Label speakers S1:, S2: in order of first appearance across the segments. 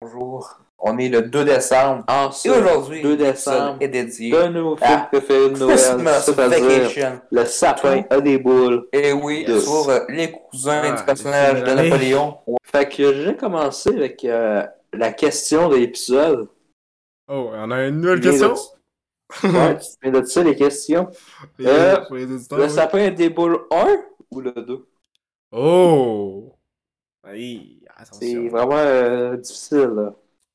S1: Bonjour, on est le 2 décembre.
S2: En
S1: Et
S2: ce
S1: aujourd'hui,
S2: 2
S1: l'épisode
S2: décembre,
S1: est dédié
S2: de nos films
S1: Ah.
S2: préférés de Noël,
S1: Christmas
S2: c'est-à-dire
S1: Vacation.
S2: le sapin a des boules.
S1: Et oui,
S2: Yes.
S1: sur euh, les cousins
S3: Ah,
S1: du personnage
S3: c'est
S1: de
S3: une année.
S1: Napoléon.
S2: Fait que j'ai commencé avec euh, la question de l'épisode.
S3: Oh, on a une nouvelle
S2: Viens de-
S3: question?
S2: Ouais, tu viens de ça les questions.
S3: Les-
S2: Euh,
S3: pour les auditeurs,
S2: Le
S3: oui.
S2: sapin a des boules 1 ou le 2?
S3: Oh! Aïe,
S2: C'est
S3: attention.
S2: vraiment euh, difficile. là.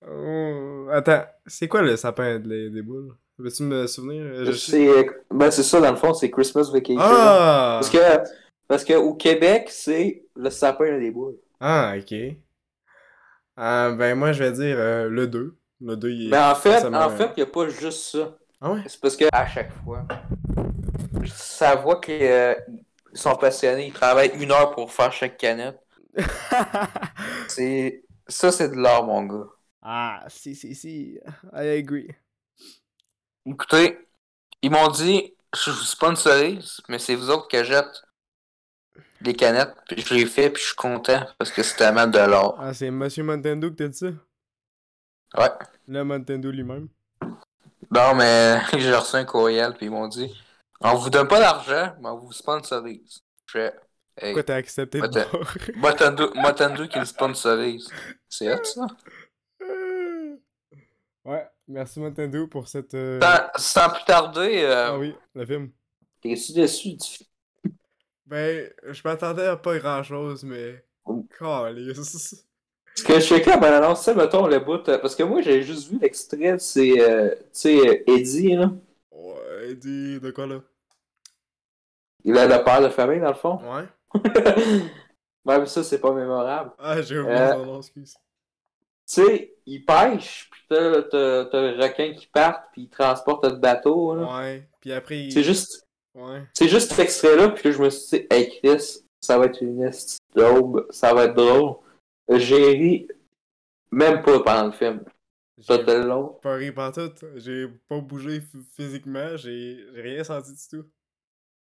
S3: Oh, attends, c'est quoi le sapin des, des boules? Veux-tu me souvenir? Euh, je-
S2: C'est euh, ben, c'est ça dans le fond, c'est Christmas Vacation.
S3: Ah!
S2: Parce que parce que au Québec, c'est le sapin a des boules.
S3: Ah, ok. Ah, ben moi, je vais dire euh, le 2. Le 2, il est...
S2: Mais
S1: Ben,
S2: en fait,
S3: forcément,
S2: en
S3: euh,
S2: fait, il n'y a pas juste ça.
S3: Ah ouais?
S2: C'est parce que
S1: À chaque fois, ça voit qu'ils euh, sont passionnés. Ils travaillent une heure pour faire chaque canette. C'est ça, c'est de l'art, mon gars.
S3: ah, si, si, si. I agree.
S1: Écoutez, ils m'ont dit, je vous sponsorise, mais c'est vous autres que jette les canettes, puis je les fais, puis je suis content parce que c'est tellement de l'or.
S3: Ah, c'est Monsieur Montendo que t'as dit ça?
S1: Ouais.
S3: Le Montendo lui-même.
S1: Non, mais j'ai reçu un courriel, puis ils m'ont dit, on vous donne pas d'argent, mais on vous sponsorise. Je fais, hey,
S3: Pourquoi t'as accepté de
S1: Attends.
S3: boire?
S1: Motando Motando qui le sponsorise. C'est hot, ça?
S3: Ouais, merci Montendo pour cette... euh,
S1: Sans, sans plus tarder, euh,
S3: Ah oui, le film.
S2: t'es-tu déçu du
S3: Ben, je m'attendais à pas grand chose, mais.
S2: Oh.
S3: Calice.
S2: Ce que je checkais avant l'annonce, tu sais, mettons le bout. euh, Parce que moi, j'ai juste vu l'extrait, c'est. euh, tu sais, euh, Eddie, là.
S3: Ouais, dis de quoi là?
S2: Il a le père de famille, dans le fond.
S3: Ouais?
S2: Même ça, c'est pas mémorable.
S3: Ah, j'ai oublié
S2: Euh.
S3: son nom, excuse.
S2: Tu sais, il pêche, puis t'as, t'as, t'as le requin qui part, puis il transporte le bateau, là.
S3: Ouais, puis après. il-
S2: C'est juste.
S3: Ouais.
S2: C'est juste cet extrait-là, puis là, je me suis dit, hey Chris, ça va être une esti d'aube, ça va être drôle. J'ai ri même pas pendant le film,
S3: J'ai
S2: tout le long.
S3: pas ri pantoute. J'ai pas bougé ph- physiquement, j'ai j'ai rien senti du tout.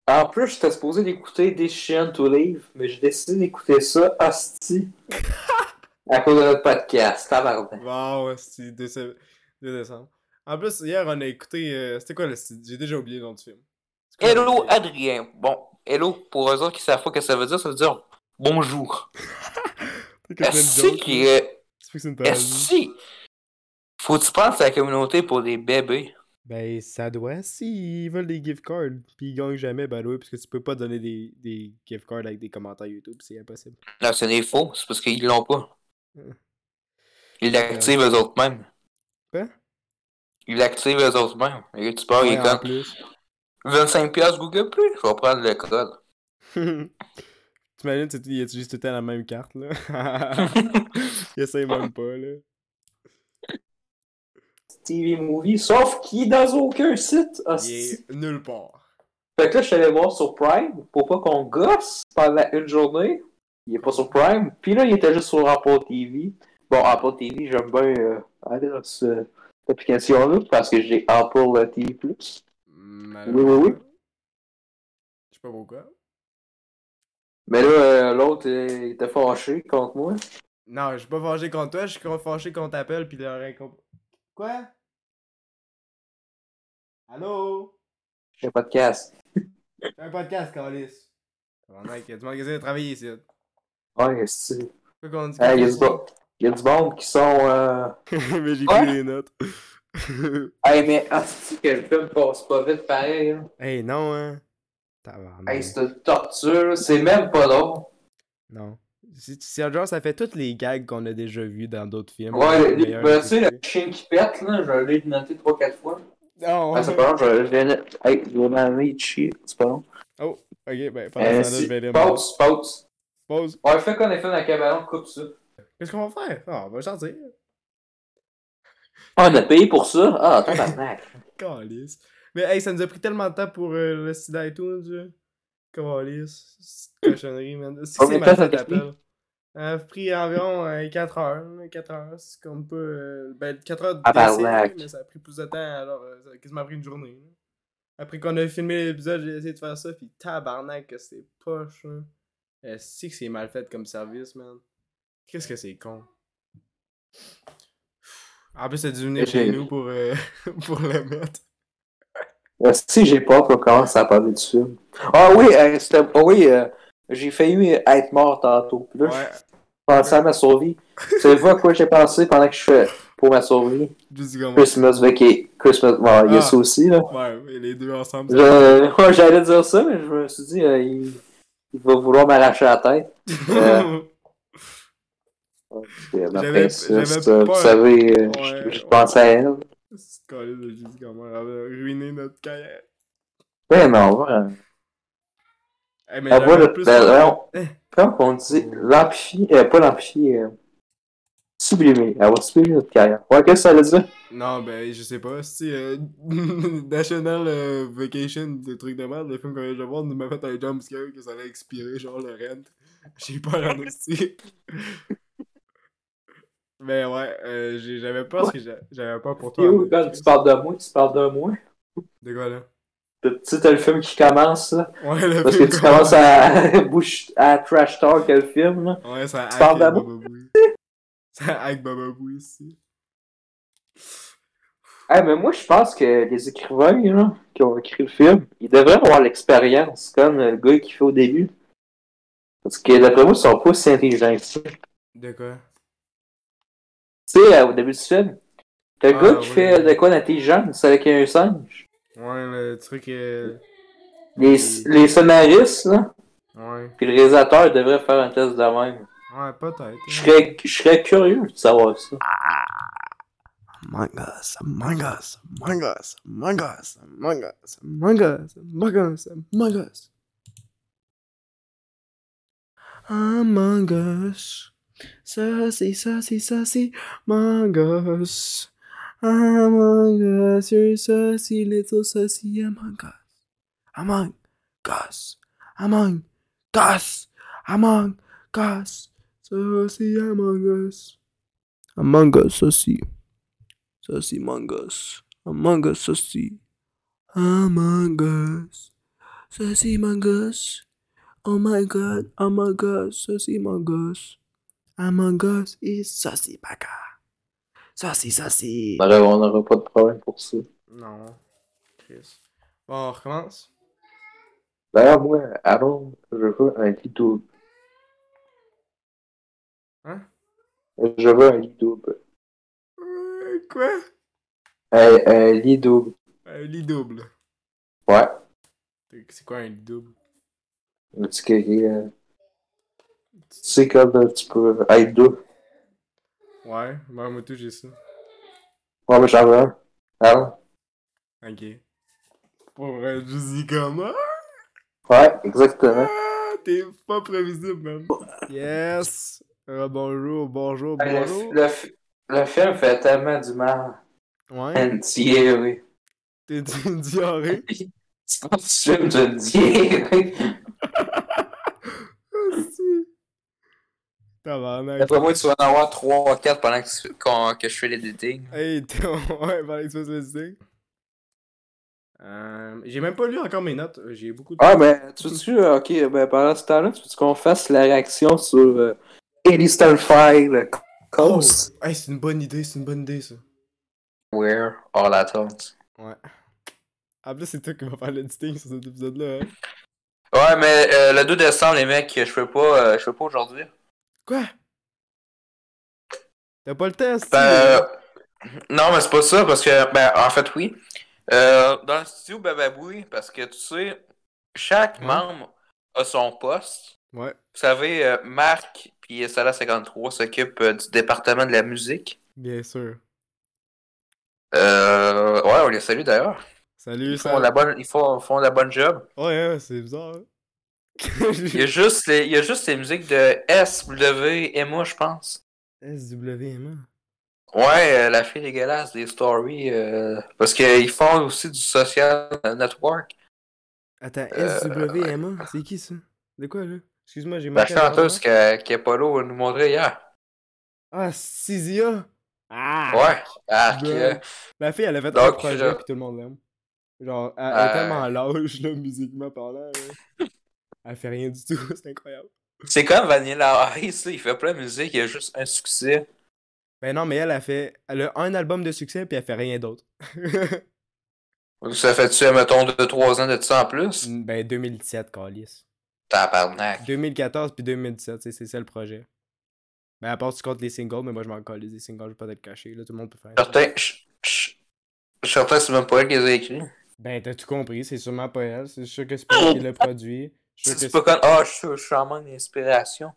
S2: En plus, j'étais supposé d'écouter des chiens to Live, mais j'ai décidé d'écouter ça, hostie, à cause de notre podcast, tabarnak.
S3: Wow, c'est 2 décembre. En plus, hier, on a écouté. euh, C'était quoi le style? J'ai déjà oublié le nom du film. C'est quoi
S1: Hello
S3: le-
S1: Adrien. Bon, hello, pour eux autres qui savent pas ce que ça veut dire, ça veut dire bonjour.
S3: C'est quoi le
S1: Est-ce
S3: joke,
S1: qu'il
S3: là?
S1: est.
S3: Tu fais que c'est une parodie?
S1: Est-ce Faut que tu penses à la communauté pour des bébés.
S3: Ben, ça doit. Si, ils veulent des gift cards, puis ils gagnent jamais, ben oui, parce que tu peux pas donner des, des gift cards avec des commentaires YouTube, c'est impossible.
S1: Non, c'est des faux, c'est parce qu'ils l'ont pas.
S3: Hmm.
S1: Ils l'activent eux autres mêmes.
S3: Quoi?
S1: Ils l'activent eux autres mêmes. Et tu pars, Oh, il est
S3: Ouais, en
S1: comme
S3: plus.
S1: 25$ Google Plus, je vais prendre le code.
S3: T'imagines, tu- ils utilisent tout le temps la même carte, là. ils essayent même pas, là.
S2: TV Movie, sauf qu'il est dans aucun site, hostie.
S3: nulle part.
S2: Fait que là, je suis allé voir sur Prime, pour pas qu'on gosse pendant une journée. Il est pas sur Prime, puis là, il était juste sur Apple TV. Bon, Apple TV, j'aime bien euh, aller dans ce- cette application-là, parce que j'ai Apple euh, TV+. oui, oui.
S3: Je sais pas pourquoi.
S2: Mais là, euh, l'autre, euh, il était fâché contre moi.
S3: Non, je suis pas fâché contre toi, je suis fâché contre Appel, pis leur incomp... Quoi? Allô?
S2: J'ai pas de casque.
S3: C'est un podcast, Calis. Mec, il y a du magasin de travailler ici.
S2: Ouais, c'est...
S3: Pourquoi qu'on dit
S2: Hey, il y a du bon- il y a du monde qui sont. euh,
S3: Mais j'ai
S2: Ouais.
S3: pris les notes.
S2: Hey, mais est que le film passe pas vite pareil? là.
S3: hey, non, hein.
S2: Hey, c'est une torture, là. c'est même pas long.
S3: Non. Si, si, genre, ça fait toutes les gags qu'on a déjà vus dans d'autres films.
S2: Ouais,
S3: Les
S2: les-
S3: meilleurs
S2: ben, tu sais, le
S3: écoutés.
S2: chien qui pète, là, je l'ai noté 3-4 fois.
S3: Non,
S2: Ah,
S3: ouais.
S2: c'est pas long, je je viens de. Hey, je vais m'amener de chier, c'est pas long.
S3: Oh, ok, ben, pendant
S2: Euh,
S3: ce temps-là,
S2: si-
S3: je vais lire. ma-
S2: Pause, pause.
S3: Pause.
S2: Ouais, fait qu'on est fait dans la cabanon, coupe ça.
S3: Qu'est-ce qu'on va faire? Ah, on va sortir.
S2: Ah, on a payé pour ça? Ah, tabarnak.
S3: Calice. Mais hey, ça nous a pris tellement de temps pour euh, le site d'iTunes. euh. Calice. Cette cochonnerie, man. Si
S2: Combien
S3: c'est
S2: de
S3: mal
S2: temps ça
S3: fait,
S2: t'a pris?
S3: t'appelles. Ça a pris environ 4 heures. 4 heures, c'est comme pas. euh, ben, 4 heures de
S2: Ah,
S3: TSC,
S2: barnac.
S3: mais ça a pris plus de temps, alors euh, ça a quasiment pris une journée. là. Après qu'on a filmé l'épisode, j'ai essayé de faire ça, puis tabarnak, que c'est poche. Hein. Euh, si que c'est mal fait comme service, man. Qu'est-ce que c'est con. En plus, c'est dû venir
S2: J'ai-
S3: chez nous pour, euh, pour le mettre.
S2: Euh, Si j'ai peur qu'on commence à parler du film. Ah oui, euh, c'était- ah oui euh, j'ai failli être mort tantôt. Puis là,
S3: Ouais,
S2: je pensais à ma survie. tu sais pas à quoi j'ai pensé pendant que je fais pour ma survie?
S3: je dis comme.
S2: Christmas Vacation. Christmas. Bon, il y
S3: Ah.
S2: a ça aussi, là.
S3: Ouais, mais les deux ensemble.
S2: Je- euh, ouais, J'allais dire ça, mais je me suis dit, euh, il... il va vouloir m'arracher la tête. Euh, Puis, euh, ma
S3: J'avais-
S2: princesse,
S3: j'avais
S2: euh,
S3: peur.
S2: Vous savez, euh,
S3: Ouais,
S2: je- je
S3: ouais.
S2: pensais à elle.
S3: C'est collé de Jésus comment elle avait ruiné notre carrière.
S2: Ben non, ouais.
S3: Hey, mais
S2: Elle voit
S3: j'avais
S2: le.
S3: plus-
S2: ben, non.
S3: Eh.
S2: Comme on dit, l'amplifier. Euh, pas l'amplifier. Euh... Sublimer. Elle va sublimer notre carrière. Ouais, qu'est-ce que ça veut dire?
S3: Non, ben, je sais pas, si euh, National euh, Vacation, des trucs de merde, le film qu'on vient de voir, nous m'a fait un jumpscare que ça allait expirer, genre le rent. J'ai peur en aussi. mais ouais, euh, j'ai- j'avais peur parce que j'a- j'avais peur pour toi.
S2: Et où,
S3: mais-
S2: quand tu parles de moi, tu parles de moi.
S3: De quoi, là?
S2: Tu sais, t'as le film qui commence, là.
S3: Ouais, le
S2: Parce que
S3: film
S2: tu
S3: qu'on-
S2: commences à, bouche, à trash talk le film, là.
S3: Ouais, ça hack
S2: parles
S3: avec
S2: d'amour?
S3: Baba Booey. Ça hack Baba Booey ici.
S2: Eh, mais moi, je pense que les écrivains, là, qui ont écrit le film, ils devraient avoir l'expérience, comme euh, le gars qui fait au début. Parce que d'après moi, ils sont pas si intelligents que ça.
S3: De quoi?
S2: Tu sais, euh, au début du film, t'as le
S3: Ah,
S2: gars qui
S3: oui.
S2: fait de quoi d'intelligent, c'est avec un singe.
S3: Ouais, le truc. euh,
S2: Les,
S3: Mm.
S2: les scénaristes, là,
S3: Ouais.
S2: puis le réalisateur devrait faire un test de même.
S3: Ouais, peut-être. hein.
S2: Je serais, je serais curieux de savoir ça.
S3: Among Us, Among Us, Among Us, Among Us, Among Us, Among Us, Among Us, Among Us. Among Us. Ça c'est, ça c'est, ça c'est, Among Us. Among Us, you're sassy, little sassy, Among Us. Among Us, Among Us, Among Us. Sassy Among Us. Among Us aussi. Ça c'est Mangas. Among Us, ça c'est. Among Us. Ça c'est Mangas. Oh my god, Among Us, ça c'est Mangas. Among Us et ça c'est Baga. Ça c'est, ça c'est.
S2: On n'aura- On n'aura pas de problème pour ça.
S3: Non. Chris. Bon, on recommence.
S2: D'ailleurs, moi, à Londres, je veux un lit double.
S3: Hein?
S2: Je veux un lit double.
S3: quoi
S2: Un, un lit double.
S3: Un lit double.
S2: Ouais.
S3: C'est quoi un lit double
S2: Parce que, euh, tu sais, comme euh, tu peux être deux.
S3: Ouais, moi, moi tout j'ai ça.
S2: Moi, mais j'en veux un. Alors,
S3: Ok. Pour euh, Juicy comment
S2: ouais, exactement.
S3: Ah, T'es pas prévisible, même. Yes! Euh, bonjour, bonjour, bonjour.
S2: film fait tellement du mal.
S3: Ouais,
S2: Une diarrhée.
S3: t'es une diarrhée.
S2: C'est pas film d'une diarrhée.
S3: Asti. Tabarnak.
S1: D'après moi, tu vas en avoir 3 ou 4 pendant que, tu- qu'on- que je fais l'editing.
S3: Hey, t'es- ouais, par que tu fasses le zing. Euh, J'ai même pas lu encore mes notes. Euh, J'ai beaucoup de.
S2: Ah, ben, tu veux-tu, euh, ok, ben, pendant ce temps-là, tu veux qu'on fasse la réaction sur euh, Ellie Stonefire, le cause?
S3: Hey, c'est une bonne idée, c'est une bonne idée, ça.
S1: Where are la tente?
S3: En plus, c'est toi qui vas faire l'editing sur cet épisode-là. hein.
S1: Ouais, mais euh, le 2 décembre, les mecs, je peux pas, euh, je peux pas aujourd'hui.
S3: Quoi? T'as pas le test?
S1: Ben,
S3: si,
S1: euh, non, mais c'est pas ça, parce que, ben, en fait, oui. Euh, dans le studio Bababoui, parce que, tu sais, chaque
S3: Ouais.
S1: membre a son poste.
S3: euh. Ouais,
S1: Vous savez, euh, Marc puis Sala 53 s'occupe euh, du département de la musique.
S3: bien sûr.
S1: Euh, ouais, on les salue d'ailleurs.
S3: Salut,
S1: Ils
S3: ça.
S1: font la bonne, ils font, font la bonne job.
S3: Ouais, ouais, c'est bizarre. hein.
S1: Il y a juste les, il y a juste les musiques de SW et moi, je pense.
S3: SWMA.
S1: Ouais, euh, la fille dégueulasse des stories. euh, parce qu'ils font aussi du social network.
S3: Attends,
S1: Euh,
S3: SWMA, c'est qui ça? De quoi là? Excuse-moi, j'ai
S2: La
S3: manqué la
S2: chanteuse
S3: chanteuse.
S2: que, qu'Apollo nous montrait hier.
S3: Ah, Cizia! Ah!
S2: Ouais. Ah,
S3: Bro.
S2: que...
S3: La fille, elle a fait
S2: Donc,
S3: un projet
S2: je-
S3: puis tout le monde l'aime. Genre, elle, elle est
S2: Euh.
S3: tellement lâche, là, musiquement parlant. là. Elle fait rien du tout, c'est incroyable.
S2: C'est comme Vanilla Ice, là, il fait plein de musique, il y a juste un succès.
S3: Ben non, mais elle a fait. Elle a un album de succès puis elle fait rien d'autre.
S2: Ça fait-tu, mettons, 2-3 ans de ça en plus?
S3: ben 2017, Calis.
S2: Tabarnak.
S3: 2014 puis 2017, c'est c'est ça le projet. Ben à part si tu comptes les singles, mais moi je m'en colle les singles, je vais pas être caché, là tout le monde peut faire. ça.
S2: Certain, je je- je suis certain que c'est même pas elle qui les a écrits.
S3: Ben t'as tout compris, c'est sûrement pas elle, c'est sûr que c'est pas elle qui l'a produit. Je suis
S2: C'est
S3: sûr
S2: pas
S3: que
S2: comme, ah, je suis- je suis en manque d'inspiration.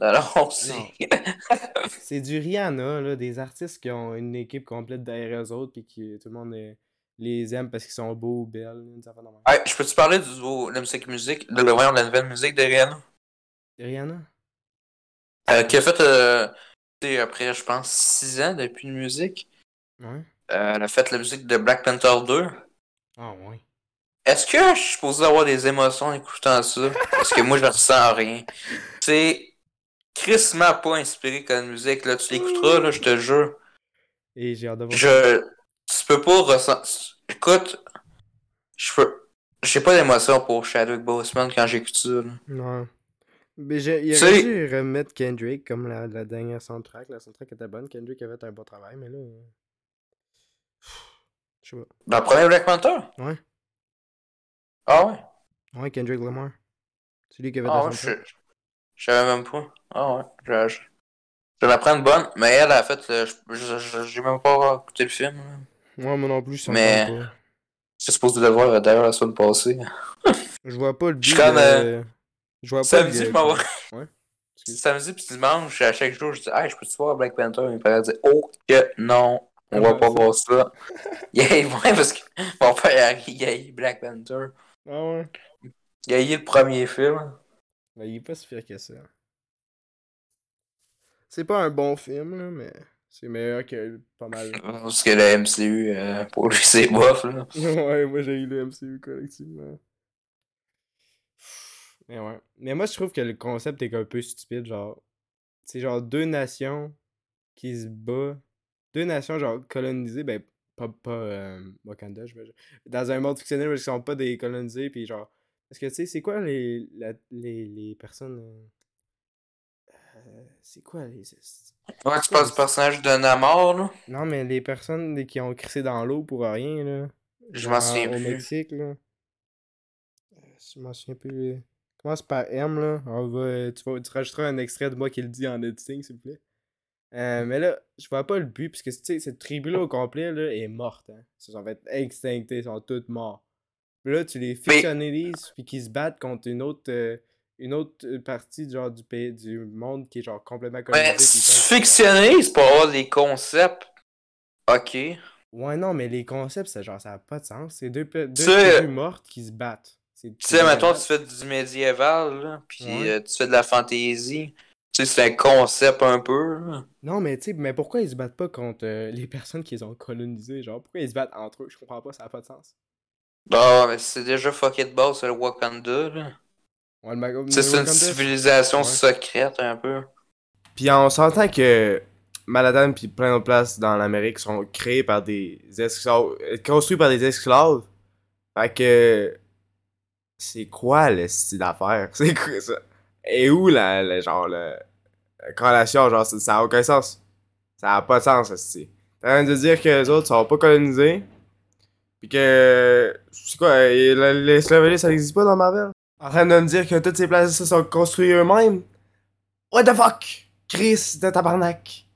S2: Non, non,
S3: Non.
S2: c'est.
S3: c'est- c'est du Rihanna, là, des artistes qui ont une équipe complète derrière eux autres puis qui tout le monde euh, les aime parce qu'ils sont beaux ou belles, une affaire de même.
S2: Hey, je peux-tu parler du, de la musique, musique de, voyons, de la nouvelle musique de Rihanna?
S3: Rihanna?
S2: Euh, qui a fait, euh, tu sais, après, je pense, 6 ans depuis une musique.
S3: Ouais.
S2: Euh, elle a fait la musique de Black Panther 2.
S3: Ah ouais.
S2: Est-ce que je suis supposé avoir des émotions en écoutant ça? Parce que moi, je ressens rien. C'est crissement pas inspiré comme musique. Là, tu l'écouteras, là, je te jure.
S3: Et j'ai hâte de voir.
S2: Je... Tu peux pas ressentir... Écoute, je peux... J'ai pas d'émotion pour Chadwick Boseman quand j'écoute ça. là.
S3: Non. Mais j'ai- il
S2: Tu
S3: aurait
S2: sais-
S3: dû remettre Kendrick comme la, la dernière soundtrack. La soundtrack était bonne. Kendrick avait fait un bon travail, mais là. euh, Je sais pas.
S2: Dans le premier Black Panther?
S3: Ouais.
S2: Ah ouais?
S3: Ouais, Kendrick Lamar. Celui qui avait
S2: Ah
S3: la
S2: ouais, je...
S3: soundtrack.
S2: je savais même pas. Ah ouais, je... je- je vais la prendre bonne, mais elle, a fait...
S1: euh,
S2: le- je- je- je- J'ai même pas écouté le film. là.
S3: Ouais, moi non plus, je sens
S2: Mais-
S3: pas.
S2: J'étais supposé le voir euh, d'ailleurs la semaine passée.
S3: Je vois pas le but.
S2: suis comme,
S3: de-
S2: euh,
S3: Je vois pas
S2: Samedi,
S3: le-
S2: je m'en vais.
S3: Ouais. Excuse.
S2: Samedi puis dimanche, à chaque jour, je dis Hey, je peux-tu voir Black Panther Mes parents disent Oh, que non, on va
S3: Ouais,
S2: pas
S3: ça.
S2: voir ça. yeah, ouais, parce que mon père, il a eu Black Panther.
S3: Ah ouais.
S2: Il a eu le premier film.
S3: Mais il est pas si fier que ça. C'est pas un bon film, là, mais c'est meilleur que pas mal.
S2: Parce que le MCU, euh, pour lui, c'est bof. Là.
S3: ouais, moi j'ai eu le MCU collectivement. Mais ouais. Mais moi je trouve que le concept est un peu stupide, genre. C'est genre deux nations qui se battent. Deux nations genre colonisées, ben pas, pas euh, Wakanda, j'imagine. Dans un monde fictionnel où ils sont pas des colonisés, puis genre. Parce que tu sais, c'est quoi les, la- les, les personnes. euh, euh, c'est quoi les.
S2: Ouais, tu penses au personnage de Namor, là
S3: Non, mais les personnes les- qui ont crissé dans l'eau pour rien, là.
S2: Je m'en
S3: Genre,
S2: souviens
S3: Au
S2: plus.
S3: Mexique, là. Euh, Je m'en souviens plus. Commence par M, là. On va, euh, tu, vas, tu rajouteras un extrait de moi qui le dit en editing, s'il vous plaît.
S2: Mm.
S3: Euh, mais là, je vois pas le but, parce que, tu sais, cette tribu-là au complet, là, est morte, hein. Ils se sont fait extinctés, ils sont toutes morts. Puis là, tu les fictionnalises, puis qu'ils se battent contre une autre... euh, une autre partie genre du pays du monde qui est genre complètement
S2: Mais
S3: colonisée, puis ils
S2: si
S3: pensent-
S2: tu fictionnalises pour avoir des concepts, ok.
S3: Ouais, non, mais les concepts, c'est genre, ça n'a pas de sens. C'est deux, pe- deux
S2: Tu sais-
S3: tribus mortes qui se battent. C'est-
S2: Tu
S3: c'est
S2: sais,
S1: Euh,
S2: mettons, tu
S3: dégueulasse.
S2: fais du médiéval, là, puis
S3: Ouais.
S2: euh, tu fais de la fantaisie. Tu sais, c'est un concept un peu. là.
S3: Non, mais tu sais, mais pourquoi ils se battent pas contre euh, les personnes qu'ils ont colonisées? Genre, pourquoi ils se battent entre eux? Je comprends pas, ça n'a pas de sens.
S2: Non, mais c'est déjà fucké de base, c'est le Wakanda, là.
S3: Ouais, le Mago-
S2: Tu sais,
S3: le
S2: c'est une
S3: Wakanda-
S2: civilisation
S3: Ouais.
S2: secrète, un peu.
S4: Puis on s'entend que Manhattan puis plein d'autres places dans l'Amérique sont créées par des esclaves, euh, construits par des esclaves. Fait que c'est quoi le style d'affaires C'est quoi ça Et où la, la- genre le la corrélation genre ça, ça a aucun sens. Ça a pas de sens style. T'es en train de dire que les autres sont pas colonisés puis que c'est quoi euh, la- l'esclavagisme ça n'existe pas dans Marvel En train de me dire que toutes ces places se sont construites eux-mêmes What the fuck? Chris de tabarnak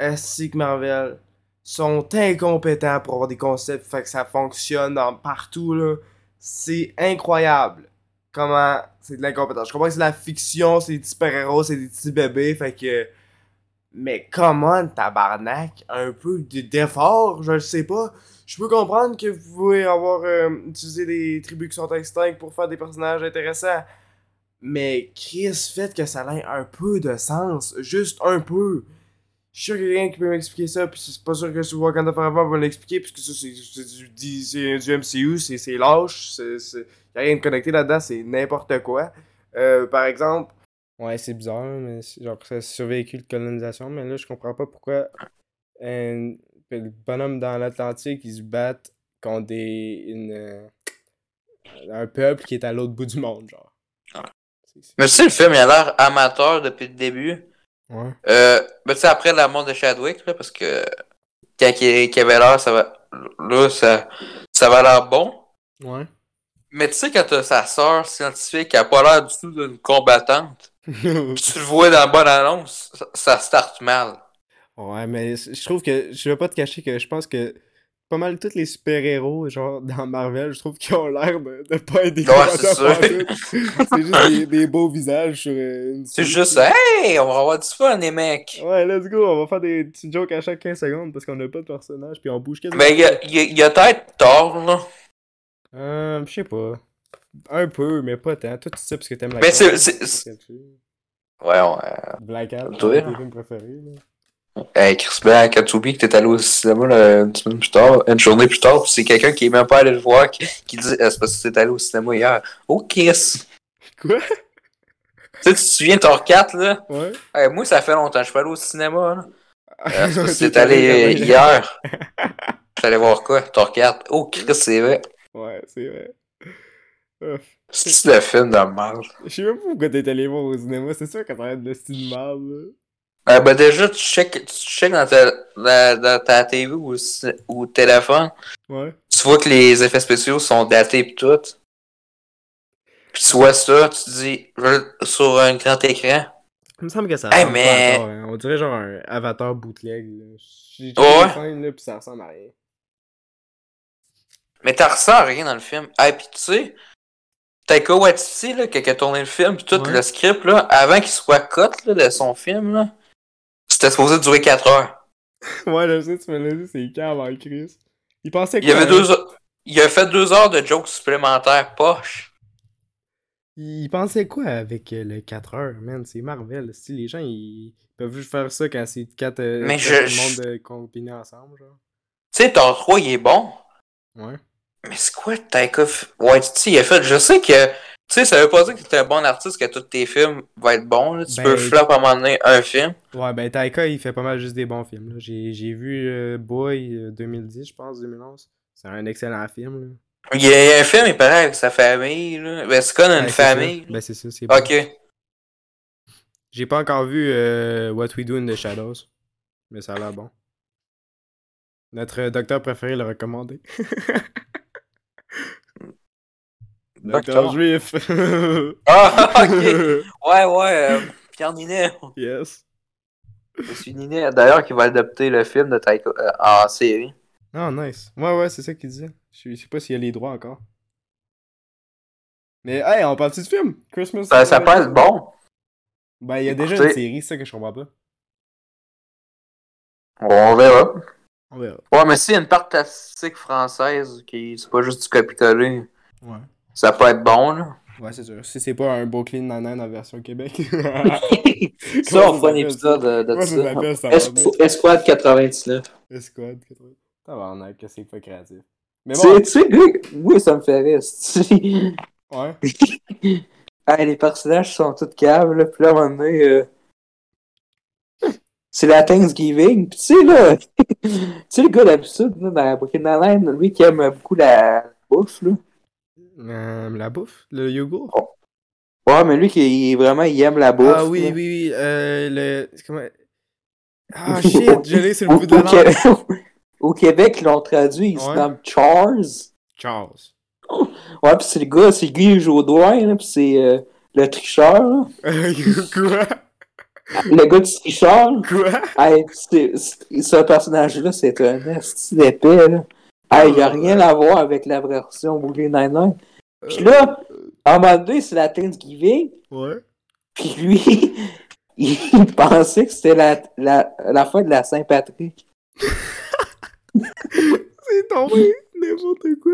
S4: ainsi que Marvel sont incompétents pour avoir des concepts, fait que ça fonctionne dans- partout, là. C'est incroyable comment c'est de l'incompétence. Je comprends que c'est de la fiction, c'est des petits super-héros, c'est des petits bébés, fait que... Mais comment tabarnak? Un peu d- d'effort, je le sais pas. Je peux comprendre que vous pouvez avoir euh, utilisé des tribus qui sont extinctes pour faire des personnages intéressants. Mais Chris, faites que ça ait un peu de sens. Juste un peu. Je suis sûr qu'il y a quelqu'un qui peut m'expliquer ça, puis c'est pas sûr que ce Wakanda Forever va l'expliquer, puisque ça, c'est c'est du, di- c'est du MCU, c'est c'est lâche, c'est- c'est- y a rien de connecté là-dedans, c'est n'importe quoi. Euh, par exemple,
S3: Ouais, c'est bizarre, mais c'est- genre, ça a survécu de colonisation, mais là, je comprends pas pourquoi un le bonhomme dans l'Atlantique, ils se battent contre des, une, euh, un peuple qui est à l'autre bout du monde, genre.
S1: Ouais.
S3: C'est- c'est-
S1: Mais tu sais, le film, il a l'air amateur depuis le début.
S3: Ouais.
S1: Euh, ben, tu sais, après la mort de Chadwick, là, parce que quand il, qu'il avait l'air, ça va. Là, ça, ça va l'air bon.
S3: Ouais.
S1: Mais tu sais, quand t'as sa sœur scientifique qui a pas l'air du tout d'une combattante, pis tu le vois dans la bonne annonce, ça, ça starte mal.
S3: Ouais, mais c- je trouve que je vais pas te cacher que je pense que pas mal tous les super-héros, genre dans Marvel, je trouve qu'ils ont l'air de, de pas être des
S1: Ouais, c'est
S3: combattants
S1: sûr.
S3: pantoute. C'est juste des, des beaux visages sur euh, une
S1: C'est
S3: souris.
S1: juste, hein? hey, on va avoir du fun, les mecs.
S3: Ouais, let's go, on va faire des petites jokes à chaque 15 secondes parce qu'on a pas de personnage puis on bouge quasiment.
S1: Mais Ben, il y a, il y a- il y a peut-être tort, là.
S3: Euh, je sais pas. Un peu, mais pas tant. Toi, tu sais parce que t'aimes la
S1: Mais c'est-
S3: comédie,
S1: c'est-
S3: c'est là-dessus.
S1: Ouais, ouais.
S3: Black Hat,
S1: Toi,
S3: c'est
S1: hein.
S3: tes films préférés, là.
S1: Hey, Chris Black, quand tu oublies que t'es allé au cinéma là, une semaine plus tard, une journée plus tard, pis c'est quelqu'un qui est même pas allé le voir qui, qui dit Ah, c'est parce que t'es allé au cinéma hier. Oh Chris!
S3: Quoi?
S1: Tu sais, tu te souviens de Thor 4 là?
S3: Ouais.
S1: Hey, moi ça fait longtemps, je suis pas allé au cinéma là. Ah, c'est parce que
S3: T'es
S1: t'es allé euh,
S3: allé-
S1: hier. J'étais allé voir quoi? Thor 4. Oh Chris, c'est vrai.
S3: Ouais, c'est vrai.
S1: C'est le film de merde.
S3: Je sais même pas pourquoi t'es allé voir au cinéma, c'est sûr que t'as l'air de le style de merde, là.
S1: Ah, ben déjà, tu check, tu check dans, ta, dans, dans ta TV ou, ci- ou téléphone,
S3: Ouais.
S1: tu vois que les effets spéciaux sont datés pis tout. Pis tu vois ça, tu te dis, je veux le- sur un grand écran.
S3: Il me semble que ça
S1: Hey,
S3: ressemble pas à
S1: mais-
S3: Thor, hein. On dirait genre un avatar bootleg, là. J'ai
S1: Oh, Ouais, ouais.
S3: trouvé les scènes, là, pis ça ressemble à rien.
S1: Mais t'en ressens rien dans le film. Ah, pis tu sais, Taika Waititi, là, qui a tourné le film, pis tout
S3: Ouais.
S1: le script, là, avant qu'il soit cut, là, de son film, là, c'était supposé durer 4 heures.
S3: ouais, je sais, tu me l'as dit, c'est calme en crise. Il pensait
S1: Il y avait
S3: quoi, hein?
S1: deux heures- Il a fait deux heures de jokes supplémentaires poche.
S3: Il pensait quoi avec euh, le 4 heures, man? C'est Marvel. Si les gens, ils peuvent juste faire ça quand c'est 4 euh,
S1: Mais
S3: quatre
S1: je-
S3: mondes euh, combinés ensemble, genre.
S1: Tu sais, Thor 3, il est bon.
S3: Ouais.
S1: Mais c'est quoi Taika F- Waititi? Il a fait. Je sais que. Tu sais, ça veut pas dire que t'es un bon artiste, que tous tes films vont être bons. là. Tu
S3: Ben-
S1: peux flop à un moment donné un film.
S3: Ouais, ben Taika, il fait pas mal juste des bons films. là. J'ai j'ai vu euh, Boy euh, 2010, je pense, 2011. C'est un excellent film. Là.
S1: Il y a- il y a un film, il paraît, avec sa famille. Là. Ben, c'est comme une
S3: Ben, c'est ça.
S1: famille.
S3: Ben c'est ça, c'est bon.
S1: Ok.
S3: J'ai pas encore vu euh, What We Do in the Shadows, mais ça a l'air bon. Notre euh, docteur préféré l'a recommandé. Docteur
S1: Docteur.
S3: juif.
S1: Ah, ok. Ouais, ouais. euh, Pierre Ninet.
S3: yes.
S1: Je suis Ninet, d'ailleurs, qui va adapter le film de Taika euh, en série.
S3: Ah, nice. Ouais, ouais, c'est ça qu'il disait. Je suis- je sais pas s'il y a les droits encore. Mais, hey, on parle-tu du film? Christmas.
S1: Ça, Ben, ça peut être bon.
S3: Ben, il y a déjà
S1: Écoutez.
S3: une série, c'est ça que je comprends pas.
S1: On verra.
S3: On verra.
S1: Ouais, mais s'il y a une part statistique française qui c'est pas juste du copier-coller,
S3: Ouais.
S1: ça peut être bon, là.
S3: Ouais, c'est sûr. Si c'est pas un beau clean nanan en version Québec.
S2: Ça, on fera un épisode euh, de
S3: Moi, euh, ça
S2: ça.
S3: s'appelle ça.
S2: Es- Escouade 99.
S3: Escouade. Tabarnak, que c'est pas créatif. Mais
S2: Tu
S3: bon,
S2: sais, tu sais, gars, oui, ça me fait rire. c'est-tu.
S3: ouais.
S2: Hey, les personnages sont tous caves, là. Puis là, à un moment donné, euh, c'est la Thanksgiving. Puis tu sais, là, tu sais, le gars d'habitude, là, dans Brooklyn Nine-Nine, lui qui aime beaucoup la bouffe, là.
S3: Euh, la bouffe, le yogourt.
S2: Ouais, mais lui qui vraiment, il aime la bouffe.
S3: ah oui,
S2: là.
S3: oui, oui. Euh, le. c'est Comment. Ah shit, je l'ai sur le bout
S2: Au-
S3: de la
S2: au
S3: langue.
S2: Québec- Au Québec, ils l'ont traduit, il se
S3: Ouais.
S2: nomme Charles.
S3: Charles.
S2: Ouais, pis c'est le gars, c'est Guy Jodoin, là, pis c'est euh, le tricheur, là.
S3: Euh, Quoi?
S2: Le gars du tricheur, là.
S3: Quoi?
S2: Hey, c'est- c'est- ce personnage-là, c'est un esti d'épais, là. Hey, y a rien à voir avec la version Brooklyn Nine-Nine. Pis là, à un moment donné, c'est la Thanksgiving,
S3: Ouais.
S2: pis lui, il pensait que c'était la, la, la fin de la Saint-Patrick.
S3: C'est tombé n'importe quoi.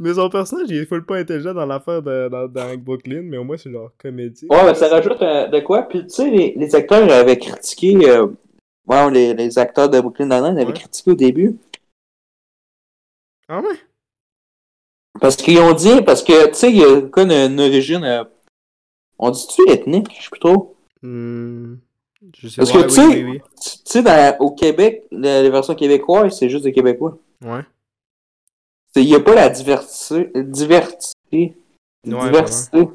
S3: Mais son personnage, il est full pas intelligent dans l'affaire de, dans, dans Brooklyn, mais au moins c'est genre comédie.
S2: Ouais, ben, ça rajoute euh, de quoi. Puis tu sais, les, les acteurs avaient critiqué, euh, bon, les, les acteurs de Brooklyn Nine-Nine avaient
S3: Ouais.
S2: critiqué au début.
S3: Ah ouais?
S2: Parce qu'ils ont dit, parce que tu sais, il y a comme une, une origine euh, On dit-tu ethnique? Je sais plus trop.
S3: Hmm, je sais
S2: Parce
S3: ouais,
S2: que
S3: oui,
S2: tu sais-
S3: oui, oui.
S2: Tu tu sais, dans- au Québec, la- les versions québécoises, c'est juste des Québécois.
S3: Ouais.
S2: Il n'y a pas la diversité. Diversité.
S3: Ouais,
S2: diversité. Ouais,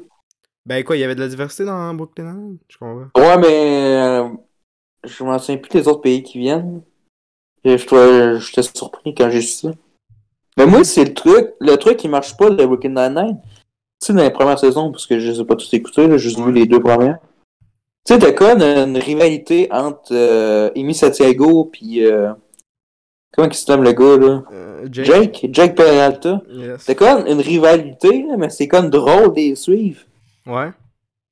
S3: Ben quoi, il y avait de la diversité dans Brooklyn Nine-Nine? Je comprends.
S2: mais euh, je m'en souviens plus des autres pays qui viennent. Et Je trouvais- J'étais surpris quand j'ai su ça. Mais moi, c'est le truc. Le truc qui marche pas de Weekend Nine-Nine. Tu sais, dans les premières saisons, parce que je les ai pas tous écoutées, là, j'ai juste vu les deux premières. Tu sais, t'as comme une rivalité entre euh, Amy Santiago puis euh, comment il se nomme le gars là?
S3: Euh,
S2: Jake, Jake Peralta.
S3: Yes.
S2: C'est comme une rivalité, là, mais c'est comme drôle de les suivre.
S3: Ouais.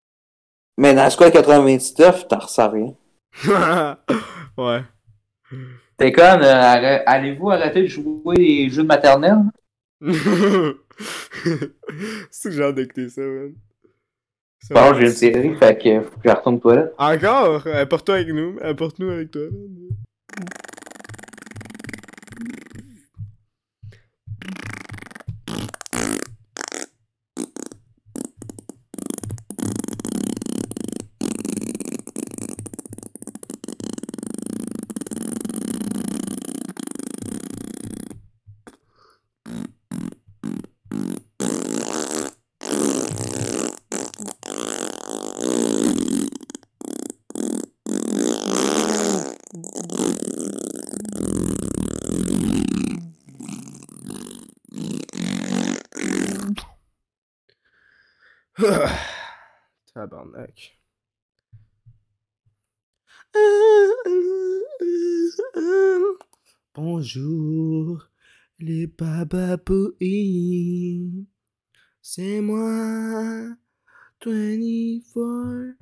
S2: Mais dans Squad 99, t'en ressens rien.
S3: ouais.
S2: T'es comme, euh, arrê- allez-vous arrêter de jouer les jeux de maternelle?
S3: c'est que j'ai hâte d'écouter ça, man. Ça
S2: Bon,
S3: va.
S2: j'ai une série, fait que faut que je retourne pas là.
S3: Encore? Apporte-toi avec nous. Apporte-nous avec toi. man. Tabarnak.
S5: Bonjour, les bababouis. C'est moi, 24,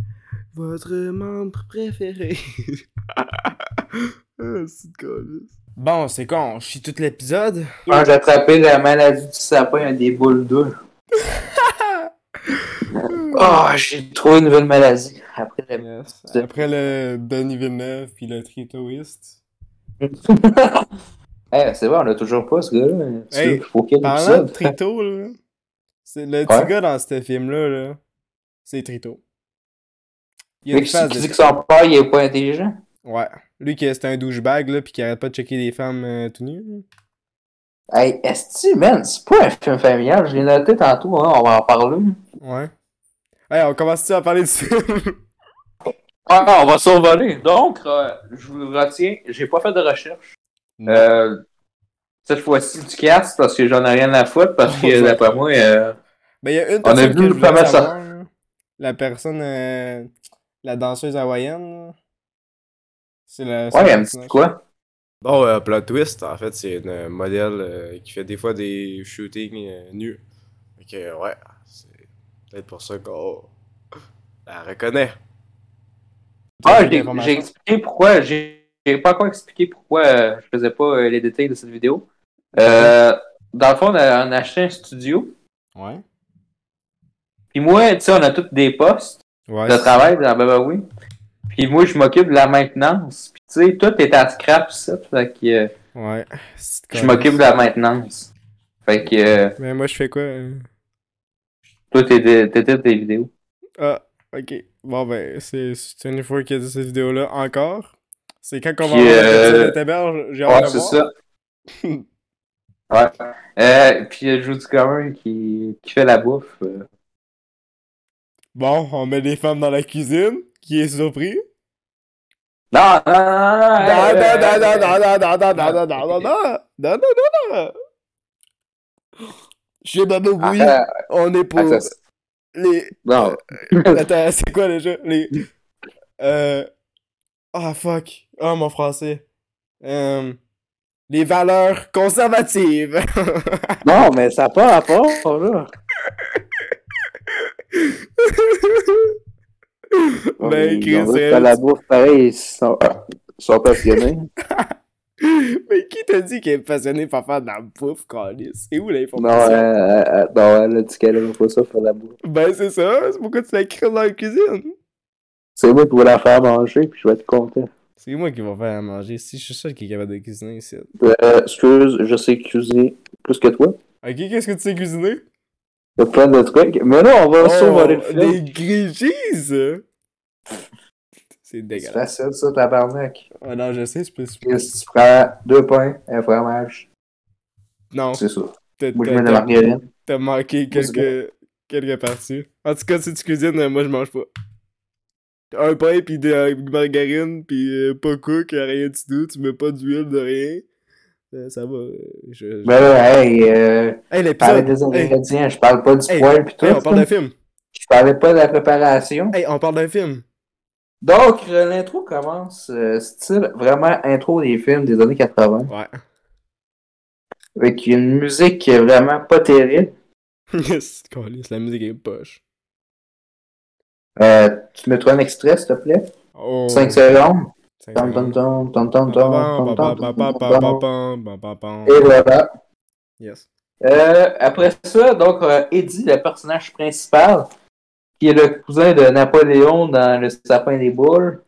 S5: votre membre préféré. Ah,
S3: Bon, c'est con, on chie tout l'épisode.
S2: Quand Ah, j'ai attrapé la maladie du sapin à des boules d'œufs. oh, j'ai trouvé une nouvelle maladie. Après la...
S3: Yes.
S2: C'est-
S3: Après le Danny Villeneuve puis le Tritoist.
S2: Eh, c'est vrai, on l'a toujours pas, ce gars-là. Tu
S3: Hey,
S2: veux, faut qu'il y ait un
S3: Parlant de
S2: épisode.
S3: Trito, là. C'est le petit
S2: Ouais.
S3: gars dans ce film-là, là. C'est Trito. Il a
S2: Mais
S3: une
S2: qui
S3: face
S2: qui
S3: de
S2: dit que son père, il est pas intelligent?
S3: Ouais. Lui qui est un douchebag, là, pis qui arrête pas de checker des femmes euh, tout nues, là.
S2: Hey, est-ce que, man, c'est pas un film familial? Je l'ai noté tantôt, hein, on va en parler.
S3: Ouais. Hey, on commence-tu à parler du film?
S2: Ah, on va survoler. Donc, euh, je vous retiens, j'ai pas fait de recherche. Euh, cette fois-ci, du cast, parce que j'en ai rien à foutre, parce que d'après moi, euh,
S3: Ben, il y a une
S2: On a
S3: personne
S2: vu
S3: que je
S2: pas
S3: voulais
S2: mal ça.
S3: savoir, là. La personne, euh, la danseuse hawaïenne, là. C'est la...
S2: ouais, un petit quoi.
S6: Bon, euh, plot twist, en fait, c'est une euh, modèle euh, qui fait des fois des shootings euh, nus. Fait que, euh, ouais, c'est peut-être pour ça qu'on la reconnaît.
S2: Ah, j'ai j'ai expliqué pourquoi, j'ai j'ai pas encore expliqué pourquoi euh, je faisais pas euh, les détails de cette vidéo. Euh, dans le fond, on a, on a acheté un studio,
S3: Ouais.
S2: puis moi, tu sais, on a tous des postes.
S3: Ouais.
S2: de travail dans Baba Oui. Puis moi, je m'occupe de la maintenance. Puis tu sais, tout est à scrap, ça. Fait que euh,
S3: Ouais. C'est
S2: je m'occupe de la maintenance. Fait que euh,
S3: Mais moi, je fais quoi? euh?
S2: toi, t'étais t'étais tes vidéos.
S3: Ah, ok. Bon, ben, c'est c'est une fois qu'il y a de cette vidéo-là encore. C'est quand qu'on va
S2: Puis,
S3: avoir la
S2: euh,
S3: petite de Taberge, j'ai hâte
S2: Ouais,
S3: de
S2: c'est
S3: voir.
S2: ça. ouais. Euh, puis euh, Judy Comer qui, qui fait la bouffe. euh.
S3: Bon, on met des femmes dans la cuisine. Qui est surpris?
S2: Non, non, non, non,
S3: Non,
S2: hey, euh,
S3: non, non, non, non, non, non, non, non, non, non, non, non, non, non, non. Chez Baba Bouille,
S2: euh,
S3: on est pour
S2: attends, c'est-
S3: les...
S2: non.
S3: Attends, c'est quoi déjà? Les... Euh... Ah, fuck. Ah, mon français. Euh... Les valeurs conservatives.
S2: non, mais ça n'a pas rapport, là.
S3: ben,
S2: Ils ont
S3: Chris,
S2: juste
S3: c'est-
S2: fait la bouffe, pareil, ils sont, euh, ils sont passionnés.
S3: Mais qui t'a dit qu'il est passionné par faire de la bouffe, Calis? C'est où
S2: non,
S3: l'information?
S2: euh, euh, non, elle a dit qu'elle aimait pas ça, faire la bouffe.
S3: Ben, c'est ça. C'est pourquoi tu la crées dans la cuisine.
S2: C'est moi qui vais la faire manger, puis je vais être content.
S3: C'est moi qui vais faire à manger. Si je suis seul qui est capable de cuisiner ici.
S2: Euh, excuse, je sais cuisiner plus que toi.
S3: Ok, qu'est-ce que tu sais cuisiner?
S2: Il y a plein de trucs. Mais là, on va survoler le
S3: Oh,
S2: film.
S3: des grilled cheese! C'est
S2: C'est
S3: dégueulasse.
S2: facile, ça, tabarnak.
S3: Ah non, je sais, c'est plus.
S2: Si tu prends deux pains, un fromage,
S3: Non,
S2: c'est ça.
S3: t'as-
S2: Moi, je
S3: t'as-
S2: mets de la
S3: t'as-
S2: margarine.
S3: t'as manqué quelques, quelques parties. En tout cas, si tu cuisines, euh, moi je mange pas. Un pain, pis de la margarine, pis euh, pas cook, rien du tout, tu mets pas d'huile, de rien. Euh, ça va. euh, Je, je...
S2: Mais là, hey, euh,
S3: Hey,
S2: je parlais des
S3: l'épisode! Hey,
S2: ingrédients, je parle pas du
S3: Hey,
S2: poil pis tout.
S3: hey, on parle d'un film!
S2: Je parlais pas de la préparation.
S3: Hey, on parle d'un film!
S2: Donc, euh, l'intro commence euh, style vraiment intro des films des années 80.
S3: Ouais.
S2: Avec une musique qui est vraiment pas terrible.
S3: yes, câlisse, la musique est poche.
S2: Euh, tu mets-toi un extrait, s'il te plaît.
S3: Oh.
S2: 5 secondes.
S3: Cinq
S2: Tom, tom,
S3: secondes.
S2: tom, tom, tom, tom, tom, tom, tom, tom, tom.
S3: Ba-ba-ba-ba-ba-ba-ba-ba, ba-ba-ba.
S2: Et voilà.
S3: Yes.
S2: Euh, après ça, donc, euh, Eddie, le personnage principal, qui est le cousin de Napoléon dans Le Sapin des Boules,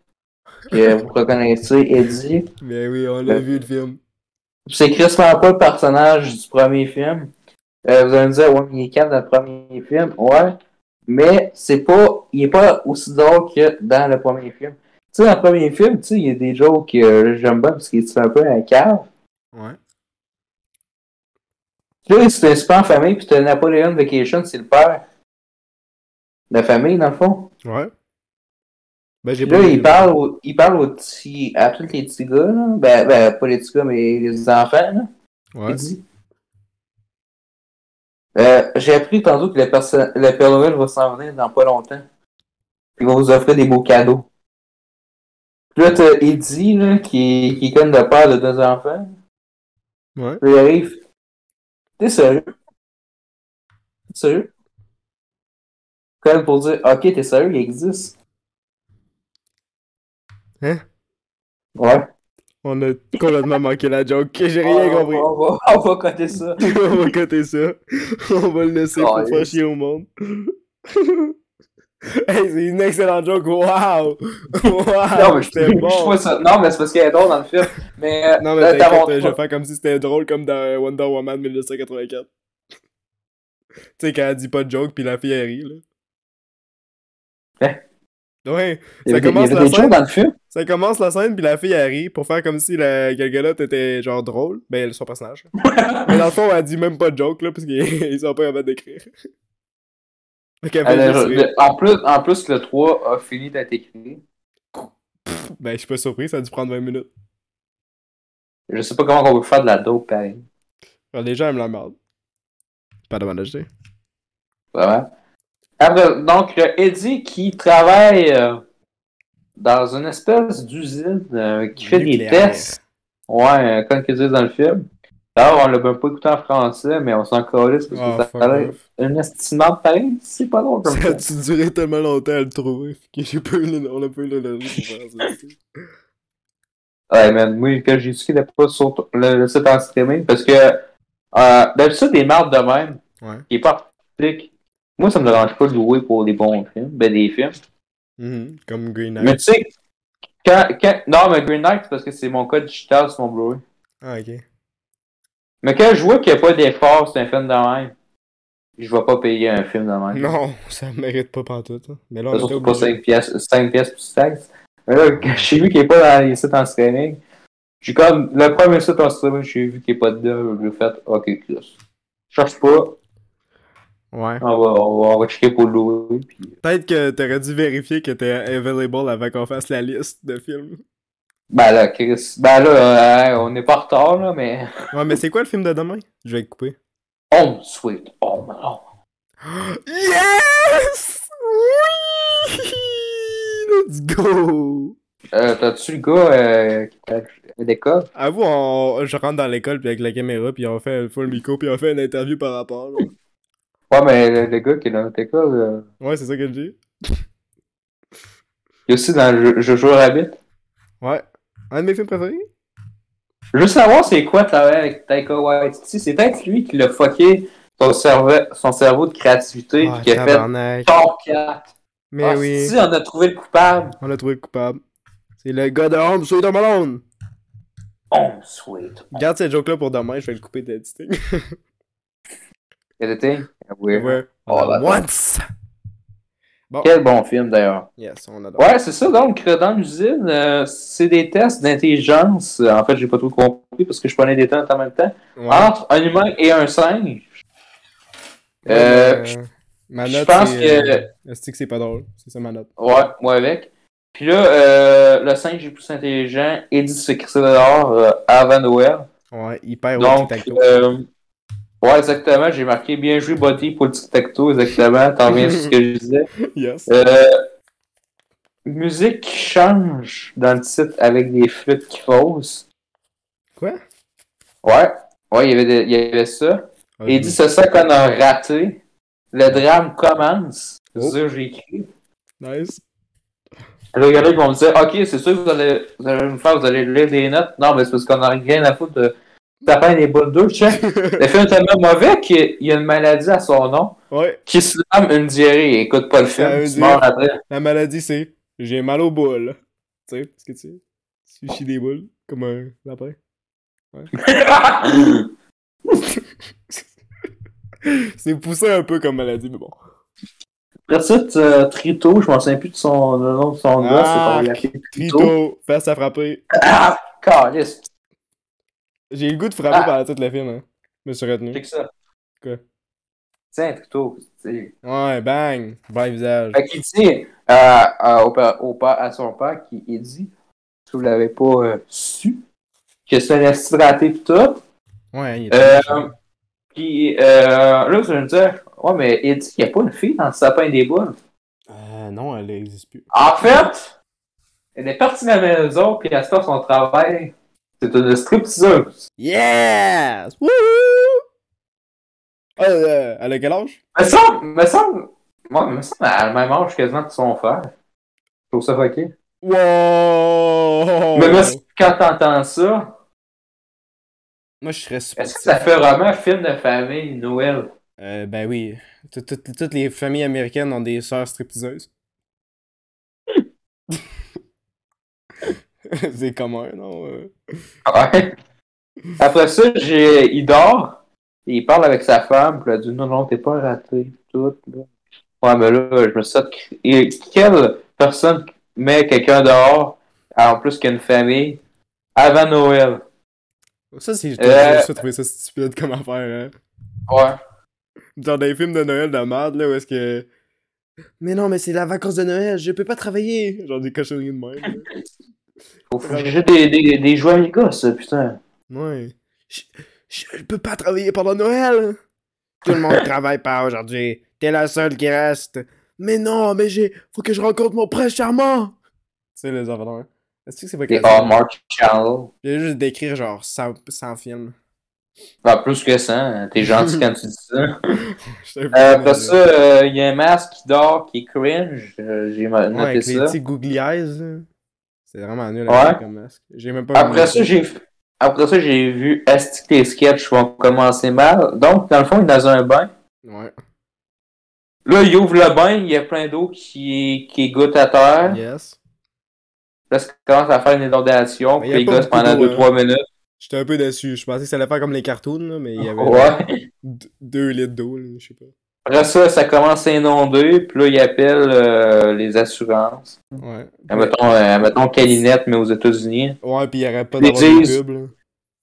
S2: que vous reconnaissez, Eddie.
S3: Ben oui, on l'a
S2: Ouais.
S3: vu le film.
S2: C'est crispement pas le personnage du premier film. Euh, vous allez me dire, ouais, mais il est calme dans le premier film. Ouais. Mais c'est pas. Il est pas aussi drôle que dans le premier film. Tu sais, dans le premier film, tu sais, il y a des jokes que euh, j'aime pas parce qu'il est un peu un cave.
S3: Ouais.
S2: Là, c'est un super en famille, puis t'as Napoleon Vacation, c'est le père. de La famille, dans le fond.
S3: Ouais. Ben j'ai
S2: Puis là,
S3: vu
S2: il
S3: le-
S2: parle, au- il parle aux petits, à tous les petits gars, là. Ben, ben, pas les petits gars, mais les enfants, là.
S3: Ouais.
S2: Il dit. Euh, J'ai appris tantôt que le, perso- le Père Noël va s'en venir dans pas longtemps. Il va vous offrir des beaux cadeaux. Puis là, t'as Eddie, là, qui, est- qui est comme le père de deux enfants.
S3: Ouais.
S2: Puis il arrive. T'es sérieux? T'es sérieux? Comme pour dire, ok, t'es sérieux, il existe.
S3: Hein?
S2: Ouais.
S3: On a complètement manqué la joke. J'ai
S2: On-
S3: rien compris.
S2: On va, on va coter ça.
S3: on va coter ça. On va le laisser
S2: Oh,
S3: pour faire
S2: yes.
S3: chier au monde. hey, c'est une excellente joke. Wow!
S2: Non,
S3: Wow!
S2: mais je
S3: C'était
S2: je
S3: Ah, bon.
S2: trouve ça. Non, mais c'est parce qu'il est drôle dans le film. Mais. euh,
S3: Non, mais
S2: là, t'as
S3: t'inquiète,
S2: mon-
S3: je vais faire comme si c'était drôle comme dans euh, Wonder Woman 1984. tu sais, quand elle dit pas de joke, puis la fille elle rit, là.
S2: Hein?
S3: Ouais,
S2: Il y
S3: ça
S2: avait des-
S3: commence,
S2: il y
S3: la
S2: avait des choses
S3: scène,
S2: dans le film.
S3: ça commence la scène, puis la fille elle rit pour faire comme si la Galgalotte était genre drôle. Ben, son personnage. mais dans le fond, elle dit même pas de joke, là, parce qu'ils sont pas capables d'écrire. Fait qu'elle fait
S2: Elle a-
S3: juste rire.
S2: le- Euh, en, plus, en plus, le 3 a fini d'être écrit.
S3: Ben, je suis pas surpris, ça a dû prendre 20 minutes.
S2: Je sais pas comment on peut faire de la dope pareil.
S3: Alors, les gens aiment la merde. Pas de mal acheté.
S2: Vraiment. Après, donc, euh, Eddie qui travaille euh, dans une espèce d'usine euh, qui fait
S3: Nucléaire.
S2: des tests. Ouais, euh, comme qu'ils disent dans le film. D'ailleurs, on l'a même pas écouté en français, mais on s'en calisse parce
S3: Oh,
S2: que ça
S3: fuck
S2: a l'air
S3: off.
S2: une estimante pareil. C'est pas drôle comme ça.
S3: Ça a dû durer tellement longtemps à le trouver que j'ai pas eu le- on a pas eu l'énergie pour faire ça. tu sais.
S2: Ouais, man, moi, quand j'ai su qu'il n'était pas sur t- le, le site en streaming, parce que euh, d'habitude, des marques de même,
S3: Ouais.
S2: qui est pas artistique, moi, ça me dérange pas de louer pour des bons films, ben des films.
S3: Mhm, Comme Green
S2: Mais
S3: Knight.
S2: tu sais, quand, quand... Non, mais Green Knight, c'est parce que c'est mon code digital sur mon Blu-ray.
S3: Ah, ok.
S2: Mais quand je vois qu'il n'y a pas d'effort sur un film de même, je vais pas payer un film de même.
S3: Non, ça mérite pas pantoute. hein. Mais là, on était
S2: Surtout pas
S3: obligé.
S2: 5 pièces, 5 pièces plus taxes. Mais là, quand j'ai vu qu'il n'est pas dans les sites en streaming, j'ai comme, le premier site en streaming, j'ai vu qu'il n'est pas dedans, j'ai fait, ok, Chris. Cherche pas,
S3: Ouais.
S2: on va, on va, on va checker pour le louer. Puis...
S3: Peut-être que t'aurais dû vérifier que t'es available avant qu'on fasse la liste de films.
S2: Ben là, Chris, ben là, euh, on n'est pas en retard, là, mais.
S3: Ouais, mais c'est quoi le film de demain? Je vais le couper.
S2: Home, sweet, home, home.
S3: Yes! Oui! Let's go!
S2: Euh, T'as-tu le gars euh, qui t'a à l'école?
S3: Avoue, on... je rentre dans l'école puis avec la caméra puis on fait un full micro puis on fait une interview par rapport. là.
S2: Ouais, mais le, le gars qui est dans notre école, euh,
S3: Ouais, c'est ça que je dis.
S2: il est aussi dans le jeu Jojo Rabbit.
S3: Ouais. Un de mes films préférés?
S2: Je veux savoir c'est quoi travailler avec Taika Waititi. C'est peut-être lui qui l'a fucké son cerveau, son cerveau de créativité
S3: Ah,
S2: pis qui a fait
S3: tabarnak.
S2: Thor 4.
S3: Mais
S2: Ah,
S3: oui,
S2: Si on a trouvé le coupable,
S3: on l'a trouvé le coupable. C'est le gars de Home, Sweet Home Alone!
S2: on sweet.
S3: Garde cette joke-là pour demain, je vais le couper d'editing.
S2: Editing, Ouais.
S6: Ouais.
S2: Oh, là,
S6: Once!
S3: Bon,
S2: Quel bon film d'ailleurs.
S3: yes, on adore.
S2: Ouais, c'est ça. Donc, euh, dans l'usine, euh, c'est des tests d'intelligence. Euh, En fait, j'ai pas tout compris parce que je prenais des tests en même temps.
S3: Ouais,
S2: Entre un humain et un singe.
S3: ouais,
S2: euh,
S3: mais, ma
S2: je
S3: note,
S2: pense
S3: c'est,
S2: que-
S3: euh, c'est que c'est pas drôle. C'est ça ma note.
S2: Ouais, moi avec. Puis là, euh, le singe est plus intelligent et dit se crisser dehors euh, avant Noël.
S3: Ouais, hyper au
S2: Donc,
S3: tic-tac-toe.
S2: euh, ouais, exactement. J'ai marqué bien joué Buddy pour le tic-tac-toe, exactement. T'en viens sur ce que je disais.
S3: Yes.
S2: Euh, musique qui change dans le titre avec des flûtes qui faussent.
S3: Quoi?
S2: Ouais, ouais, il y avait, des- il y avait ça. Et dit c'est ça qu'on a raté. Le drame commence.
S3: Oh.
S2: Ça, j'ai écrit.
S3: Nice.
S2: Là, il y en a qui vont me dire Ok, c'est sûr que vous allez, vous allez me faire, vous allez lire des notes. Non, mais c'est parce qu'on a rien à foutre de taper des boules d'eux, check. Le film est tellement mauvais qu'il y a une maladie à son nom
S3: Ouais,
S2: qui se nomme une diarrhée. Écoute pas le
S3: Ça
S2: film,
S3: veut
S2: tu
S3: dire-
S2: meurs après.
S3: la maladie, c'est j'ai mal aux boules. Tu sais, parce que tu sais, tu chies des boules comme un lapin. C'est poussé un peu comme maladie, mais bon.
S2: Après ça, t- euh, Trito, je m'en souviens plus de son le nom de son gars,
S3: Ah,
S2: c'est qu'on l'appelait Trito.
S3: Trito, face à frapper.
S2: Ah, calisse,
S3: J'ai eu le goût de frapper
S2: Ah.
S3: par la tête le film, hein. Je me suis retenu.
S2: check ça.
S3: Quoi?
S2: Tiens, Trito. c'est-
S3: Ouais, bang! Bang visage.
S2: Fait qu'il dit euh, euh, au pa- au pa- à son père qui il dit Si vous l'avez pas euh, su, que c'est un esti raté pis tout.
S3: Ouais, il est
S2: Euh, Puis euh, là, vous allez me dire Ouais, mais il dit qu'il n'y a pas une fille dans le sapin des boules.
S3: Euh, non, elle n'existe plus.
S2: En fait, elle est partie de la maison, puis elle se fait son travail. C'est une stripteaseuse.
S3: Yes! Wouhou! Ah, euh, elle a quel âge?
S2: Me semble, me semble, moi, me semble, elle a le même âge quasiment que son frère. Je trouve ça fucké.
S3: Wow!
S2: Mais là, quand t'entends ça,
S3: Moi, je serais
S2: est-ce que ça fait vraiment film de famille, Noël?
S3: Euh, ben oui. Tout- tout- Toutes les familles américaines ont des sœurs stripteaseuses. C'est commun, non? euh?
S2: Ouais. Après ça, j'ai, il dort, et il parle avec sa femme, puis elle dit non, non, t'es pas raté, tout. là. Ouais, mais là, je me suis dit, et quelle personne met quelqu'un dehors, en plus qu'une famille, avant Noël?
S3: Ça, c'est. J'ai
S2: Euh.
S3: toujours trouvé ça stupide comme affaire, hein?
S2: Ouais.
S3: Genre dans les films de Noël de merde, là, où est-ce que.
S5: Mais non, mais c'est la vacances de Noël, je peux pas travailler.
S3: Genre des cochonneries de même. là.
S2: Faut figer des, des, des jouets à mes gosses, putain.
S3: Ouais.
S5: Je, je peux pas travailler pendant Noël.
S3: Tout le monde travaille pas aujourd'hui. T'es la seule qui reste.
S5: Mais non, mais j'ai. Faut que je rencontre mon prince charmant.
S3: C'est les enfants. hein. Est-ce que c'est pas
S2: Des
S3: classique?
S2: Hallmark Channel.
S3: Il a juste d'écrire genre 100, 100 films.
S2: Enfin, plus que ça, hein. t'es gentil quand tu dis ça.
S3: J'étais
S2: Euh,
S3: un peu malade.
S2: après ça, euh, il y a un masque qui dort, qui est cringe. Euh, J'ai ma-
S3: Ouais,
S2: noté
S3: avec les
S2: ça.
S3: petits googly eyes. là. C'est vraiment nul
S2: Ouais.
S3: comme masque. J'ai même pas
S2: Après ça, j'ai après ça, j'ai vu Asti que les sketchs vont commencer mal. Donc, dans le fond, il est dans un bain.
S3: Ouais.
S2: Là, il ouvre le bain, il y a plein d'eau qui, qui goutte à terre.
S3: Yes.
S2: Là, ça commence à faire une inondation. Puis
S3: Mais il y a
S2: les
S3: pas
S2: gosses
S3: beaucoup
S2: pendant
S3: d'eau,
S2: 2-3 minutes.
S3: J'étais un peu déçu. Je pensais que ça allait faire comme les cartoons, là, mais il y avait
S2: Ouais.
S3: 2 litres d'eau, là, je sais pas.
S2: Après ça, ça commence à inonder. Puis là, il appelle euh, les assurances.
S3: Ouais.
S2: Euh, Mettons, euh, mettons Calinette, mais aux États-Unis.
S3: Ouais, pis il y aurait pas
S2: Ils
S3: d'avoir des
S2: disent-
S3: pubs, là.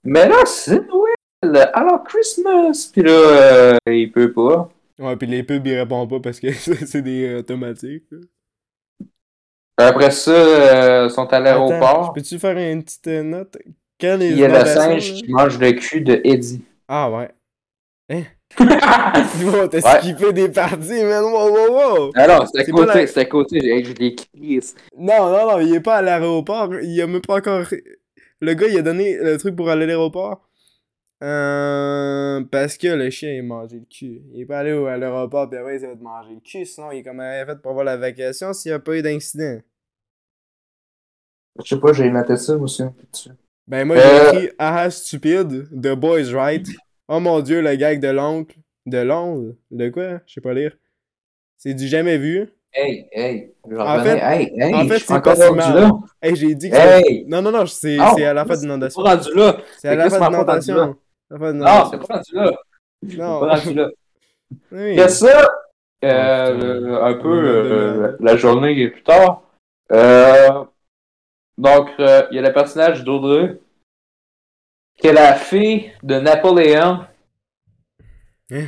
S2: Mais là, c'est Noël! Alors Christmas! Puis là, euh, il peut pas.
S3: Ouais, pis les pubs, ils répondent pas parce que c'est des euh, automatiques. là.
S2: Après ça, euh, ils sont à
S3: Attends,
S2: l'aéroport.
S3: Peux-tu faire une petite euh, note? Quand les
S2: Il y a le
S3: inondations,
S2: singe
S3: là-
S2: qui mange le cul de Eddie.
S3: Ah ouais. Hein?
S2: ah
S3: Ils vont t'as
S2: Ouais.
S3: skippé des parties, man. Wow, wow, wow.
S2: Ah non, c'est à
S3: C'est pas la-
S2: côté, c'est à côté. J'ai- Je l'ai écrit.
S3: Non, non, non, il est pas à l'aéroport. Il a même pas encore. Le gars, il a donné le truc pour aller à l'aéroport. Euh, parce que le chien, il a mangé le cul. Il est pas allé au- à l'aéroport, puis après, il s'est fait manger le cul. Sinon, il est comme avait fait pour avoir la vacation s'il n'y a pas eu d'incident.
S2: Je sais pas, j'ai noté ça aussi.
S3: Ben, moi,
S2: Euh.
S3: j'ai écrit Ah, ah, stupide, The Boys Right. Oh mon dieu, le gag de l'oncle. De l'oncle De quoi Je sais pas lire. C'est du jamais vu.
S2: Hey, hey. je
S3: En
S2: revenais.
S3: fait-
S2: hey, hey,
S3: en fait,
S2: je suis
S3: c'est
S2: encore
S3: pas si
S2: rendu
S3: mal.
S2: là.
S3: Hey, j'ai dit que c'était-
S2: Hey!
S3: Non, non, non, c'est
S2: Ah,
S3: c'est à la fin
S2: c'est
S3: d'inondation.
S2: pas rendu là.
S3: C'est à
S2: Mais
S3: la
S2: Chris
S3: fin
S2: m'a pas rendu
S3: d'inondation. La fin
S2: Non,
S3: d'inondation.
S2: c'est pas rendu là. C'est
S3: Non.
S2: pas rendu là.
S3: Oui.
S2: Il y a ça. Euh, un peu euh, la journée plus tard. Euh, donc, euh, il y a le personnage d'Audrey, qui est la fille de Napoléon
S3: Hein?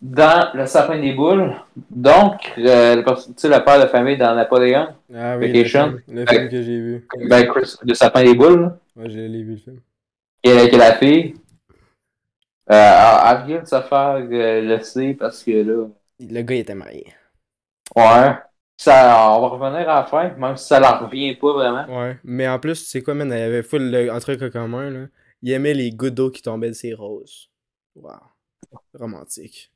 S2: dans Le Sapin des Boules. Donc, euh, le, pers- tu sais, le père de famille dans Napoléon,
S3: Ah oui, le
S2: Vacation.
S3: film, le film que j'ai vu.
S2: ben, Chris, Le Sapin des Boules,
S3: Ouais, j'ai l'ai vu le film.
S2: qui est, qui est la fille. Euh, elle elle vient de se faire euh, laisser parce que là,
S3: Le gars il était marié.
S2: Ouais. Ça, on va revenir à la fin, même si ça leur revient pas vraiment.
S3: Ouais. Mais en plus, tu sais quoi, man, il avait full le, un truc en commun, là. Il aimait les gouttes d'eau qui tombaient de ses roses. Wow. Romantique.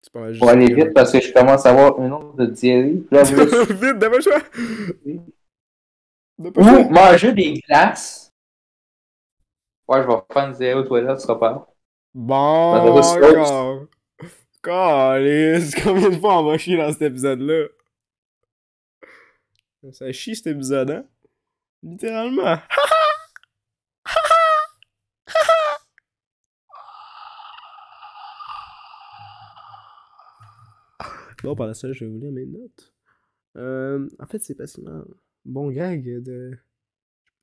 S3: C'est pas mal juste.
S2: On va aller
S3: ça que-
S2: vite parce que je commence à avoir une autre de diarrhée. Là, vous-
S3: Vite, d'abord choix!
S2: Ou
S3: Dépêche-toi.
S2: manger des glaces. Ouais, je vais faire une diarrhée aux toilettes, ce sera pas.
S3: Bon,
S2: Ça va se faire.
S3: Bah, encore. Calisse, combien de fois on va chier dans cet épisode-là? Ça chie cet épisode, hein? Littéralement. Bon, par là, ça, je vais vous lire mes notes. Euh, en fait, c'est facilement. Bon gag de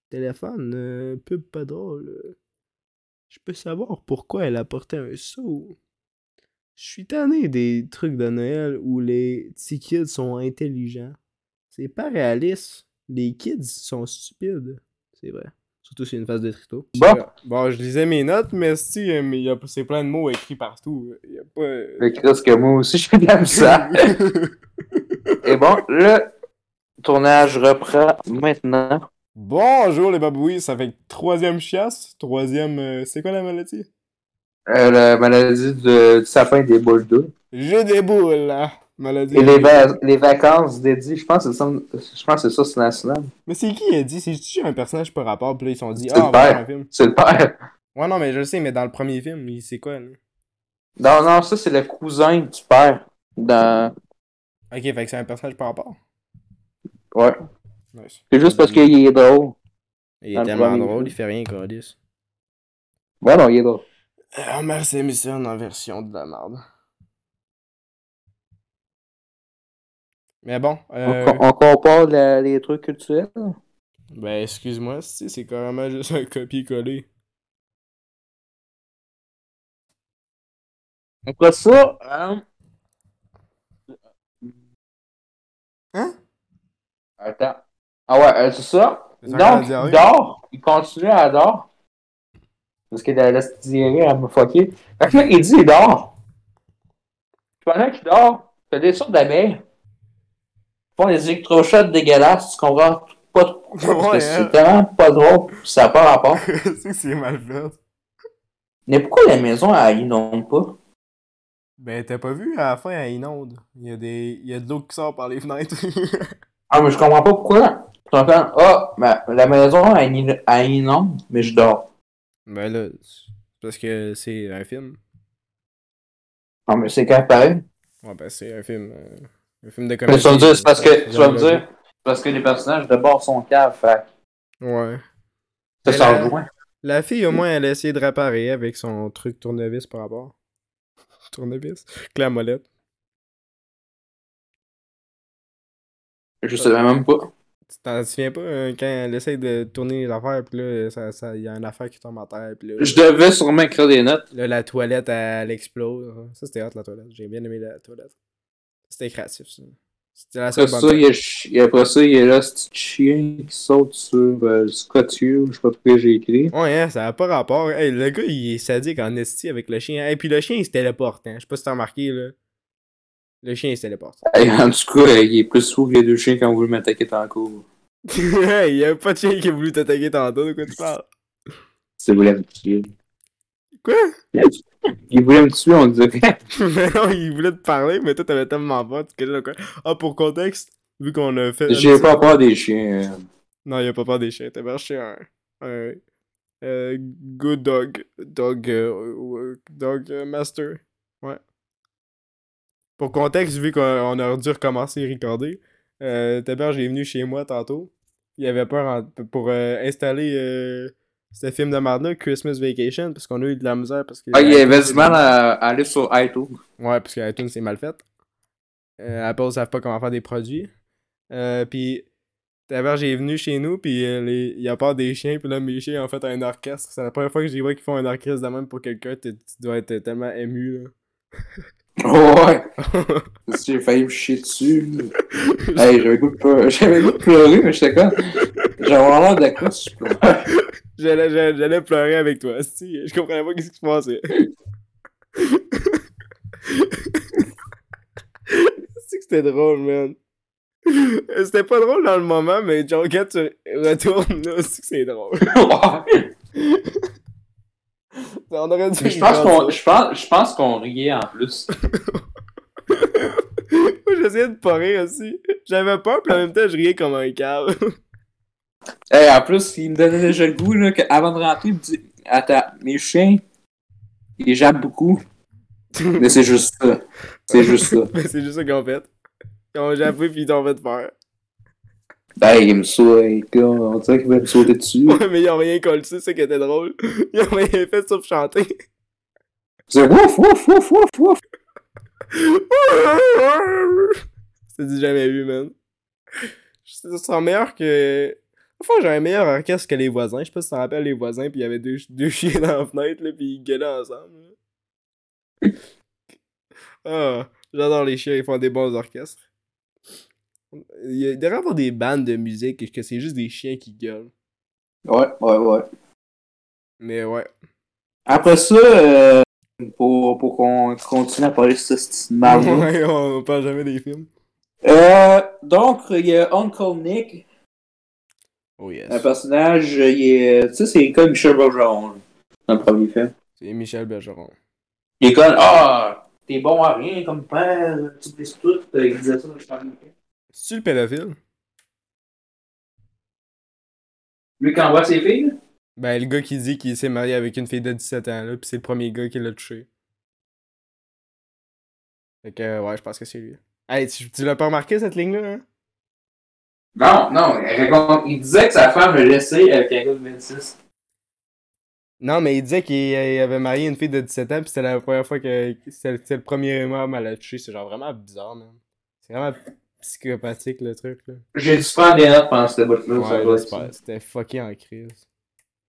S3: téléphone, euh, pub pas drôle. euh. Je peux savoir pourquoi elle a porté un seau. Je suis tanné des trucs de Noël où les petits kids sont intelligents. C'est pas réaliste. Les kids sont stupides. C'est vrai. Surtout c'est une phase de trito.
S2: Bon.
S3: bon, je lisais mes notes, mais si, euh, mais il y a- c'est plein de mots écrits partout. Il y a pas.
S2: Mais Chris, que moi aussi, je suis comme ça. Et bon, le tournage reprend maintenant.
S3: Bonjour les babouis, ça fait troisième chiasse, troisième... euh, c'est quoi la maladie?
S2: Euh, la maladie de- du sapin des boules d'eau.
S3: Je déboule, là! hein, Maladie...
S2: Et les, va- les vacances dédiées, je pense que c'est ça, je pense que c'est ça, c'est national.
S3: Mais c'est qui a dit? C'est-tu un personnage par rapport, puis là ils se sont dit,
S2: C'est
S3: ah,
S2: le
S3: on va faire
S2: père.
S3: un film.
S2: C'est le père.
S3: Ouais, non, mais je le sais, mais dans le premier film, il- c'est quoi, là?
S2: Non, non, ça c'est le cousin du père. Dans...
S3: Ok, fait que c'est un personnage par rapport.
S2: Ouais.
S3: Nice.
S2: C'est juste parce qu'il est drôle.
S3: Il
S2: Dans
S3: est
S2: le
S3: tellement
S2: premier
S3: drôle,
S2: film.
S3: il fait rien, Cordis.
S2: Ouais, non, il est drôle.
S3: Homer Simpson en version de la merde. Mais bon, euh...
S2: On, co- on compare la- les trucs culturels.
S3: Ben, excuse-moi, si c'est carrément juste un copier-coller.
S2: Après ça, hein?
S3: Hein?
S2: Attends. Ah ouais, euh, c'est ça.
S3: C'est ça qu'on a
S2: Donc,
S3: dit à
S2: il
S3: eux.
S2: dort. Il continue à dort. Parce que la, la diarrhée, elle m'a fucké. Fait que là, il dit il dort. Puis pendant qu'il dort, t'as des sortes d'abeilles. Ils font des électrochocs dégueulasses. Tu comprends pas trop. Parce que
S3: Ouais,
S2: c'est
S3: hein.
S2: tellement pas drôle. puis Ça n'a pas rapport.
S3: c'est que c'est mal fait.
S2: Mais pourquoi la maison, elle inonde pas?
S3: Ben, t'as pas vu, à la fin, elle inonde. Il y a, des... il y a de l'eau qui sort par les fenêtres.
S2: Ah, mais je comprends pas pourquoi. Je t'entends, ah, ma- la maison, elle, ino- elle inonde, mais je dors.
S3: ben là, c'est parce que c'est un film.
S2: Non, mais c'est quand même pareil.
S3: Ouais, ben c'est un film. euh, Un film de
S2: Mais
S3: comédie.
S2: tu vas me dire, c'est parce que, tu vas me
S3: Genre,
S2: dire, c'est parce que les personnages de bord sont caves, fait
S3: Ouais.
S2: que ça
S3: Mais
S2: s'en
S3: la-
S2: rejoint.
S3: La fille, au
S2: Mm.
S3: moins, elle a essayé de réparer avec son truc tournevis par rapport. tournevis? Clamolette.
S2: Je sais même pas.
S3: Tu t'en souviens pas euh, quand elle essaye de tourner les affaires, puis là, ça, ça, y a une affaire qui tombe à terre, puis là,
S2: Je devais sûrement écrire des notes.
S3: là, la toilette, elle, explose. Ça, c'était hot, la toilette. J'ai bien aimé la toilette. C'était créatif, ça. C'était la seule
S2: Après
S3: bonne
S2: ça,
S3: chose.
S2: il y a, ch- et après ça, il y a là, ce petit chien qui saute sur euh, le scottier, je sais pas pourquoi j'ai écrit.
S3: Ouais, hein, ça a pas rapport. Hey, le gars, il est sadique en esti avec le chien. Et puis le chien, il se téléporte. Hein. Je sais pas si t'as remarqué, là. Le chien, il se téléporte.
S2: Et en tout cas, euh, il est plus sourd que les deux chiens quand vous voulez m'attaquer en cours.
S3: hey, il y a pas de chien qui a voulu t'attaquer tantôt, de quoi tu parles?
S2: Si vous voulez me tuer.
S3: Quoi?
S2: Il voulait me tuer, on disait.
S3: mais non, il voulait te parler, mais toi, t'avais tellement pas. Tu connais le quoi? Ah, pour contexte, vu qu'on a fait.
S2: J'ai pas peur des chiens. euh.
S3: Non, il a pas peur des chiens. T'as marché un. un euh, good dog. Dog. euh, euh, dog euh, master. Ouais. Pour contexte, vu qu'on on aurait dû recommencer à recorder, euh, Taberge est venu chez moi tantôt. Il avait peur en- pour euh, installer euh, ce film de merde-là, Christmas Vacation, parce qu'on a eu de la misère. Parce que
S2: Ah, il y avait du mal à, à aller sur iTunes.
S3: Ouais, parce que iTunes, c'est mal fait. Euh, Apple savent pas comment faire des produits. Euh, puis, ta verge est venue chez nous, puis euh, les... il y a peur des chiens, puis là, mes chiens ont fait un orchestre. C'est la première fois que j'ai vu qu'ils font un orchestre de même pour quelqu'un. t'es- Tu dois être tellement ému, là.
S2: Ouais. J'ai failli me chier dessus. Hey, j'avais le goût de pleurer. J'avais le goût de pleurer, mais j'étais comme. J'avais vraiment l'air de quoi si je pleure.
S3: J'allais, j'allais, j'allais pleurer avec toi. Si, je comprenais pas qu'est-ce qui se passait. c'est que c'était drôle, man. Euh, C'était pas drôle dans le moment, mais genre, quand tu retournes là, c'est que c'est drôle.
S2: Ouais.
S3: On aurait dû.
S2: Mais Je pense
S3: prendre
S2: qu'on je pense, je pense qu'on riait en plus.
S3: ça. Moi, j'essayais de pas rire aussi. J'avais peur, puis en même temps, je riais comme un cave.
S2: Hey, Eh, en plus, il me donnait déjà le goût là, que avant de rentrer, il me dit Attends, mes chiens, ils jappent beaucoup. Mais c'est juste ça. C'est juste ça.
S3: mais c'est juste ça qu'on fait. Quand j'ai appris, puis ils t'ont fait peur.
S2: Hey, il Ben, me saute, gars, on dirait qu'il va me sauter dessus.
S3: Ouais, mais ils ont rien collé, c'est ça qui était drôle. Ils ont rien fait sauf chanter.
S2: C'est ouf, ouf, ouf, ouf, ouf.
S3: C'est du jamais vu, man. Je sens meilleur que. Enfin, j'ai un meilleur orchestre que les voisins. Je sais pas si tu t'en rappelles, les voisins, puis il y avait deux, deux chiens dans la fenêtre, là, puis ils gueulaient ensemble. là. Ah, j'adore les chiens, ils font des bons orchestres. Il y a- il devrait y avoir des bandes de musique et que c'est juste des chiens qui gueulent.
S2: Ouais, ouais, ouais.
S3: Mais ouais.
S2: Après ça, euh, pour, pour qu'on continue à parler de ce style de merde-là.
S3: Ouais, on parle jamais des films.
S2: Euh, donc, il y a Uncle Nick,
S3: Oh yes.
S2: un personnage, euh, il est. Tu sais, c'est comme Michel Bergeron, là, dans le premier film.
S3: C'est Michel Bergeron.
S2: Il est comme Ah, t'es bon à rien comme père, tu te laisses tout. Euh, Il disait ça dans le premier film.
S3: C'est-tu le pédophile?
S2: Lui, quand on voit ses filles, là,
S3: Ben, le gars qui dit qu'il s'est marié avec une fille de 17 ans, là, pis c'est le premier gars qui l'a touché. Fait que, euh, ouais, je pense que c'est lui. Hey, tu, tu l'as pas remarqué, cette ligne-là, hein?
S2: Non, non, il, raconte- il disait que sa femme le laissait avec un gars de 26.
S3: Non, mais il disait qu'il euh, avait marié une fille de 17 ans, pis c'était la première fois que... C'était c'était le premier homme à la toucher. C'est genre vraiment bizarre, man. C'est vraiment psychopathique, le truc, là.
S2: J'ai dû prendre des notes pendant cette bout-là. ça
S3: Ouais,
S2: doit être
S3: j'espère. C'était fucké en crise.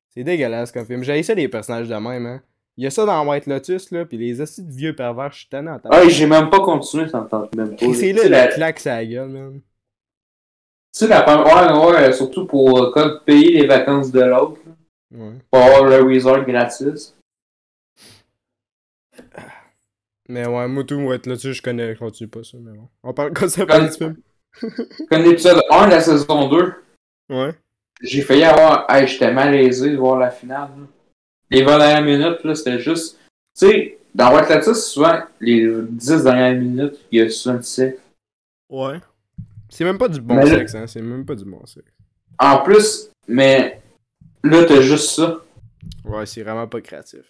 S3: C'est dégueulasse comme film. J'ai ça les personnages de même, hein. Il y a ça dans White Lotus, là, pis les assis de vieux pervers, je suis tanné en
S2: Ah, j'ai même pas continué, ça me tente même pas.
S3: Et c'est
S2: Tu sais,
S3: là
S2: la-
S3: le claque sa gueule,
S2: Tu
S3: man.
S2: sais, la première, ouais, ouais, surtout pour euh, comme payer les vacances de l'autre, là,
S3: Ouais.
S2: pour avoir le resort gratuit.
S3: Mais ouais, Motu, ouais, là-dessus, je connais, je continue pas ça, mais bon. On parle comme ça
S2: Comme-
S3: parle du film.
S2: Comme l'épisode 1 de la saison 2,
S3: Ouais.
S2: j'ai failli avoir. Hey, j'étais malaisé de voir la finale. là. Les 20 dernières minutes, là, c'était juste. Tu sais, dans White Lotus, souvent, les 10 dernières minutes, il y a souvent, tu sais.
S3: Ouais. C'est même pas du bon
S2: Mais là-
S3: sexe, hein. C'est même pas du bon sexe.
S2: En plus, mais là, t'as juste ça.
S3: Ouais, c'est vraiment pas créatif.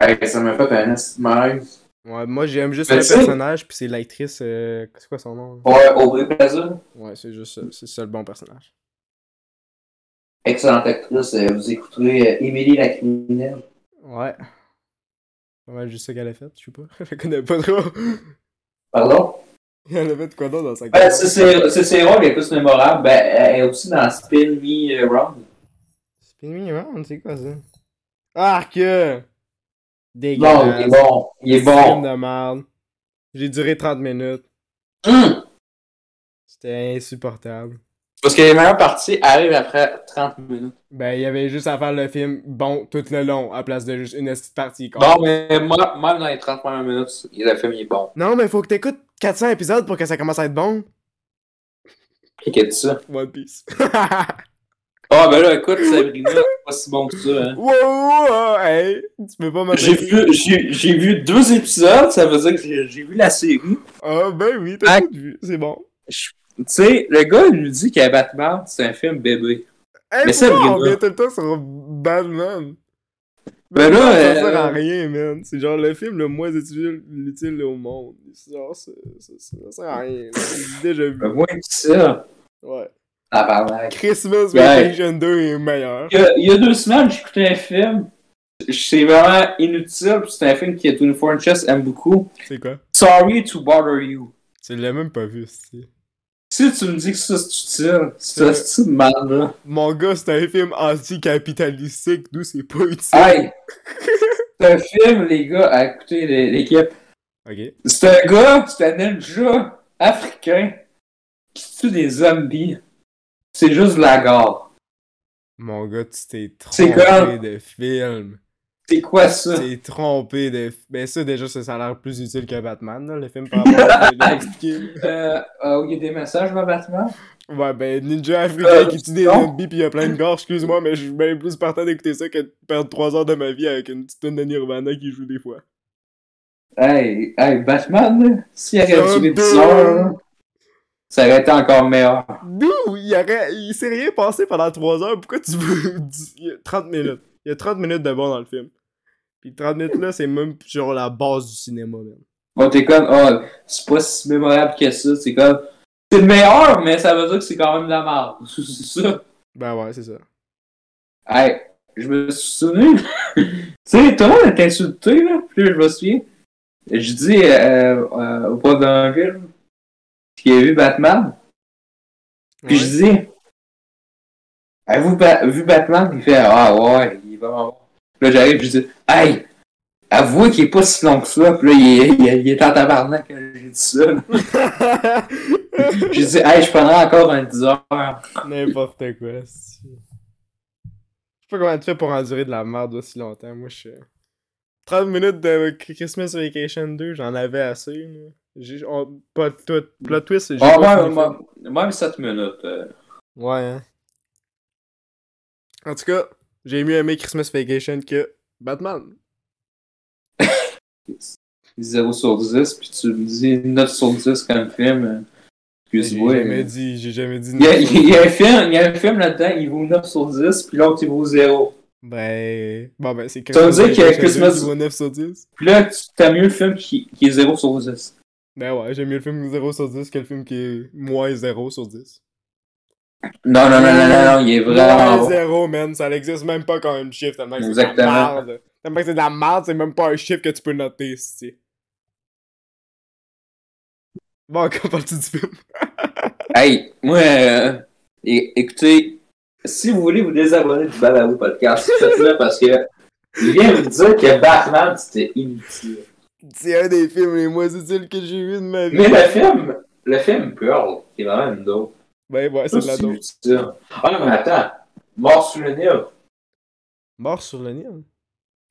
S2: Hey, ça m'a fait un esti de malaise.
S3: Ouais, moi, j'aime juste
S2: Mais
S3: le
S2: tu sais-
S3: personnage, puis c'est l'actrice, euh, c'est quoi son nom? là?
S2: Ouais, Aubrey Plaza,
S3: Ouais, c'est juste ça. C'est ça le bon personnage.
S2: excellente actrice, euh, vous écouterez euh, Émilie la criminelle.
S3: Ouais. Pas mal juste ça qu'elle a fait, je sais pas. je la connais pas trop.
S2: Pardon?
S3: Elle a fait quoi d'autre dans sa
S2: Ben, c'est ses- c'est ses rôles les plus mémorables. Ben, elle est aussi dans Spin Me Round.
S3: Spin Me Round, c'est quoi ça? Ah que! Dégueulasse.
S2: Non, il est bon. Il est
S3: Film
S2: bon.
S3: de merde. J'ai duré 30 minutes.
S2: Hum!
S3: C'était insupportable.
S2: Parce que les meilleures parties arrivent après 30 minutes.
S3: Ben, il y avait juste à faire le film bon tout le long, à place de juste une petite partie. quoi.
S2: Bon, mais moi, même dans les 30 premières minutes, le film il est bon.
S3: Non, mais faut que t'écoutes 400 épisodes pour que ça commence à être bon.
S2: Qui a dit ça?
S3: One Piece.
S2: Ah, ben là, écoute, Sabrina, c'est pas si bon que ça. Hein.
S3: wow, wow, hey, tu peux pas
S2: J'ai
S3: m'attaquer.
S2: vu, j'ai j'ai vu deux épisodes, ça veut dire que j'ai j'ai vu la série.
S3: Ah, ben oui, t'as
S2: Ah.
S3: tout vu, c'est bon.
S2: Tu sais, le gars il nous dit qu'à Batman, c'est un film bébé.
S3: Hey,
S2: Mais ça,
S3: pourquoi
S2: Bruno.
S3: on revient tout le temps sur Batman?
S2: Ben là,
S3: Batman, ça
S2: euh,
S3: sert à rien, man. C'est genre le film le moins utile, utile au monde. C'est Genre, ça, ça- ça sert à rien. là. J'ai déjà vu.
S2: Ben, Moins que ça.
S3: Ouais.
S2: Tabarnak.
S3: Christmas
S2: Ouais.
S3: Vacation 2 est meilleur.
S2: Il y, a, il y a deux semaines, j'écoutais un film. C'est vraiment inutile. puis C'est un film que Tony Chess aime beaucoup.
S3: C'est quoi?
S2: Sorry to bother you.
S3: Tu l'as même pas vu, c'est.
S2: Si tu me dis que ça c'est utile,
S3: Euh.
S2: ça c'est une merde là.
S3: Mon gars, c'est un film anticapitalistique, d'où c'est pas utile.
S2: Hey! C'est un film, les gars, à écouter l'é- l'équipe.
S3: Ok.
S2: C'est un gars, c'est un ninja africain qui tue des zombies. C'est juste de la gare.
S3: Mon gars, tu t'es
S2: C'est
S3: trompé
S2: quoi?
S3: de film.
S2: C'est quoi ça?
S3: Tu t'es trompé de. f- Ben, ça, déjà, ça, ça a l'air plus utile que Batman, là, le film par rapport à ce que j'ai expliqué.
S2: Euh, euh, il y a des messages, ma Batman?
S3: Ouais, ben, Ninja africain
S2: Euh,
S3: qui tue des
S2: non.
S3: zombies pis il y a plein de gorges, excuse-moi, mais je suis bien plus partant d'écouter ça que de perdre 3 heures de ma vie avec une petite tonne de Nirvana qui joue des fois.
S2: Hey, hey, Batman, là, s'il y avait tué des
S3: Zombie.
S2: petits sœurs, là, ça aurait été encore meilleur.
S3: D'où il, y aurait... il s'est rien passé pendant 3 heures, pourquoi tu veux. dix- Il y a 30 minutes. Il y a 30 minutes de bon dans le film. Pis 30 minutes là, c'est même genre la base du cinéma, man.
S2: Bon, t'es comme, oh, c'est pas si mémorable que ça, c'est comme, c'est le meilleur, mais ça veut dire que c'est quand même de la merde. C'est ça.
S3: Ben ouais, c'est ça.
S2: Hey, je me suis souvenu. tu sais, tout le monde est insulté, là. Puis là, je me souviens. Je dis euh, euh, au prof d'un film qu'il a vu Batman. Puis je dis Avez-vous ba- vu Batman Il fait Ah ouais, il est vraiment bon. Puis Là, j'arrive, je dis Hey Avouez qu'il est pas si long que ça. Puis là, il est, il est- il est en tabarnak quand j'ai dit ça. là. J'ai dit Hey, je prendrai encore un 10 heures.
S3: N'importe quoi, c'est- Je sais pas comment tu fais pour endurer de la merde aussi longtemps, moi je suis... 30 minutes de Christmas Vacation 2, j'en avais assez, là. J'ai... on- Pas de tout... Plot twist, j'ai
S2: Ah,
S3: pas
S2: ouais,
S3: fini le film.
S2: ouais, même 7 minutes. euh.
S3: Ouais, hein. En tout cas, j'ai mieux aimé Christmas Vacation que Batman.
S2: 0 sur 10, puis tu me dis 9 sur 10 comme film. euh,
S3: J'ai
S2: Excuse-moi.
S3: jamais
S2: euh.
S3: dit, j'ai jamais dit...
S2: Il y, a, il y a un film, il y a un film là-dedans, il vaut 9 sur 10, puis l'autre il vaut 0.
S3: Ben... Bon ben, c'est
S2: Ça veut dire qu'il y a
S3: Vacation 2 qui
S2: Christmas-
S3: vaut 9 sur 10?
S2: Puis là, tu as mieux le film qui, qui est 0 sur 10.
S3: Ben ouais, j'aime mieux le film 0 sur 10 que le film qui est moins 0 sur 10.
S2: Non, non, non, non, non, non, il est
S3: Moins
S2: vraiment. bon.
S3: zéro, man. Ça n'existe même pas quand même chiffre. Tellement que c'est de la
S2: Exactement.
S3: merde. Tellement que c'est de la merde, c'est même pas un chiffre que tu peux noter, si. Bon, encore partie du film.
S2: Hey, moi, euh, é- écoutez, si vous voulez vous désabonner du Balado Podcast, faites-le parce que je viens vous dire que Batman c'était inutile.
S3: C'est un des films les moins utiles que j'ai vu de ma vie.
S2: Mais le film, le film Pearl, qui est vraiment une dope.
S3: Ben ouais, c'est de la dope.
S2: inutile. Ah non, mais attends, Mort sur le Nil.
S3: Mort sur le Nil.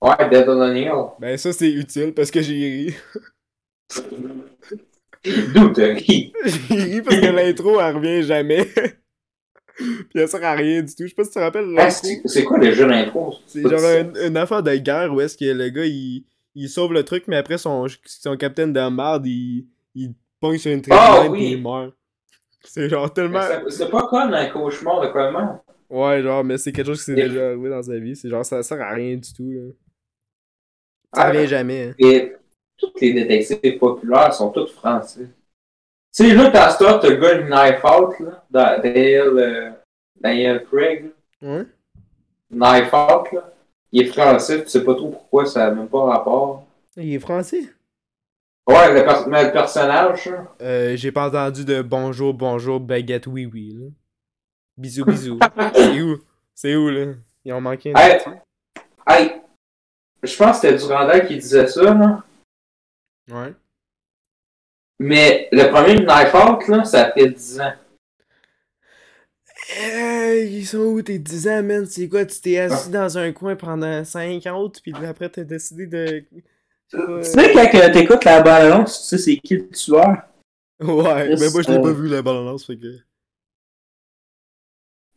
S2: Ouais, Dead on the Nil.
S3: Ben ça, c'est utile parce que j'ai ri.
S2: D'où t'as ri?
S3: j'ai ri parce que l'intro, elle revient jamais. Puis elle sert à rien du tout. Je sais pas si tu te rappelles.
S2: Ah,
S3: l'intro.
S2: C'est c'est quoi le jeu d'intro?
S3: C'est genre un- une affaire de guerre où est-ce que le gars il, il sauve le truc, mais après son, son capitaine de merde il, il pogne sur une
S2: Ah,
S3: tribune
S2: oui.
S3: puis il meurt. C'est genre tellement.
S2: Mais C'est c'est pas comme un cauchemar de comment?
S3: Ouais, genre, mais c'est quelque chose qui s'est
S2: Et-
S3: déjà arrivé dans sa vie. C'est genre ça sert à rien du tout. Là. Ça
S2: Ah,
S3: revient jamais. hein.
S2: Et tous les détectives populaires sont tous français. Tu sais, là, t'as ça, t'as le gars de Knife Out, là, da- Daniel, euh, Daniel Craig, là,
S3: Ouais.
S2: Knife Out, là. Il est français, tu sais pas trop pourquoi, ça n'a même pas rapport.
S3: Il est français.
S2: Ouais, le, pers- mais le personnage, là.
S3: Euh, J'ai pas entendu de bonjour, bonjour, baguette, oui, oui. Là. Bisous, bisous. c'est où C'est où là Ils ont manqué. hein? un
S2: Hey.
S3: petit.
S2: Hey! Je pense que c'était Durandal qui disait ça, là.
S3: Ouais.
S2: Mais le premier Knife Out, là, ça fait 10 ans.
S3: Hey, ils sont où tes 10 ans, man? C'est quoi? Tu t'es assis
S2: Ah.
S3: dans un coin pendant 5 autres, puis après t'as décidé de.
S2: Tu sais, quand euh, t'écoutes la balance, tu sais c'est qui le tueur?
S3: Ouais, mais moi je l'ai
S2: Euh.
S3: pas vu la balance, fait que.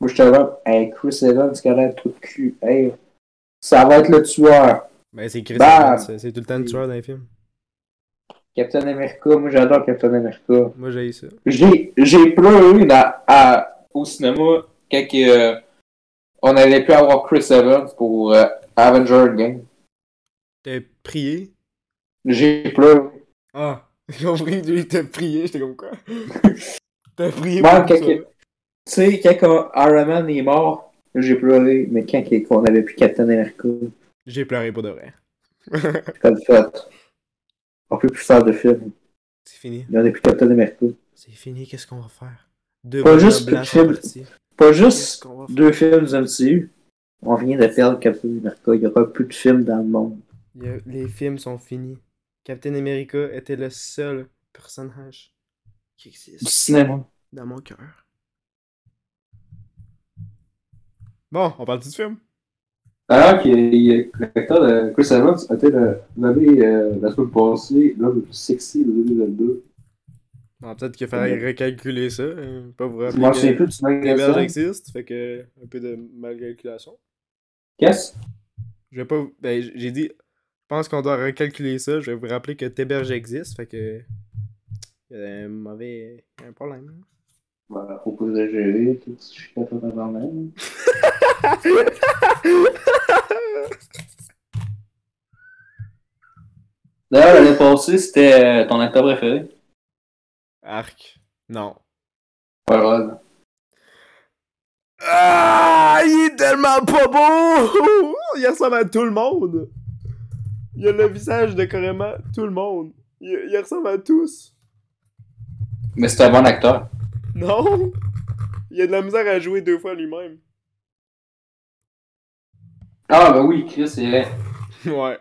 S2: Moi, je te vois, hey, Chris Evans, qui a l'air tout cul. Hey, ça va être le tueur.
S3: Ben c'est Chris
S2: Bah.
S3: Evans, c'est tout le temps le tueur dans les films.
S2: Captain America, moi, j'adore Captain America.
S3: Moi j'ai eu ça.
S2: J'ai j'ai pleuré dans- à- au cinéma quand que, euh, on allait plus avoir Chris Evans pour euh, Avenger Game.
S3: T'as prié?
S2: J'ai pleuré.
S3: Ah! J'ai compris que lui t'as prié, j'étais comme quoi? t'as prié
S2: Ouais,
S3: pour
S2: quelqu'un-
S3: ça.
S2: Tu sais, quand on- Iron Man est mort, j'ai pleuré, mais quand on avait plus Captain America,
S3: J'ai pleuré pour de vrai.
S2: c'est comme fait. On peut plus faire de film.
S3: C'est fini.
S2: Il n'y en a plus Captain America.
S3: C'est fini, qu'est-ce qu'on va faire? Deux
S2: Pas
S3: bonhommes
S2: juste
S3: blancs
S2: que
S3: sont
S2: Phil-
S3: partis.
S2: Pas
S3: Qu'est-ce
S2: juste
S3: qu'on va faire?
S2: deux films du MCU. On vient de perdre Captain America. Il n'y aura plus de films dans le monde.
S3: Il y a- Les films sont finis. Captain America était le seul personnage
S5: qui
S2: Du
S5: existe
S2: cinéma.
S5: dans mon cœur.
S3: Bon, on parle du film.
S2: Alors que l'acteur de Chris Evans a été nommé euh, la semaine passée l'homme le plus sexy de 2022.
S3: Bon, peut-être qu'il fallait recalculer ça. euh, Pas vous
S2: Je m'en
S3: rappeler
S2: souviens
S3: que
S2: plus du nom
S3: les Belges
S2: de ça.
S3: existent, fait que un peu de malcalculation.
S2: Qu'est-ce?
S3: Je vais pas. vous- Ben, j- j'ai dit. Je pense qu'on doit recalculer ça. Je vais vous rappeler que Téberge existe, fait que. Il y a un mauvais. un problème. hein.
S2: Bah, faut pas exagérer, tout ce que je suis capable de faire même. D'ailleurs, l'année passée, c'était euh, ton acteur préféré.
S3: Arc. Non.
S2: Ouais, Rod.
S3: Ah, il est tellement pas beau! Il ressemble à tout le monde! Il a le visage de carrément tout le monde. Il, il ressemble à tous.
S2: Mais c'est un bon acteur.
S3: Non! Il a de la misère à jouer deux fois lui-même.
S2: Ah, bah oui, Chris, c'est vrai.
S3: Ouais.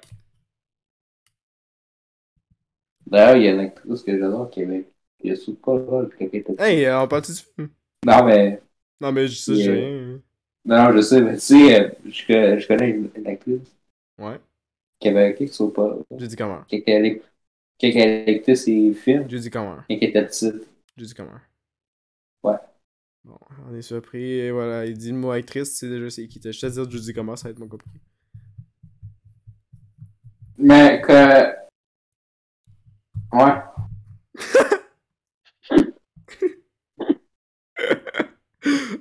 S2: D'ailleurs, il y a une actrice que j'adore qui est qui est sous pas Rod.
S3: Hey, euh, on parle du film?
S2: Non, mais.
S3: Non, mais je sais,
S2: Yeah.
S3: j'ai rien.
S2: Non, je sais, mais tu sais, euh, je, co- je connais une, une actrice
S3: Ouais.
S2: qui avait qui soit pas.
S3: J'ai dit comment?
S2: Qui était allée- qui était allée écouter ses films
S3: J'ai dit comment?
S2: et qui était petite.
S3: J'ai dit comment?
S2: Ouais.
S3: Bon, on est surpris, et voilà. Il dit le mot actrice, c'est déjà c'est qui. t'as- Je te dire, je dis comment, ça va être mon compris.
S2: Mais que. Ouais.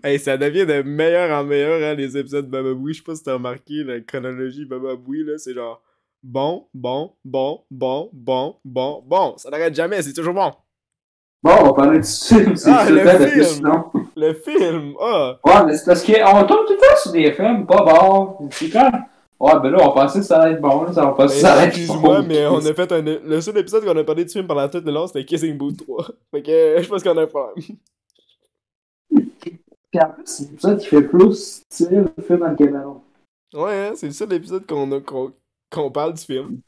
S3: hey, ça devient de meilleur en meilleur, hein, les épisodes de Baba Booey. Je sais pas si t'as remarqué la chronologie Baba Booey, là, c'est genre bon, bon, bon, bon, bon, bon, bon. Ça n'arrête jamais, c'est toujours bon.
S2: Bon, on va parler du film, c'est
S3: Ah,
S2: tout
S3: le
S2: le temps de
S3: film!
S2: plus non.
S3: Le film, ah!
S2: Ouais, mais c'est parce qu'on tombe tout le temps sur des films pas bons. C'est quand. Ouais, ben là, on pensait que ça allait être bon, là, ça va passer, ça allait être bon.
S3: ben, Excuse-moi, mais on a fait un. Le seul épisode qu'on a parlé de film pendant tout le long, c'était Kissing Booth 3. Fait que euh, je pense qu'on a un problème.
S2: Puis en plus, c'est ça qui fait plus style le film dans le Cameroun.
S3: Ouais, hein, c'est le seul épisode qu'on a. qu'on qu'on parle du film.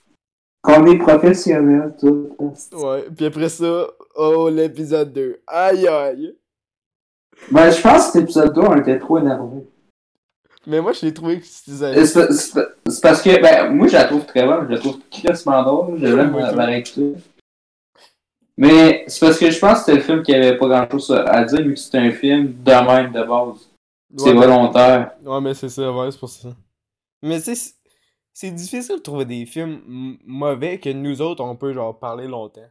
S2: Qu'on est professionnel, tout.
S3: Ouais, puis après ça, oh, l'épisode 2. Aïe aïe!
S2: Ben, je pense que cet épisode 2, on était trop énervé.
S3: Mais moi, je l'ai trouvé que c'était.
S2: Euh, C'est pa- c'est pa- c'est parce que, ben, moi, je la trouve très bonne, je la trouve crissement drôle, je l'aime
S3: Oui,
S2: la
S3: oui.
S2: la réécouter. Mais c'est parce que je pense que c'était le film qui avait pas grand chose à dire, vu que c'était un film de même de base. C'est
S3: Ouais,
S2: volontaire.
S3: Ouais, mais c'est ça, ouais, c'est pour ça. Mais tu sais, c'est- c'est difficile de trouver des films m- mauvais que nous autres, on peut genre parler longtemps.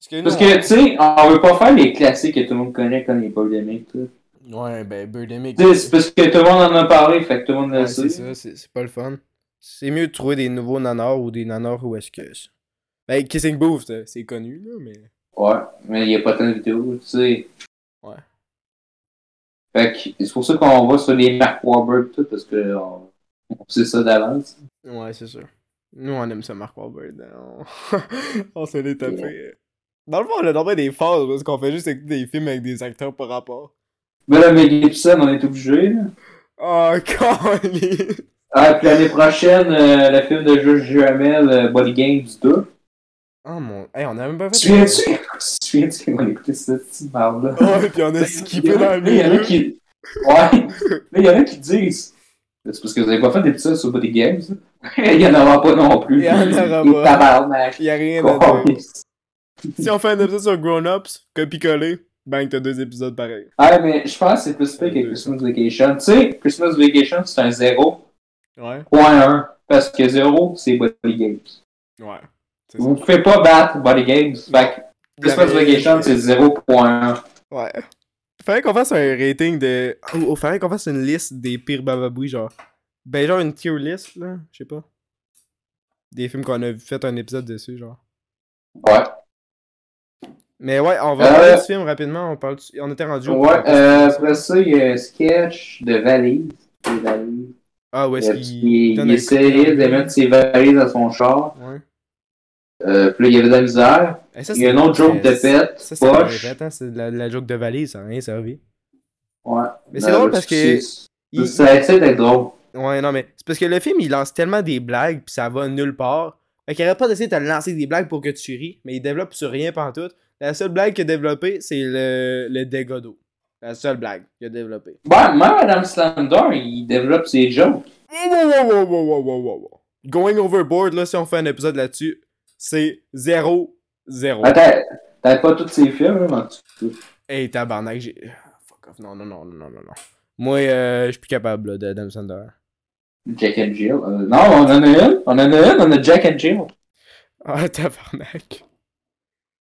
S3: Parce que nous,
S2: Parce que, tu sais, on veut pas faire les classiques que tout le monde connaît comme les polémiques, tout.
S3: on- Ouais, ben, Birdemic.
S2: Tu sais, c'est parce que tout le monde en a parlé, fait que tout le monde
S3: Ouais,
S2: le
S3: c'est
S2: sait.
S3: ça, c'est c'est pas le fun. C'est mieux de trouver des nouveaux nanars ou des nanars où est-ce que. c'est- Ben, Kissing Booth, euh, c'est connu, là, mais.
S2: Ouais, mais il y a pas tant de vidéos, tu sais.
S3: Ouais.
S2: Fait que, c'est pour ça qu'on va sur les Mark Wahlberg, tout, parce que on, on sait ça d'avance.
S3: Ouais, c'est sûr. Nous, on aime ça, Mark Wahlberg. hein, On, on se l'est tapé. Dans le fond, on a tombé des phases parce qu'on fait juste écouter des films avec des acteurs par rapport.
S2: Mais là, mais Gibson, on est obligé. là.
S3: Oh, Colin!
S2: Ah, puis l'année prochaine, euh, le film de Jules Duhamel, euh, Body Games 2.
S3: Oh mon. Hey, on a même pas
S2: Tu
S3: fait.
S2: te souviens-tu? Tu te souviens-tu qu'on écoutait cette petite barbe-là?
S3: Ouais, puis on a skippé dans le
S2: Là, Ben, il y en a
S3: milieu.
S2: qui. Ouais. Là, il y en a qui disent. C'est parce que vous avez pas fait d'épisode sur Body Games. il y en aura pas non plus.
S3: Il y en aura
S2: Et
S3: pas.
S2: tabarnak.
S3: Y a rien à dire.
S2: Câlisse.
S3: Si on fait un épisode sur Grown Ups, copier-coller, bang, t'as deux épisodes pareils.
S2: Ah, mais je pense que c'est plus pire que Christmas Vacation. Tu sais, Christmas Vacation, c'est un 0.1.
S3: Ouais.
S2: Parce que 0, c'est Body Games.
S3: Ouais. C'est ça.
S2: Vous pouvez pas battre Body Games. Fait que Christmas Vacation, c'est 0.1.
S3: Ouais. Faudrait qu'on fasse un rating de. Ou ou faudrait qu'on fasse une liste des pires bababouis, genre. Ben, genre une tier list, là. Je sais pas. Des films qu'on a fait un épisode dessus, genre.
S2: Ouais.
S3: Mais ouais, on va
S2: Euh,
S3: parler du film rapidement. On, parle du- on était rendu. au-
S2: Ouais, euh, après ça, il y a un sketch de valise. Des valises.
S3: Ah, ouais, est-ce
S2: Euh,
S3: qu'il
S2: puis il,
S3: donne
S2: il
S3: un-
S2: essayait de mettre ses valises à son char.
S3: Ouais.
S2: Euh, puis là, il y avait de la misère.
S3: Eh, ça,
S2: Il y a
S3: c'est-
S2: une autre joke de pète.
S3: Ça, c'est
S2: poche.
S3: Attends, c'est de la, de la joke de valise, ça n'a rien servi.
S2: Ouais.
S3: Mais c'est drôle parce que.
S2: c'est-
S3: il-
S2: Ça essaie d'être drôle.
S3: Ouais, non, mais c'est parce que le film, il lance tellement des blagues, puis ça va nulle part. Fait qu'il arrête pas d'essayer de te lancer des blagues pour que tu ris, mais il développe sur rien pantoute. La seule blague qu'il a développée, c'est le, le dégât d'eau. La seule blague qu'il a développée.
S2: Ouais, Ben, même Adam Slander, il développe ses jokes.
S3: Wow, wow, wow, wow, wow, wow, wow, wow. Going overboard, là, si on fait un épisode là-dessus, c'est 0-0.
S2: Attends, t'as pas tous ses films, hein, mais tu-
S3: Hey, tabarnak, j'ai. Ah, Fuck off. Non, non, non, non, non, non. Moi, euh, je suis plus capable là, d'Adam Sandler.
S2: Jack and Jill. euh, non, on en a une. On en a une, on a Jack and Jill.
S3: Ah, tabarnak.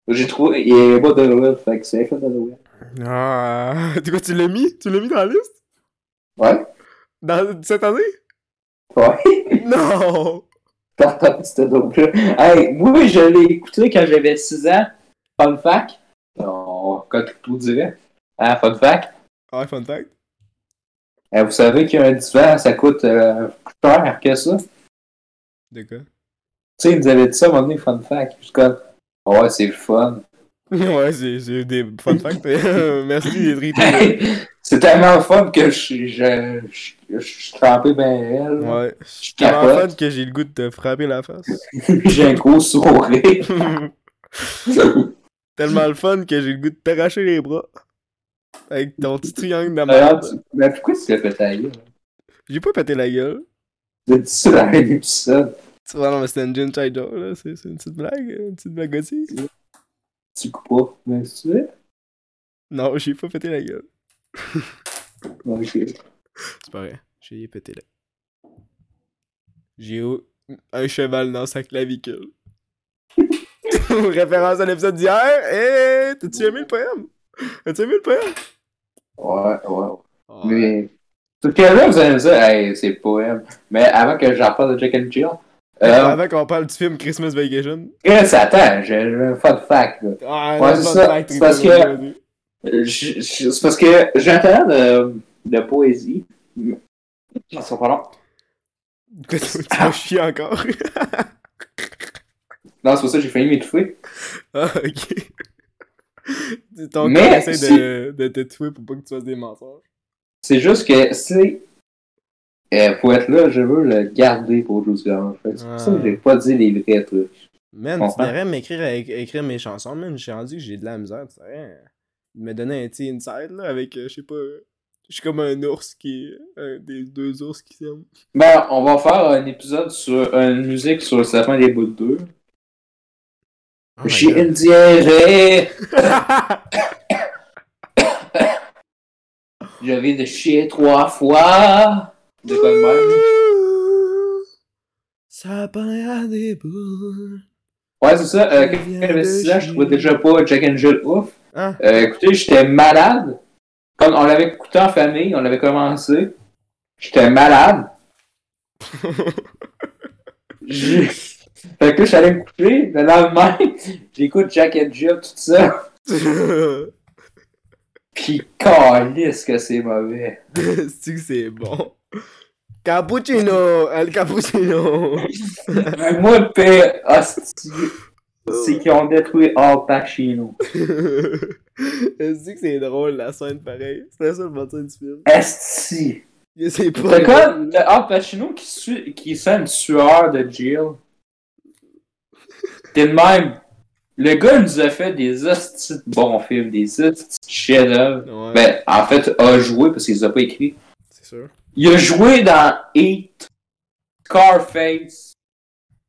S2: J'ai trouvé, il n'y avait pas de Noël, fait que c'est fait de Noël.
S3: Ah, tu quoi, tu l'as mis Tu l'as mis dans la liste
S2: Ouais,
S3: Dans cette année
S2: ouais.
S3: Non
S2: T'as entendu ce double Hey, moi, je l'ai écouté quand j'avais 6 ans. Fun fact. On cote tout direct. Ah, fun fact.
S3: Ah, fun fact.
S2: Euh, vous savez qu'un divan, ça coûte euh, plus cher que ça. Tu
S3: De quoi
S2: sais, ils nous avaient dit ça à un moment donné, fun fact. Je suis comme, ah ouais, c'est le fun.
S3: Ouais, c'est c'est des fun facts. Merci d'être irrité.
S2: Hey, c'est tellement fun que je suis- je je- je suis trempé ben elle.
S3: Ouais. Je suis
S2: Capote.
S3: tellement fan que j'ai le goût de te frapper la face.
S2: J'ai un gros sourire.
S3: tellement le fun que j'ai le goût de t'arracher les bras. Avec ton petit triangle dans ma
S2: Alors, tu- Mais pourquoi tu l'as fait tailler?
S3: J'ai pas pété la gueule.
S2: T'as dit ça dans un épisode.
S3: Tu vois, non, mais c'était une Jim Chai Joe, là. C'est c'est une petite blague, euh, une petite blague gothique.
S2: Tu coupes pas. Mais tu sais?
S3: Non, j'ai pas pété la gueule.
S2: Ok.
S3: C'est pas vrai. J'ai pété la. J'ai eu un cheval dans sa clavicule. Référence à l'épisode d'hier. Et t'as-tu aimé le poème? As-tu aimé le poème?
S2: Ouais, ouais. Mais. Tout cas, là, vous allez me dire, hey, c'est le poème. Mais avant que j'en parle de Jack and Jill, euh,
S3: Ah. Avant qu'on parle du film Christmas Vacation.
S2: Chris, attends, j'ai j'ai un fun fact, là.
S3: Ah,
S2: Ouais, c'est
S3: non, pas de
S2: ça,
S3: blague,
S2: c'est parce
S3: t'es
S2: que-
S3: pas-
S2: Je- je- C'est parce que j'entends de, de poésie. Ils sont pas longs.
S3: Pourquoi tu tu
S2: Ah.
S3: vas chier encore?
S2: Non, c'est pour ça que j'ai failli m'étouffer.
S3: Ah, ok. Ton
S2: Mais
S3: corps essaie
S2: si-
S3: de, de te tuer pour pas que tu fasses des mensonges.
S2: C'est juste que si euh, pour être là, je veux le garder pour Jules Garland. Fait que C'est pour ça que j'ai pas dit les vrais trucs.
S3: Man,
S2: Comprends?
S3: tu devrais m'écrire à- écrire mes chansons, man. J'ai rendu que j'ai de la misère, tu sais. Me donner un petit inside, là, avec, euh, je sais pas. euh, Je suis comme un ours qui. euh, des deux ours qui s'aiment.
S2: Ben, on va faire un épisode sur une musique sur le sapin des bouts de deux.
S3: Oh
S2: j'ai une diarrhée! Je viens de chier trois fois! De quoi de même?
S5: Sapin à des boules.
S2: Ouais, c'est ça. Euh,
S5: Je
S2: quand
S5: viens
S2: j'avais
S5: de Ah.
S2: 6 ans, je
S5: chier.
S2: trouvais déjà pas Jack and Jill ouf.
S3: Hein?
S2: Euh, écoutez, j'étais malade. Quand on l'avait écouté en famille, on l'avait commencé. J'étais malade. J'ai- Fait que là, j'allais me coucher. Le lendemain, j'écoute Jack and Jill, tout ça.
S3: C'est-tu
S2: Pis calisse que c'est mauvais.
S3: que c'est bon? Cappuccino! El Cappuccino!
S2: Mais Ben, moi, le pire, hostie, c'est qu'ils ont détruit Al Pacino.
S3: Est-ce que c'est drôle la scène pareil? C'est la seule bonne scène du film.
S2: Esti.
S3: Et C'est pas.
S2: C'est comme le Al Pacino qui, sue, qui sent une sueur de Jill. T'es de même. Le gars nous a fait des hosties de bons films, des hosties de chefs-d'œuvre.
S3: Ouais,
S2: Ben, en fait, a joué parce qu'il les a pas écrit.
S3: c'est sûr.
S2: Il a joué dans Heat, Scarface,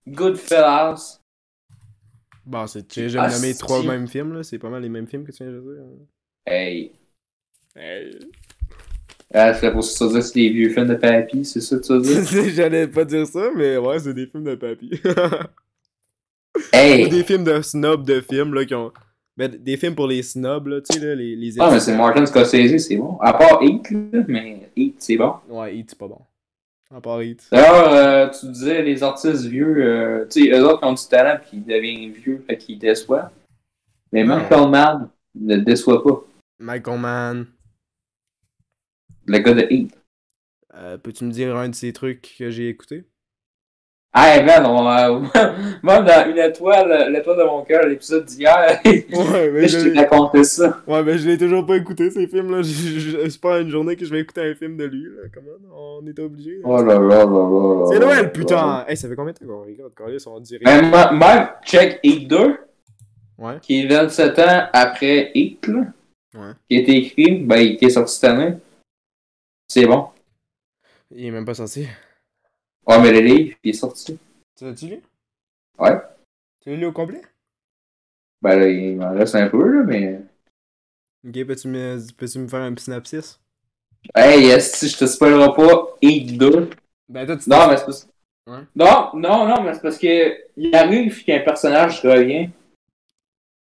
S2: Goodfellas.
S3: Bon, c'est tu viens de
S2: Ah,
S3: nommer
S2: si.
S3: trois mêmes films, là. C'est pas mal les mêmes films que tu viens de dire. hein.
S2: Hey.
S3: Hey.
S2: Ah, c'est pour ça que tu vas dire que c'est des vieux films de papy, c'est ça que tu vas dire?
S3: J'allais pas dire ça, mais ouais, c'est des films de papy. Ou
S2: Hey!
S3: des films de snob de films, là, qui ont. Ben, des films pour les snobs, là, tu sais, là, les. les
S2: Ah, mais c'est Martin Scorsese, c'est bon. À part Heat, là, mais Heat, c'est bon.
S3: Ouais, Heat, c'est pas bon. À part Heat.
S2: D'ailleurs, euh, tu disais les artistes vieux, euh, tu sais, eux autres qui ont du talent puis ils deviennent vieux, fait qu'ils déçoivent. Mais Michael Mann ne déçoit pas.
S3: Michael Mann.
S2: Le gars de Heat.
S3: Euh, Peux-tu me dire un de ces trucs que j'ai écouté?
S2: Hey man, on, euh, même dans une étoile, l'étoile de mon cœur, l'épisode d'hier,
S3: Ouais,
S2: je te racontais ça.
S3: Ouais, mais je l'ai toujours pas écouté, ces films-là. Je- je- je- C'est pas une journée que je vais écouter un film de lui, là. Comment? On était obligé.
S2: Oh là là là là là.
S3: C'est
S2: là, là.
S3: Noël, putain! Hey, ça fait combien de temps qu'on regarde? Quand on dirait...
S2: Mais Ben, moi- même check Heat 2,
S3: Ouais.
S2: qui est 27 ans après Heat, là,
S3: Ouais.
S2: qui a été écrit, ben, qui est sorti cette année. C'est bon.
S3: Il est même pas sorti.
S2: Ouais, mais le livre, il est sorti.
S3: Tu l'as-tu lu?
S2: Ouais.
S3: Tu l'as lu au complet?
S2: Ben là, il m'en reste un peu, là, mais.
S3: Ok, peux-tu me, peux-tu me faire un petit synopsis?
S2: Hey, si je te spoilerai pas, Heat 2.
S3: Ben, toi, tu
S2: Non, mais c'est parce
S3: Ouais.
S2: Non, non, non, mais c'est parce que il arrive qu'un personnage revient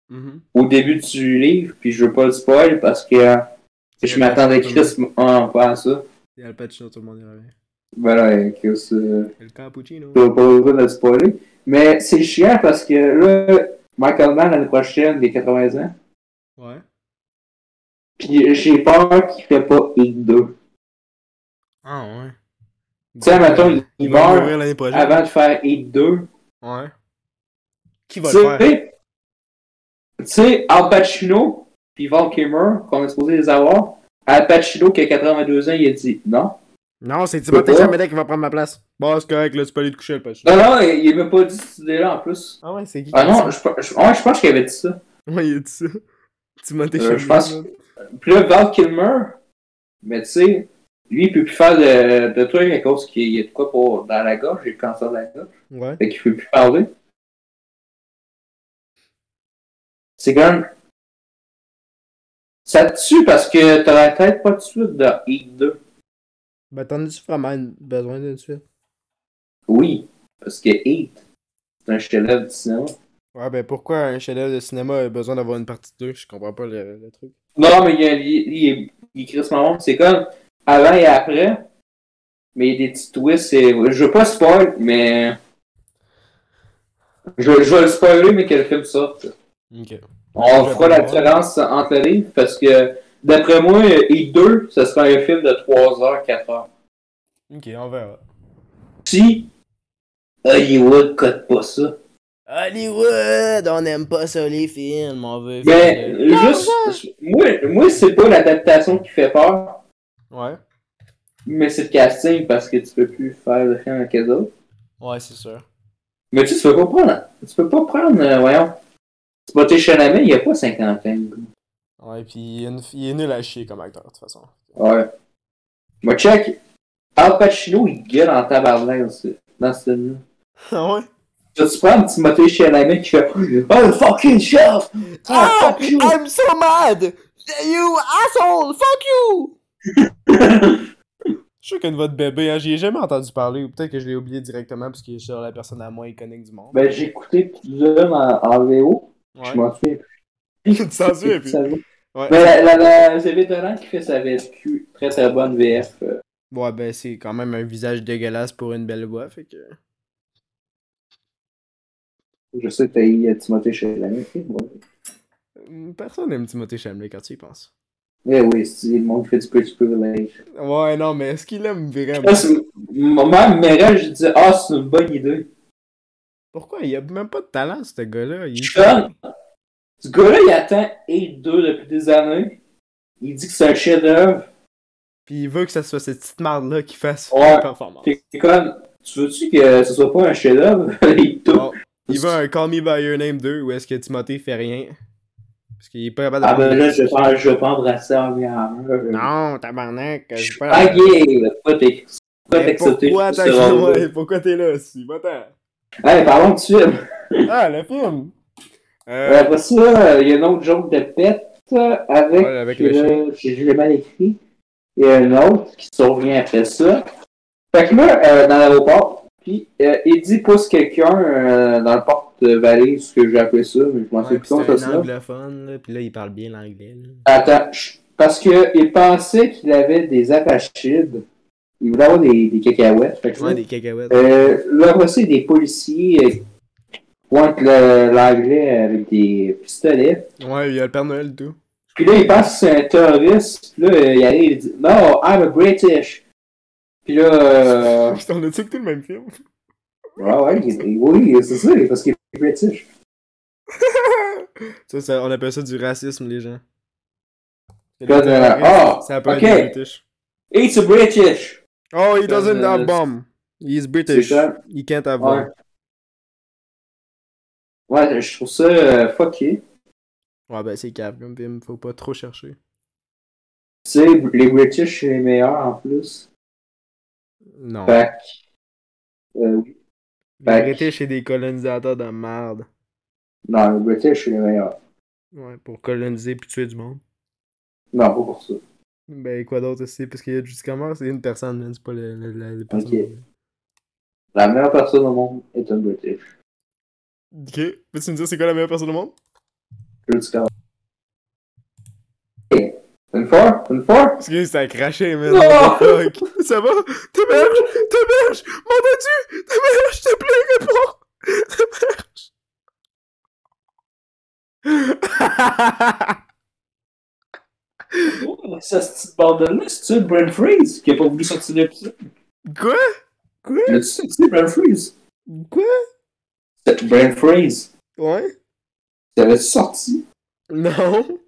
S3: Mhm.
S2: au début du livre, puis je veux pas le spoil parce que euh, je m'attendais Chris en pas à ça.
S3: Il y a le patch, tout le monde y revient.
S2: Ben là, Chris, euh,
S3: Et Le cappuccino.
S2: je veux pas ouvrir de le spoiler. Mais c'est chiant parce que là, Michael Mann l'année prochaine, il a 80 ans,
S3: Ouais.
S2: puis j'ai peur qu'il fait pas Heat 2.
S3: Ah, ouais.
S2: Tu sais, mettons, il,
S3: Il va
S2: meurt
S3: mourir l'année prochaine.
S2: avant de faire Heat 2.
S3: Ouais. Qui
S2: Tu
S3: va le faire?
S2: sais, tu sais, Al Pacino puis Val Kilmer, qu'on est supposé les avoir, Al Pacino qui a 82 ans, il a dit non.
S3: Non, c'est
S2: Thibaut Tchamedec
S3: qui va prendre ma place. Bon, c'est correct, là, tu peux aller te coucher, le patch.
S2: Non, non, il il m'a pas dit cette idée-là en plus.
S3: Ah ouais, c'est qui?
S2: Ah non, je, pe- je- ouais, je pense qu'il avait dit ça.
S3: Ouais, il a dit ça. Timothée
S2: Euh, je
S3: Chalamet,
S2: pense-
S3: là.
S2: Puis là, Val Kilmer, mais tu sais, lui, il peut plus faire de, de trucs à cause qu'il y a de quoi pour, dans la gorge, il a le cancer de la gorge,
S3: Ouais.
S2: fait qu'il peut plus parler. C'est quand même. Ça te tue parce que t'aurais peut-être pas de suite dans Heat 2.
S3: Ben, t'en as-tu vraiment besoin d'une suite?
S2: Oui, parce que Heat, c'est un chef-d'œuvre du cinéma.
S3: Ouais, ben pourquoi un chef-d'œuvre de cinéma a besoin d'avoir une partie 2? Je comprends pas le, le truc.
S2: Non, mais il, y a- il, il est, il est crissement bon. C'est comme avant et après, mais il y a des petits twists. Et... Je veux pas spoil, mais. Je, je vais le spoiler, mais que le film sorte.
S3: Ok.
S2: On
S3: Je
S2: fera
S3: vais
S2: la
S3: voir.
S2: différence entre les livres parce que, d'après moi, Heat 2, ce sera un film de 3h, 4h.
S3: Ok, on verra.
S2: Si Hollywood code pas ça.
S3: Hollywood! On aime pas ça, les films, on veut...
S2: Mais euh, juste, moi, moi c'est pas l'adaptation qui fait peur,
S3: Ouais.
S2: mais c'est le casting parce que tu peux plus faire le film avec les autres.
S3: Ouais, c'est sûr.
S2: Mais tu, tu peux pas prendre, tu peux pas prendre, euh, voyons. C'est pas tes Chalamet, il a pas 50 ans.
S3: Ouais, pis il est, une- il est nul à chier comme acteur, de toute façon.
S2: Ouais. Moi, check, Al Pacino, il gueule en tabarnak dans ce, dans ce film-là.
S3: Ah ouais?
S2: Tu tu prends Timothée Chalamet qui fait Oh, fucking chef!
S3: Ah,
S2: Oh, fuck you!
S3: so mad! You asshole! Fuck you! Je suis sûr que de votre bébé, hein, j'y ai jamais entendu parler, ou peut-être que je l'ai oublié directement parce qu'il est sur la personne la moins iconique du monde.
S2: Ben, j'ai écouté plusieurs en, en VO, je
S3: ouais.
S2: m'en souviens
S3: Tu t'en souviens plus.
S2: Ça va.
S3: Ouais.
S2: Mais la, la, la, c'est Vétolan qui fait sa VSQ, très très bonne VF. euh.
S3: Ouais, ben c'est quand même un visage dégueulasse pour une belle voix, fait que.
S2: Je sais que t'as eu euh, Timothée Chalamet. Ouais.
S3: Hum, Personne n'aime Timothée Chalamet quand tu y penses.
S2: Mais oui, c'est le monde qui fait du Pretty Privilege.
S3: Ouais, non, mais est-ce qu'il aime
S2: Là,
S3: vraiment
S2: Ah, c'est- m- Même Meryl, je dis, ah, c'est une bonne idée.
S3: Pourquoi Il a même pas de talent, ce gars-là. Il...
S2: Sean. Ce gars-là, il attend Aid 2 depuis des années. Il dit que c'est un chef-d'œuvre.
S3: Puis il veut que ça soit cette petite marde-là qui fasse
S2: Ouais.
S3: la performance.
S2: T'es comme, tu veux-tu que ce soit pas un chef-d'œuvre, Aid 2?
S3: Non. Oh, Il veut un Call Me By Your Name 2 où est-ce que Timothée fait rien. Parce qu'il est pas capable de.
S2: Ah ben là, je vais pas, je vais pas embrasser un bien Non,
S3: Non, tabarnak.
S2: je
S3: j'ai
S2: suis
S3: pas-
S2: pas gay. là. Pourquoi t'es- pourquoi
S3: Mais
S2: t'accepter
S3: Pourquoi
S2: ce
S3: t'as-
S2: rôle-là?
S3: ouais, Pourquoi t'es là aussi Va-t'en.
S2: Hey, parlons de film.
S3: Ah, le film
S2: Euh,
S3: Euh,
S2: après ça, il y a une autre joke de pète euh, avec,
S3: Ouais, avec
S2: que
S3: le
S2: là, j'ai j'ai mal écrit. Il y a une autre qui survient après ça. Fait que là, euh, dans l'aéroport, puis euh, Eddie pousse quelqu'un euh, dans le porte-valise, ce que j'ai appelé ça, mais je m'en
S3: ouais,
S2: sais
S3: pis
S2: plus comment ça
S3: c'est
S2: se
S3: un
S2: nomme.
S3: anglophone, là, pis là, il parle bien l'anglais. là.
S2: Attends, chut. parce qu'il pensait qu'il avait des apachides. Il voulait avoir des, des cacahuètes. Fait que là,
S3: Ouais, des cacahuètes.
S2: euh, là, voici des policiers euh, pointe le- l'anglais avec des pistolets.
S3: Ouais, il y a le Père Noël, tout.
S2: Puis là, il pense que c'est un terroriste. Puis là, euh, il arrive, il dit No, I'm a British. Puis là, euh,
S3: Putain, on a-tu écouté le même film?
S2: ouais, ouais, il- oui, c'est ça, parce qu'il est British.
S3: Ça, ça- on appelle ça du racisme, les gens. C'est
S2: Comme,
S3: le
S2: euh,
S3: terrorisme,
S2: ah,
S3: ça peut
S2: ok.
S3: être du British.
S2: It's a British!
S3: Oh, he doesn't
S2: euh,
S3: have bomb. He's British.
S2: c'est ça.
S3: He can't have
S2: Ouais.
S3: bomb.
S2: Ouais, je trouve ça euh, fucké.
S3: Ouais, ben c'est cave comme film, faut pas trop chercher.
S2: Tu sais, les British, c'est les meilleurs en plus.
S3: Non.
S2: Fait que, euh, oui.
S3: Les
S2: Fait que-
S3: British, c'est des colonisateurs de merde.
S2: non, les British, c'est les meilleurs.
S3: Ouais, pour coloniser puis tuer du monde.
S2: Non, pas pour ça.
S3: Ben, quoi d'autre aussi? Parce que jusqu'à c'est une personne, man, c'est pas le, le- la- la personne.
S2: Ok. La meilleure personne au monde est un British.
S3: Ok, peux-tu me dire c'est quoi la meilleure personne au monde?
S2: Let's go. Hey, Une fois, une fois.
S3: Excuse, t'as craché, man.
S2: Non!
S3: What the fuck? Ça va? T'héberges! T'héberges! M'entends-tu? T'héberges, s'il te plaît, réponds! T'héberges!
S2: Oh, ça, cette bande là, c'est-tu Brent Freeze qui a pas voulu sortir l'épisode?
S3: Quoi? Quoi?
S2: L'as-tu sorti, Brent Freeze?
S3: Quoi?
S2: C'est Brent Freeze.
S3: Ouais?
S2: T'avais-tu sorti?
S3: Non!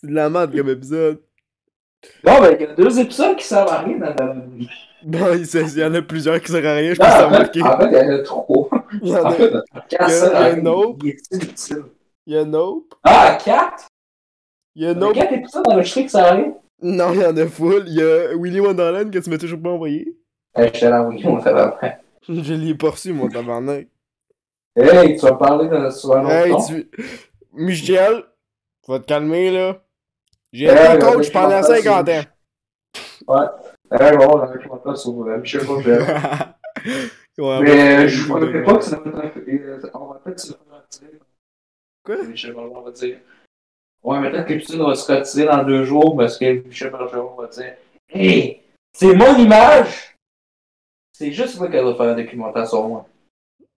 S3: C'est de la merde comme épisode.
S2: Bon, ben, il y a deux épisodes qui servent à rien dans la vie.
S3: Bon, il s'est- il y en a plusieurs qui servent à rien, je peux
S2: Ah,
S3: ça
S2: en fait,
S3: marquer.
S2: en fait, il y en a trois.
S3: Il y en
S2: En
S3: a,
S2: fait, quatre,
S3: il y en a
S2: ça,
S3: un
S2: rien.
S3: autre.
S2: Il est inutile.
S3: il y a Nope.
S2: Ah, quatre?
S3: Il y a
S2: Il y a
S3: Nope.
S2: quatre épisodes enregistrés qui servent à rien?
S3: Non, il y en a full. Il y a Willy Wonderland que tu m'as toujours pas envoyé.
S2: Eh, je te l'envoie, on fait après.
S3: Je l'ai pas reçu, mon tabarnak.
S2: Hey, tu vas parler de, sur un autre
S3: Hey,
S2: nom?
S3: tu... Michel, va te calmer, là. J'ai
S2: Hey,
S3: un
S2: euh,
S3: coach
S2: je
S3: pendant
S2: m'en passe
S3: 50 ans.
S2: une- Eh, bon, on a un commentaire sur euh, Michel Bourdel.
S3: Ouais,
S2: Mais euh,
S3: ouais,
S2: je
S3: ouais,
S2: ne
S3: ouais.
S2: pas que ça va être. euh, On va peut-être se retirer.
S3: Quoi?
S2: Michel Bergeron va dire. Ouais, mais peut-être que Poutine va se retirer dans deux jours parce que Michel Bergeron va dire Hey, c'est mon image! C'est juste moi qu'elle va faire un documentaire sur moi.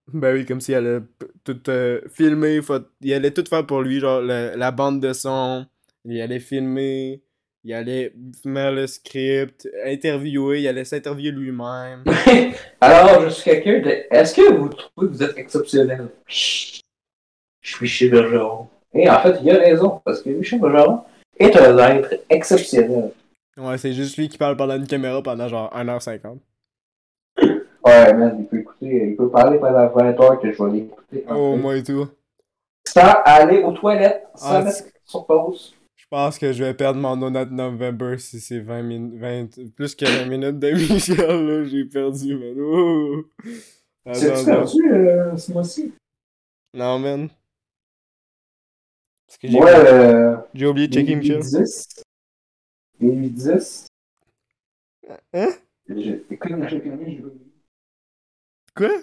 S3: Ben oui, comme si elle allait p- tout euh, filmer. faut- Il allait tout faire pour lui, genre le- la bande de son. Il allait filmer. Il allait faire le script, interviewer, il allait s'interviewer lui-même.
S2: Alors, je suis quelqu'un de. Est-ce que vous trouvez que vous êtes exceptionnel? Chut. Je suis Michel Bergeron. Et en fait, il a raison parce que Michel Bergeron est un être exceptionnel.
S3: Ouais, c'est juste lui qui parle pendant une caméra pendant genre 1h50.
S2: Ouais, man, il peut écouter, il peut parler pendant 20 heures que je vais l'écouter. un
S3: Oh,
S2: peu.
S3: moi et tout.
S2: Sans aller aux toilettes, sans
S3: Ah,
S2: mettre
S3: c'est-
S2: sur pause.
S3: Je pense que je vais perdre mon Donut November si c'est 20 min- 20 plus que 20 minutes de Michel, là, j'ai perdu, man. Ouh.
S2: C'est-tu
S3: Attends, attends.
S2: perdu euh, ce mois-ci?
S3: Non, man. Parce que j'ai
S2: Moi, euh,
S3: j'ai oublié de checker Michel.
S2: 10. 10. Euh,
S3: Hein?
S2: Je- Écoute, à chaque année, je lis.
S3: Quoi?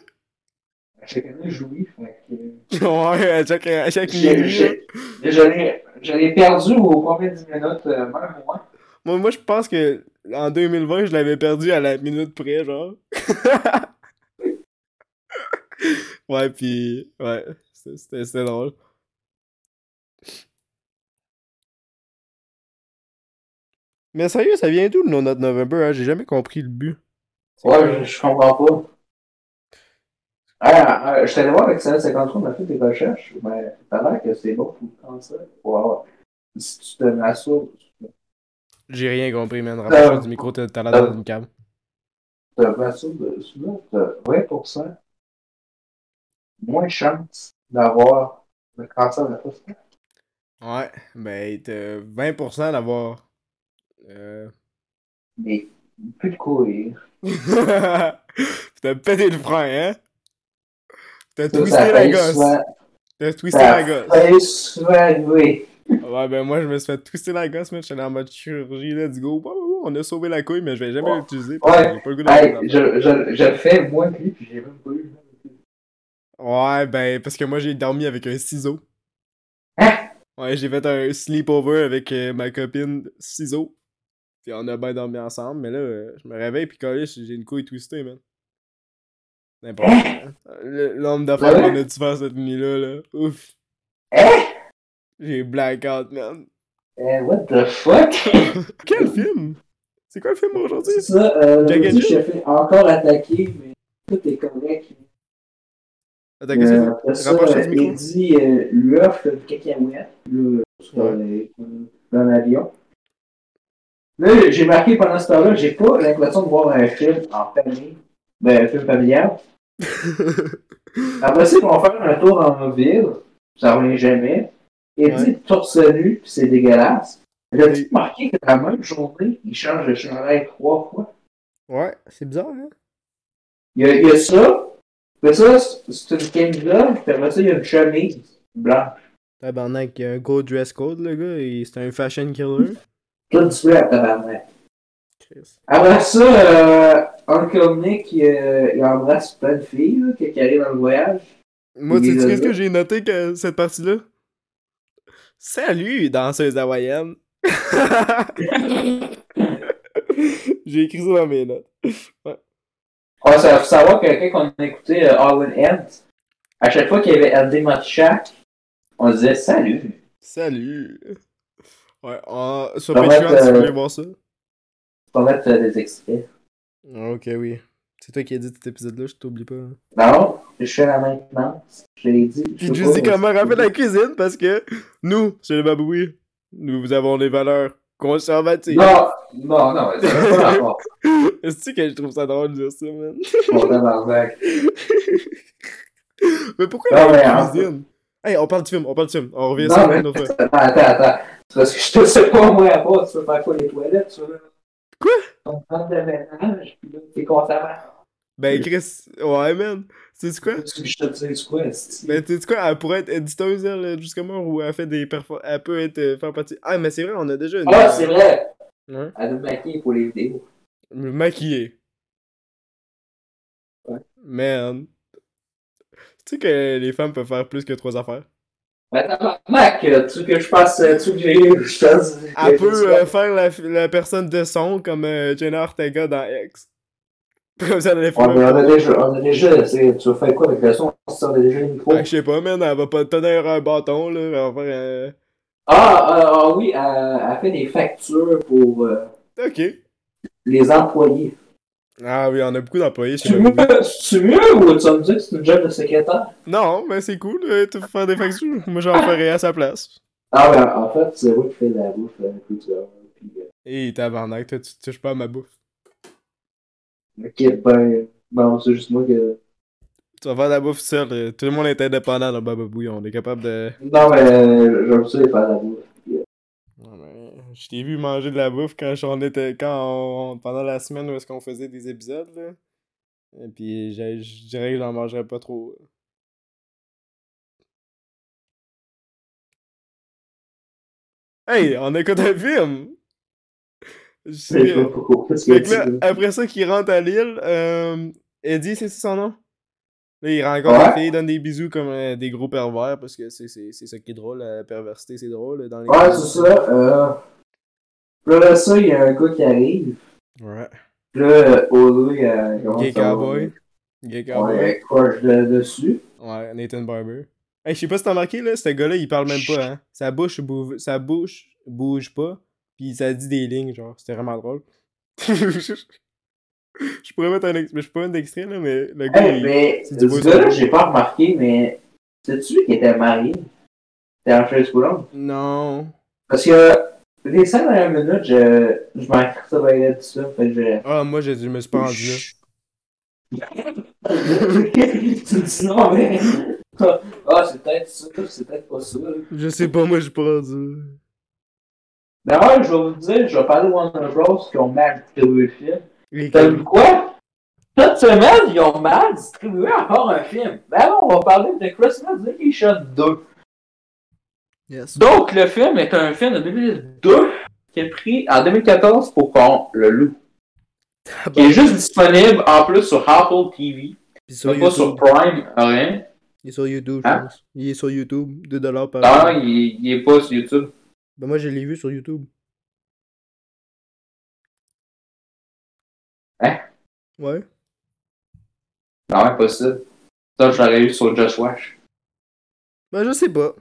S2: À chaque année, je lis. fait que-
S3: Ouais, à chaque, à chaque
S2: J'ai-
S3: nuit, là.
S2: j'ai- J'avais j'avais perdu aux premières 10 minutes, euh, même moi.
S3: Moi, moi, je pense que en 2020, je l'avais perdu à la minute près, genre. ouais, puis ouais, c'était- c'était c'était drôle. Mais sérieux, ça vient d'où le No Not November? hein? J'ai jamais compris le but. C'est
S2: Ouais,
S3: quoi?
S2: je, je comprends pas. Ah, ah, je suis allé voir avec Excel 53, on a fait des recherches, mais ça a l'air que c'est bon pour le cancer. Wow. Si tu te masturbes,
S3: J'ai rien compris, man.
S2: Euh,
S3: Rapproche du micro, t'as t'as l'air dans une cave.
S2: tu te masturbes souvent, tu as 20% moins de chances d'avoir le cancer de la prostate.
S3: Ouais, ben, t'as 20% d'avoir. Euh...
S2: Mais plus de courir.
S3: T'as pété le frein, hein? T'as
S2: Ça,
S3: twisté
S2: ça
S3: la
S2: fait
S3: gosse.
S2: souvent-
S3: T'as twisté
S2: ça
S3: la gosse.
S2: fait souvent arriver.
S3: Ouais, ben moi, je me suis fait twister la gosse, mais j'étais en mode chirurgie, let's go. Wow, wow, on a sauvé la couille, mais je vais jamais
S2: Ouais.
S3: l'utiliser parce que j'ai pas le goût d'en
S2: Hey,
S3: prendre.
S2: je, je, je le fais moins que lui, puis j'ai même pas eu.
S3: Ouais, ben, parce que moi, j'ai dormi avec un ciseau.
S2: Hein?
S3: Ouais, j'ai fait un sleepover avec euh, ma copine ciseau. Puis on a bien dormi ensemble, mais là, euh, je me réveille, puis collé, j'ai une couille twistée, man. N'importe
S2: Hein?
S3: quoi. Le- L'homme d'affaires qu'on a-tu faire cette nuit-là, là? Ouf.
S2: Hein?
S3: J'ai blackout, man.
S2: Eh, what the fuck?
S3: Quel film? C'est quoi le film aujourd'hui?
S2: C'est ça, euh,
S3: Jagged
S2: je me
S3: Edge.
S2: fais encore attaquer, mais tout est correct.
S3: Attends, qu'est-ce
S2: Euh,
S3: que
S2: après ça,
S3: Rapproche-toi du micro.
S2: Eddie euh, lui offre une cacahuète là, sur, euh, dans l'avion. Là, j'ai marqué pendant ce temps-là, j'ai pas l'impression de voir un film en famille, ben, un film familial. Après ça, ils vont faire un tour en ville, ça revient jamais. Eddie
S3: Ouais.
S2: est torse nu, puis c'est dégueulasse. J'ai
S3: Oui.
S2: marqué que la même journée, il change de chandail trois fois.
S3: c'est? Ouais, c'est bizarre, hein?
S2: Il y a, il y a ça. Après ça, c'est c'est une Kenga. Puis après ça, il y a une chemise blanche.
S3: Tabarnak, il y a un gros dress code, le gars, et c'est un fashion killer.
S2: Tout du rap, tabarnak.
S3: Chris.
S2: Après ça, euh, Uncle Nick, il, euh, il embrasse plein de filles là, qui qui arrivent dans le voyage.
S3: Moi,
S2: Il
S3: tu
S2: est
S3: sais
S2: là,
S3: qu'est-ce
S2: là.
S3: que j'ai noté que cette partie-là? Salut, danseuse hawaïenne! j'ai écrit ça dans mes notes.
S2: Ah, ça faut savoir que quand on écoutait euh, Owen Ent, à chaque fois qu'il y avait LD Motichak, on disait salut.
S3: Salut! Ouais, en- sur
S2: Ça va
S3: Patreon,
S2: être,
S3: si vous
S2: euh,
S3: voulez voir ça.
S2: On va mettre euh, des extraits.
S3: Ah, Ok, oui. C'est toi qui as dit cet épisode-là, je t'oublie pas. hein.
S2: Non, je fais la maintenance. Je l'ai dit.
S3: Puis
S2: sais
S3: je dis
S2: pas,
S3: comment
S2: mais-
S3: rappeler la cuisine parce que nous, chez le Baboui, nous vous avons des valeurs conservatives.
S2: Non, non, non, c'est pas rapport.
S3: Est-ce que je trouve ça drôle de dire ça, man?
S2: Bon, tabarnak.
S3: Mais pourquoi
S2: Non, mais
S3: la
S2: en-
S3: cuisine? Hey, on parle du film, on parle du film. On revient
S2: Ah, Non,
S3: sur
S2: mais-
S3: une autre fois.
S2: Attends, attends, attends. C'est parce que je te sais pas, moi, à part, tu veux faire quoi, les toilettes, tu veux?
S3: Quoi?
S2: On prend de ménage, puis là, t'es conservateur.
S3: Ben, Chris, ouais, man. C'est quoi?
S2: Tu veux que je te dise quoi, est-ce que-
S3: Ben, tu sais quoi, elle pourrait être éditeuse, elle, euh, jusqu'à mort, ou elle fait des performances. Elle peut être, euh, faire partie. Ah, mais c'est vrai, on a déjà une.
S2: Ah, c'est vrai!
S3: Ouais.
S2: Elle nous maquille pour les vidéos.
S3: Me maquiller.
S2: Ouais.
S3: Man. Tu sais que les femmes peuvent faire plus que trois affaires.
S2: Ben, tabarnak, euh, tu veux que je passe, euh, tu veux que j'ai- je te dise- que
S3: Elle
S2: je
S3: peut
S2: dis-
S3: euh, faire la, la personne de son comme euh, Jenna Ortega dans X. Comme ça, elle a fait.
S2: Ouais, mais on a déjà, on a déjà, c'est- tu veux faire quoi avec le son? Si on a déjà le micro.
S3: Ben, je sais pas, man, elle va pas tenir un bâton, là. Elle va faire euh,
S2: Ah, ah, ah, oui, elle, elle fait des factures pour euh,
S3: un- Ok.
S2: les employés.
S3: Ah oui, on a beaucoup d'employés chez
S2: C'est
S3: le
S2: mieux, c'est mieux ou tu vas me dire que c'est une job de secrétaire?
S3: Non, mais c'est cool, euh, tu peux faire des factures. Moi, j'en ferais à sa place.
S2: Ah ouais, en fait, c'est moi qui fais de la bouffe euh, puis tu vois, puis, euh,
S3: Et tabarnak, toi, tu te touches pas à ma bouffe.
S2: Ok, ben, non, c'est juste moi que.
S3: Tu vas faire de la bouffe seul. euh, Tout le monde est indépendant dans Baba Bouillon. On est capable de.
S2: Non, mais euh, j'aime ça faire de la bouffe.
S3: Ouais, mais Je t'ai vu manger de la bouffe quand on était quand on- pendant la semaine où est-ce qu'on faisait des épisodes là. Et puis je, je dirais que j'en mangerais pas trop. Hey, on écoute un film. Je
S2: Mais je
S3: sais-
S2: sais pas pourquoi. Parce que
S3: Fait que
S2: tu-
S3: là, après ça qu'il rentre à Lille, euh, Eddie, c'est ça son nom? Là, il rencontre la
S2: Ouais.
S3: fille, il donne des bisous comme euh, des gros pervers parce que c'est c'est- c'est ça qui est drôle, la perversité c'est drôle dans les
S2: Ouais, c'est ça. Euh... Puis là, ça, il y a un gars qui arrive.
S3: Ouais.
S2: Puis là, Audrey, euh, comment
S3: Gay
S2: ça va?
S3: Cowboy. Gay Cowboy.
S2: Ouais, croche de, dessus.
S3: Ouais, Nathan Barber. Hey, je sais pas si t'as remarqué, là, ce gars-là, il parle même pas, hein. Sa bouche, bouge, sa bouche bouge pas, puis ça dit des lignes, genre. C'était vraiment drôle. je pourrais mettre un ex- mais je pourrais mettre d'extrait, là, mais le gars,
S2: Hey,
S3: il...
S2: mais,
S3: c'est du beau
S2: ce gars-là,
S3: sauvage.
S2: j'ai pas remarqué, mais. Sais-tu qu'il était marié? C'était en chaise coulante.
S3: Non.
S2: Parce que, les cinq dernières minutes, je, je m'en surveillais tout ça. Fait que je.
S3: Ah, moi, je, je me suis pas rendu là.
S2: tu me dis non, mais. Ah, c'est peut-être ça, c'est peut-être pas ça.
S3: Je sais pas, moi, je suis pas rendu là.
S2: D'ailleurs, je vais vous dire, je vais parler de Warner Bros. qui ont mal distribué le film.
S3: Les
S2: T'as
S3: cons.
S2: vu quoi? Cette semaine, ils ont mal distribué encore un film. Ben non, on va parler de Christmas Vacation 2.
S5: Yes.
S2: Donc, le film est un film de 2002 qui est pris en 2014 pour qu'on le loue. Qui est juste disponible en plus sur Apple TV.
S3: Puis sur
S2: Pas sur
S3: YouTube. Euh.
S2: Prime, rien.
S3: Il est sur YouTube, je
S2: Hein? Ah
S3: pense. Il est sur YouTube, 2$ par
S2: Non,
S3: an.
S2: il, il est pas sur YouTube.
S3: Ben, moi, je l'ai vu sur YouTube.
S2: Hein?
S3: Ouais.
S2: Non, impossible. Ça, j'aurais eu sur Just Watch.
S5: Ben, je sais pas.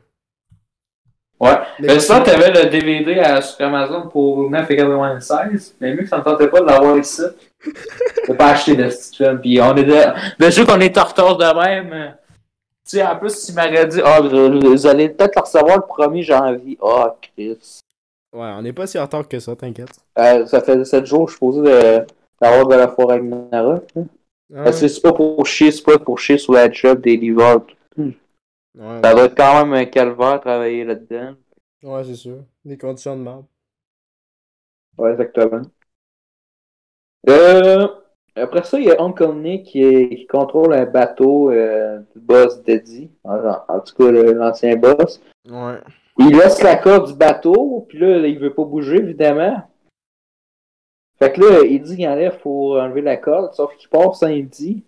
S2: Ouais.
S5: Mais
S2: Mais ça, t'avais le DVD à sur Amazon pour 9,96$. Mais mieux que ça me tentait pas de l'avoir ici. J'ai pas acheté de ce petit film. Puis on est de. Bien sûr qu'on est en retard de même. euh, Tu sais, en plus, s'il m'aurait dit, ah, vous- vous allez peut-être le recevoir le 1er janvier. Ah, Chris.
S3: Ouais, on n'est pas si en retard que ça, t'inquiète.
S2: Euh, ça fait 7 jours, je suis posé de. D'avoir de la foire à Nara.
S3: Ah,
S2: Parce que c'est pas pour chier, c'est pas pour chier sur la job des livreurs.
S3: ouais,
S2: Ça va être quand même un calvaire travailler là-dedans.
S3: ouais, c'est sûr. Des conditions de merde.
S2: Ouais, exactement. Euh, après ça, il y a Uncle Nick qui, est- qui contrôle un bateau euh, du boss Daddy, en, en tout cas le- l'ancien boss.
S3: Ouais.
S2: Il laisse la corde du bateau, puis là, il veut pas bouger, évidemment. Fait que là, il dit qu'il enlève pour enlever la corde, sauf qu'il part sans il dit.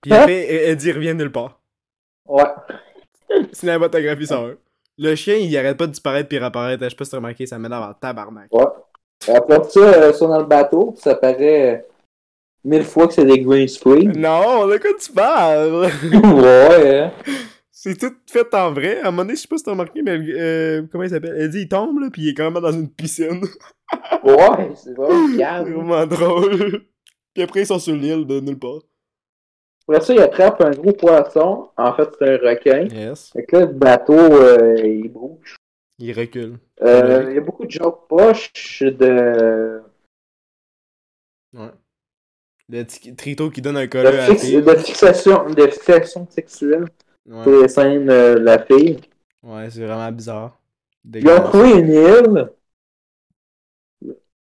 S3: Puis après, Eddie revient nulle part.
S2: Ouais.
S3: Cinématographie sur eux. Le chien, il arrête pas de disparaître puis réapparaître. Je sais pas si t'as remarqué, ça m'énerve en tabarnak.
S2: Ouais. Après ça, euh, ils sont dans le bateau, puis ça paraît euh, mille fois que c'est des green screen.
S3: Non, de quoi tu parles?
S2: ouais, hein.
S3: C'est tout fait en vrai. À un moment donné, je sais pas si t'as remarqué, mais euh, comment il s'appelle? Eddie, il tombe, là, puis il est quand même dans une piscine.
S2: ouais, c'est vraiment
S3: C'est
S2: calme.
S3: vraiment drôle. puis après, ils sont sur l'île de nulle part.
S2: Après ça, il attrape un gros poisson. En fait, c'est un requin.
S3: Yes.
S2: Fait que là, le bateau, euh, il bouge.
S3: Il recule.
S2: Euh,
S3: Ouais.
S2: Il y a beaucoup de jokes poches de,
S3: Ouais. Le petit trito qui donne un
S2: de,
S3: collet à
S2: fix-
S3: T.
S2: de fixation, de fixation sexuelle sur
S3: Ouais,
S2: les scènes euh, de la fille.
S3: ouais c'est vraiment bizarre.
S2: Ils ont trouvé une île.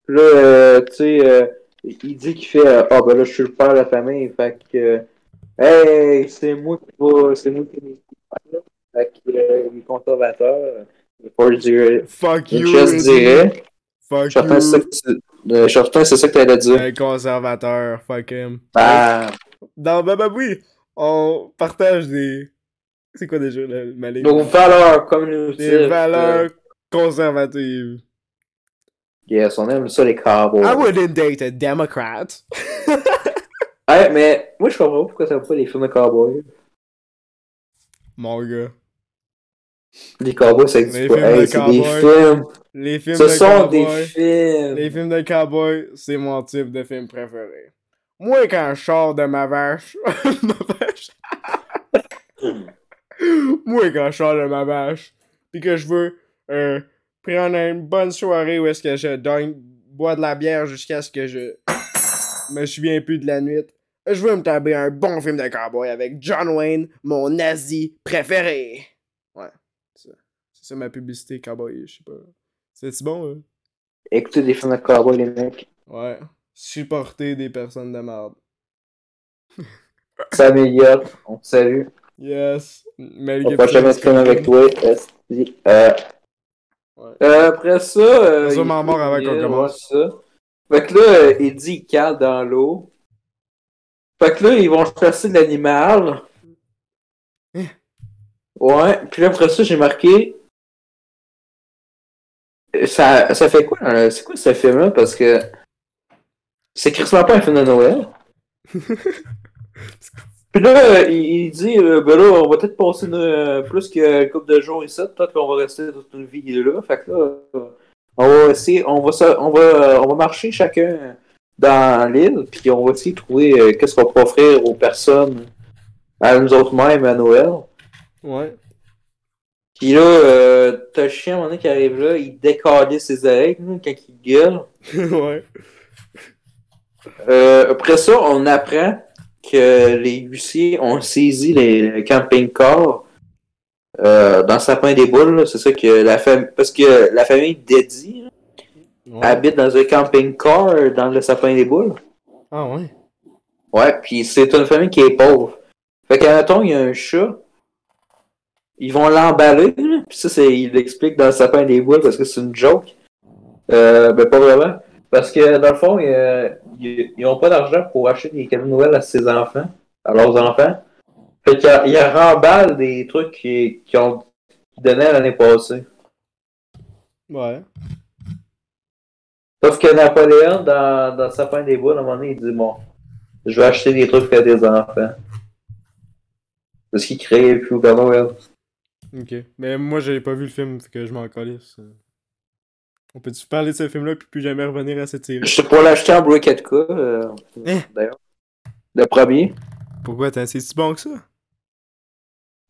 S2: Là, euh, tu sais, euh, il dit qu'il fait euh, Ah, ben là, je suis le père de la famille. Fait que, euh, hey, c'est moi qui va, c'est moi qui vais le faire. Fait que, euh, il est conservateur. Il faut le dire.
S3: Fuck
S2: Une
S3: you.
S2: chaise
S3: Eddie.
S2: dirait.
S3: Fuck
S2: Chopin, c'est ça
S3: you.
S2: que tu- euh, Chopin, c'est ça que t'allais dire.
S3: Un conservateur. Fuck him.
S2: Ah,
S3: Dans Bababoui, on partage des. C'est quoi déjà le ma ligne?
S2: nos valeurs euh, communautaires.
S3: Des valeurs conservatives.
S2: Yes, on aime ça, les cowboys.
S3: I wouldn't date a Democrat.
S2: Ouais, mais moi, je comprends pas pourquoi ça va pas les films de cowboys.
S3: Mon gars.
S2: Les cowboys, ça existe
S3: Les
S2: pas.
S3: films
S2: Hey,
S3: de
S2: c'est des
S3: cowboys.
S2: films.
S3: Les films
S2: Ce
S3: de
S2: sont des
S3: cowboys.
S2: films.
S3: Les films de cowboy, c'est mon type de film préféré. Moi, quand je sors de ma vache. ma vache. Moi, quand je sors de ma vache, pis que je veux euh, prendre une bonne soirée où est-ce que je donne, bois de la bière jusqu'à ce que je me souviens plus de la nuit, je veux me taper un bon film de cowboy avec John Wayne, mon nazi préféré. Ouais, c'est ça. C'est ça ma publicité cowboy, je sais pas. C'est-tu bon, hein?
S2: Écoutez des films de cowboys, les mecs.
S3: Ouais. Supporter des personnes de merde.
S2: Samuel Yacht, on te salue.
S3: Yes. Malgré
S2: On va jamais se film avec toi. esti. Euh,
S3: Ouais.
S2: Euh, après ça. Euh,
S3: Ça, m'en
S2: il-
S3: mord avant qu'on
S2: il-
S3: commence.
S2: ouais, ça. Fait que là, euh, il dit qu'il cale dans l'eau. Fait que là, ils vont chasser l'animal.
S3: Hein?
S2: Ouais, puis là, après ça, j'ai marqué. Euh, Ça, ça fait quoi? euh, C'est quoi ce film-là? Parce que. C'est Christmas pas un film de Noël. Puis là, euh, il, il dit, euh, ben là, on va peut-être passer une, euh, plus qu'une couple de jours ici, peut-être qu'on va rester toute une vie là. Fait que là, euh, on va essayer, on va, se- on va, euh, on va marcher chacun dans l'île, puis on va essayer de trouver euh, qu'est-ce qu'on peut offrir aux personnes, à nous autres mêmes, à Noël.
S3: Ouais.
S2: Puis là, euh, t'as le chien, à un moment donné, qui arrive là, il décalait ses oreilles, là, quand il gueule.
S3: ouais.
S2: Euh, après ça, on apprend que les huissiers ont saisi les le camping-car euh, dans le sapin des boules. là. C'est ça que la famille. Parce que la famille d'Eddie là,
S3: Ouais.
S2: habite dans un camping-car dans le sapin des boules.
S3: Ah ouais.
S2: Ouais, puis c'est une famille qui est pauvre. Fait qu'à mettons, il y a un chat. Ils vont l'emballer, là. puis ça, c'est, il l'explique dans le sapin des boules parce que c'est une joke. Euh, ben, pas vraiment. Parce que, dans le fond, il y a- ils ils ont pas d'argent pour acheter des cadeaux de Noël à ses enfants, à leurs enfants. Fait qu'ils ils remballent des trucs qu'ils qu'ils ont donnés l'année passée.
S3: Ouais.
S2: Sauf que Napoléon, dans, dans le sapin des boules, à un moment donné, il dit Bon, je vais acheter des trucs à des enfants. Parce qu'il crée plus au Père Noël.
S3: Ok. Mais moi, j'avais pas vu le film, fait que je m'en calisse. On peut-tu parler de ce film-là, puis plus jamais revenir à cette série?
S2: Je sais pas l'acheter en Bracket K, euh,
S3: Hein?
S2: d'ailleurs. Le premier.
S3: Pourquoi t'as c'est si bon que ça?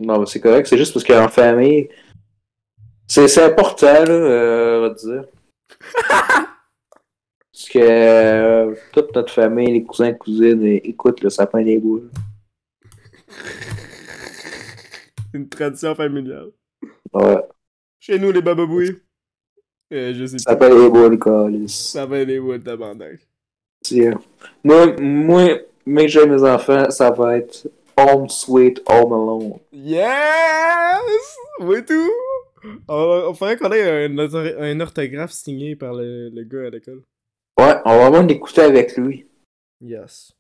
S2: Non, mais c'est correct, c'est juste parce qu'en famille, c'est c'est important, là, euh, on va te dire. parce que euh, toute notre famille, les cousins, cousines, é- écoutent le sapin des boules.
S3: C'est une tradition familiale.
S2: Ouais,
S3: Chez nous, les bababouis. Euh, je sais pas.
S2: sapin des boules, câlisse.
S3: Ça va aller où, le tabarnak?
S2: Tiens. Moi, moi, mes jeunes mes enfants, ça va être Home Sweet Home Alone.
S3: Yes! Oui, tout! On, on ferait qu'on ait un, autor- un orthographe signé par le, le gars à l'école.
S2: Ouais, on va même l'écouter avec lui.
S3: Yes.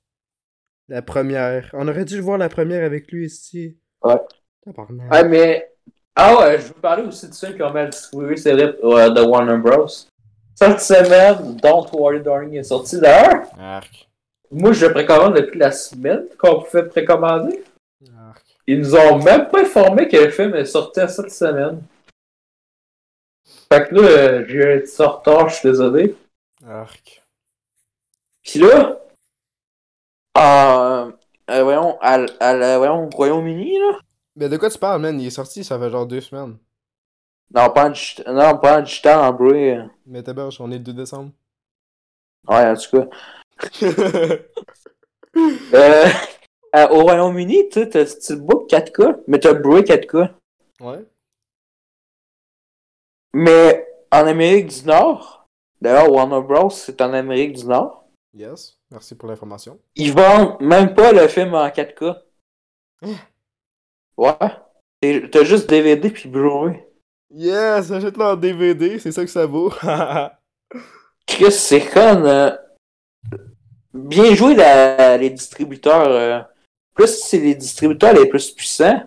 S3: La première. On aurait dû le voir la première avec lui ici.
S2: Ouais.
S3: Tabarnak.
S2: Ah, mais. Ah ouais, je veux parler aussi de ceux qui ont mal distribué c'est vrai, euh, de Warner Bros. Cette semaine, Don't Worry Darling est sorti d'ailleurs.
S6: Arc.
S2: Moi, je précommande depuis la semaine qu'on pouvait précommander.
S3: Arc.
S2: Ils nous ont même pas informé que le film sortait cette semaine. Fait que là, euh, j'ai un petit retard, je suis désolé.
S3: Arc.
S2: Puis là, euh, euh, voyons, à, l- à la- voyons, au Royaume-Uni, là.
S3: Mais de quoi tu parles, man? Il est sorti, ça fait genre deux semaines.
S2: Non, pas en, digit- non, pas en digital, en bruit. euh.
S3: Mais tabarche, on est le 2 décembre.
S2: Ouais, en tout cas.
S3: ouais,
S2: Euh, euh, au Royaume-Uni, tu sais, t'as Steelbook 4K, mais t'as Blu-ray 4K. Mais en Amérique du Nord, d'ailleurs, Warner Bros, c'est en Amérique du Nord,
S3: yes. Merci pour l'information.
S2: ils vendent même pas le film en 4K. Ouais. T'es- T'as juste DVD puis Blu-ray.
S3: Yes, achète-le en DVD, c'est ça que ça vaut.
S2: Chris, c'est con. euh, Bien joué la- les distributeurs. euh, Plus c'est les distributeurs les plus puissants.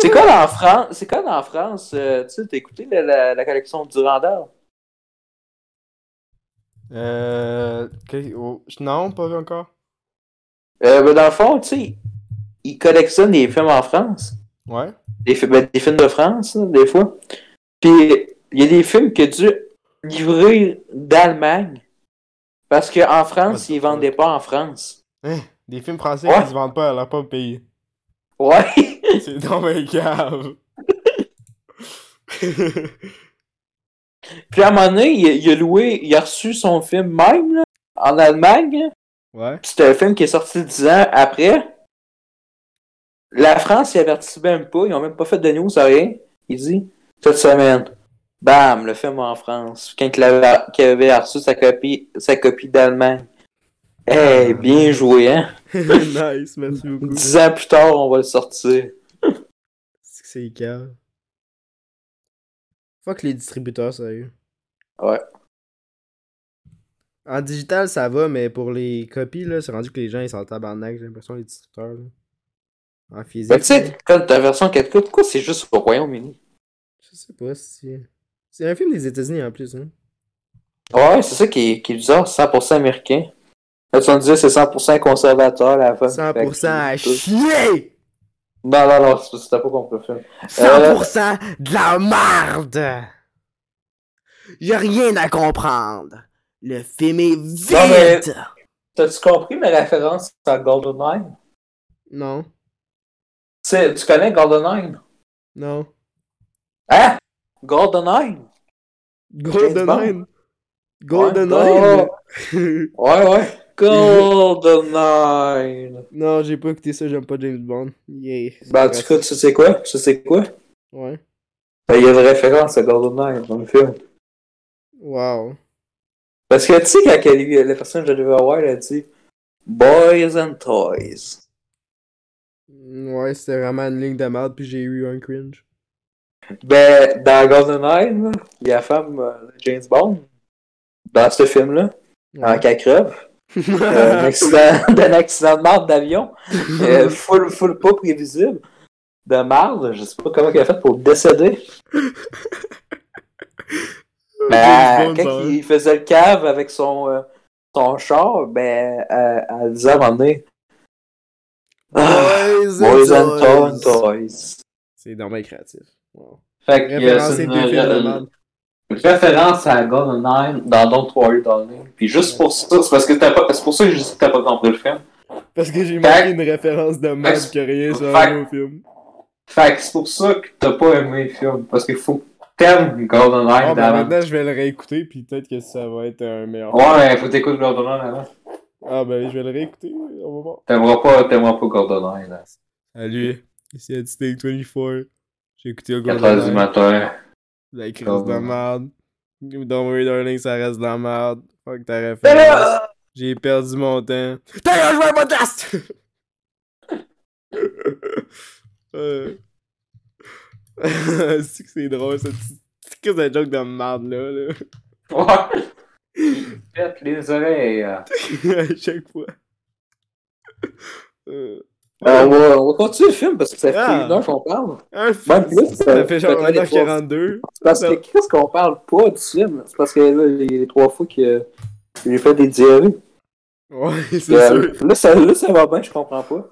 S2: C'est comme en France. C'est comme en France. euh, tu sais, t'as écouté la, la, la collection Durandal.
S3: euh. que- oh, non, pas vu encore.
S2: Euh, ben, dans le fond, tu sais, ils collectionnent des films en France.
S3: Ouais.
S2: Des, fi- ben, des films de France, là, des fois. Puis il y a des films que dû livrer d'Allemagne. Parce qu'en France,
S3: What the
S2: ils vendaient pas en France.
S3: Des films français
S2: Ouais.
S3: qui se vendent pas à leur propre pays.
S2: Ouais.
S3: C'est dans mes caves.
S2: Puis à un moment donné, il, il a loué, il a reçu son film même là, en Allemagne.
S3: ouais.
S2: Puis C'était un film qui est sorti dix ans après. La France, ils avertissent même pas, ils ont même pas fait de news, rien. Il dit, cette semaine, bam, le film en France. Quand il avait, qu'il avait reçu sa copie, sa copie d'Allemagne. Hey, bien joué, hein?
S3: nice, merci beaucoup.
S2: Dix ans plus tard, on va le sortir.
S3: C'est que c'est cave. Fuck les distributeurs, sérieux.
S2: Ouais.
S3: En digital, ça va, mais pour les copies, là, c'est rendu que les gens, ils sont en tabarnak, j'ai l'impression, les distributeurs, là. En physique.
S2: Mais tu sais, quand ta version 4K, pourquoi c'est juste au Royaume-Uni?
S3: Je sais pas si. C'est un film des États-Unis en plus, hein.
S2: Ouais, c'est ça qui est, qui est bizarre, 100% américain. Là, tu me disais, c'est 100% conservateur, la femme.
S3: 100% à
S2: Fait que-
S3: chier!
S2: Non, non, non, c'est- c'était pas contre le film.
S3: 100% de la merde! J'ai rien à comprendre! Le film est
S2: Non, mais-
S3: vide!
S2: T'as-tu compris ma référence à GoldenEye?
S3: Non,
S2: Tu sais, tu connais GoldenEye?
S3: non.
S2: Hein? GoldenEye?
S3: GoldenEye!
S2: James
S3: GoldenEye!
S2: Ouais, ouais. GoldenEye!
S3: non, j'ai pas écouté ça, j'aime pas James Bond. Yeah.
S2: Ben, en tout cas, tu sais quoi? Tu sais quoi?
S3: Ouais.
S2: Ben, Il y a une référence à GoldenEye dans le film.
S3: Wow.
S2: Parce que, tu sais, quand elle- la personne que je devais avoir, elle a dit Boys and Toys.
S3: Mm, Ouais, c'était vraiment une ligne de merde, puis j'ai eu un cringe.
S2: Ben, dans GoldenEye, là, il y a la femme euh, de James Bond, dans ce film-là, en cacreve, d'un accident, d'un accident de marde d'avion, euh, full, full pas prévisible, de marde, je sais pas comment il a fait pour décéder. Ben,
S3: James Bond,
S2: quand
S3: ça, hein.
S2: il faisait le cave avec son, euh, son char, ben, euh, elle disait à un moment donné,
S3: Ah,
S6: Boys and
S2: Boys and
S6: Toys.
S2: Tom Toys.
S3: C'est dommage créatif. Wow.
S2: Fait que euh,
S3: Référencer
S2: c'est une,
S3: deux films de
S2: euh,
S3: merde.
S2: une référence à GoldenEye dans Don't Worry Darling. Puis juste pour ça, c'est parce que t'as pas, c'est pour ça que je dis que t'as pas compris le film.
S3: Parce que j'ai
S2: Fait-
S3: manqué une référence de merde
S2: Fait-
S3: qui a rien sur
S2: Fait-
S3: un nouveau film.
S2: Fait que c'est pour ça que t'as pas aimé le film. Parce qu'il faut que t'aimes
S3: Ah,
S2: GoldenEye
S3: ben
S2: d'avant.
S3: maintenant, je vais le réécouter, puis peut-être que ça va être un meilleur.
S2: Ouais, mais faut t'écouter GoldenEye avant.
S3: Ah, ben, je vais le réécouter, on va voir.
S2: T'aimeras pas, t'aimeras pas GoldenEye là.
S3: Salut, ici Addicting 24. J'ai écouté au
S2: 4 heures du
S3: Golden
S2: matin.
S3: La crise de la merde. Don't worry, darling, ça reste de la merde. Fuck ta
S2: Mais
S3: référence.
S2: Ben là,
S3: J'ai perdu mon temps. D'ailleurs, je vois un podcast! euh... c'est que c'est drôle, cette petite crise de joke de merde là. là.
S2: ouais. Faites les oreilles.
S3: à chaque fois. Euh,
S2: Euh, on, va, on va continuer le film parce que ça fait
S3: Ah.
S2: une heure qu'on parle.
S3: Un
S2: Même plus,
S3: Ça fait genre
S2: peut-être les trois-
S3: 1h42.
S2: C'est Parce
S3: Ben.
S2: que qu'est-ce qu'on parle pas du film? C'est parce que là, les, les trois fois que j'ai fait des diarrhées.
S3: Ouais, c'est sûr.
S2: Euh, Là ça, là, ça va bien, je comprends pas.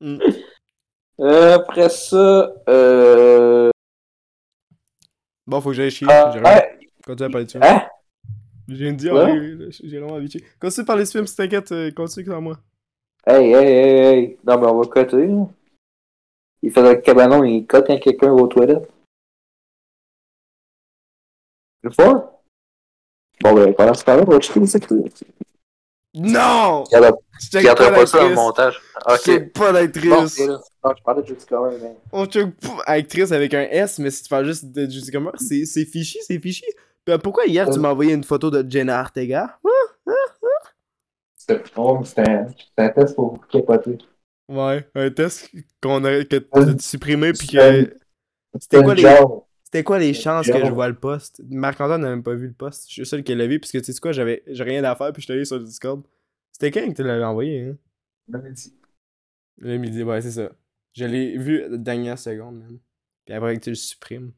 S3: Mm.
S2: Euh, après ça, euh.
S3: Bon, faut que j'aille chier.
S2: ah,
S3: j'ai rien.
S2: ah,
S3: Continue à parler de films.
S2: Hein?
S3: J'ai dit,
S2: Quoi?
S3: j'ai vraiment habitué. Continue de parler de films, si t'inquiète, euh, continue que dans moi.
S2: hey, hey, hey, hey. Non, mais on va coter. là. Il fait le cabanon, il cote quand quelqu'un va aux toilettes. Le fois? Bon, ben, pendant ce temps-là, on va checker les actrices.
S3: Non!
S1: Regarde-
S3: Je check
S1: regarderai pas ça dans le
S3: l'actrice.
S1: montage.
S3: Je
S1: Ok.
S3: check pas
S2: Bon,
S3: l'actrice.
S2: c'est là. Non, je parlais de Judy Comer, mais.
S3: On check pas actrice avec un S, mais si tu parles juste de Judy Comer, Ah, c'est c'est fichi, c'est fichi. Ben, pourquoi hier tu
S2: Euh.
S3: m'as envoyé une photo de Jenna Ortega? Hein?
S2: C'était plus drôle, c'était un, c'était un test pour capoter.
S3: Ouais, un test qu'on a, que
S2: Euh.
S3: t'as supprimé pis
S2: Euh.
S3: que. C'était quoi les-
S2: genre?
S3: C'était quoi les chances que je
S2: Genre.
S3: vois le poste? Marc-Antoine n'a même pas vu le poste. Je suis le seul qui l'a vu, parce que tu sais quoi, j'avais j'ai rien à faire, puis je suis allé sur le Discord. C'était quand que tu l'avais envoyé, hein? Le midi, ouais, c'est ça. Je l'ai vu la dernière seconde, man. Puis après que tu le supprimes.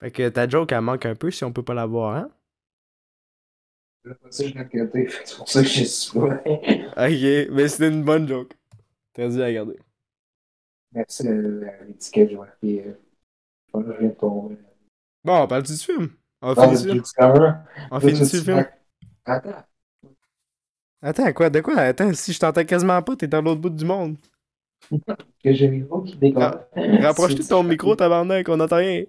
S3: Fait que ta joke, elle manque un peu si on peut pas la voir, hein?
S2: Ça, je l'ai coté, fait que c'est pour ça que j'ai su.
S3: Ok, mais c'était une bonne joke. T'as dû la garder.
S2: Merci euh, à l'étiquette, je vois. Puis, euh, voilà, je viens de tomber.
S3: Bon, on parle du film.
S2: Non,
S3: On finit
S2: c'est
S3: le film.
S2: Judy Comer.
S3: On
S2: Là,
S3: finit le
S2: tu-
S3: film.
S2: Attends.
S3: Attends, quoi? De quoi? Attends, si je t'entends quasiment pas, t'es dans l'autre bout du monde.
S2: Que j'ai mes mots qui décollent.
S3: Rapproche-toi de ton micro, tabarnak, on n'entend rien.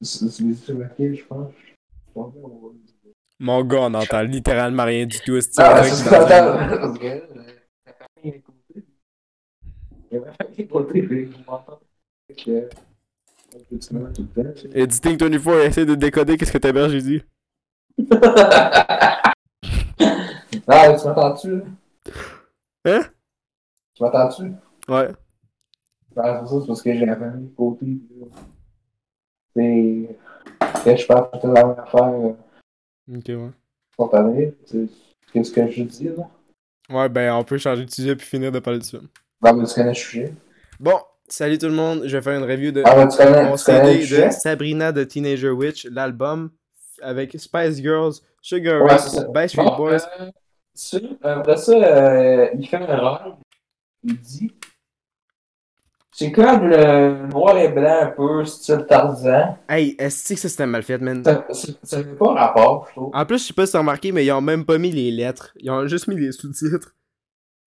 S2: C'est c'est- c'est ma fille, je pense. Je pense qu'on va-
S3: Mon gars, on n'entend littéralement rien du tout. est-ce que
S2: Ah,
S3: tu
S2: c'est
S3: entends?
S2: ça, parce que, euh, la famille est côté. Et ma famille est côté, puis ils m'entendent. Fait que, euh, tu m'as tout le temps,
S3: Editing 24, essaie de décoder qu'est-ce que ta mère j'ai dit.
S2: Ah, tu m'entends-tu? là?
S3: Hein?
S2: Tu m'entends-tu?
S3: Ouais.
S2: Ah, c'est ça, c'est parce que j'ai la famille de côté. puis là, C'est. Là, je parle tout à l'heure à faire euh,
S3: Ok, ouais.
S2: spontanée. tu- Qu'est-ce que je dis, là?
S3: Ouais, ben on peut changer de sujet puis finir de parler de ça.
S2: Bah, mais tu connais le sujet.
S3: Bon, salut tout le monde, je vais faire une review de
S2: Ah, ben, tu connais,
S3: mon
S2: tu connais le
S3: CD
S2: sujet?
S3: de Sabrina de Teenager Witch, l'album avec Spice Girls, Sugar
S2: Ouais,
S3: Rush,
S2: c'est ça.
S3: Backstreet
S2: Bon,
S3: Boys.
S2: euh, tu- après ça, euh, il fait une erreur. Il dit C'est comme le noir et blanc un peu, style Tarzan.
S3: Hey, est-ce que ça c'était mal fait, man?
S2: Ça ça- ça fait pas rapport, je trouve.
S3: En plus, je sais pas si t'as remarqué, mais ils ont même pas mis les lettres. Ils ont juste mis les sous-titres.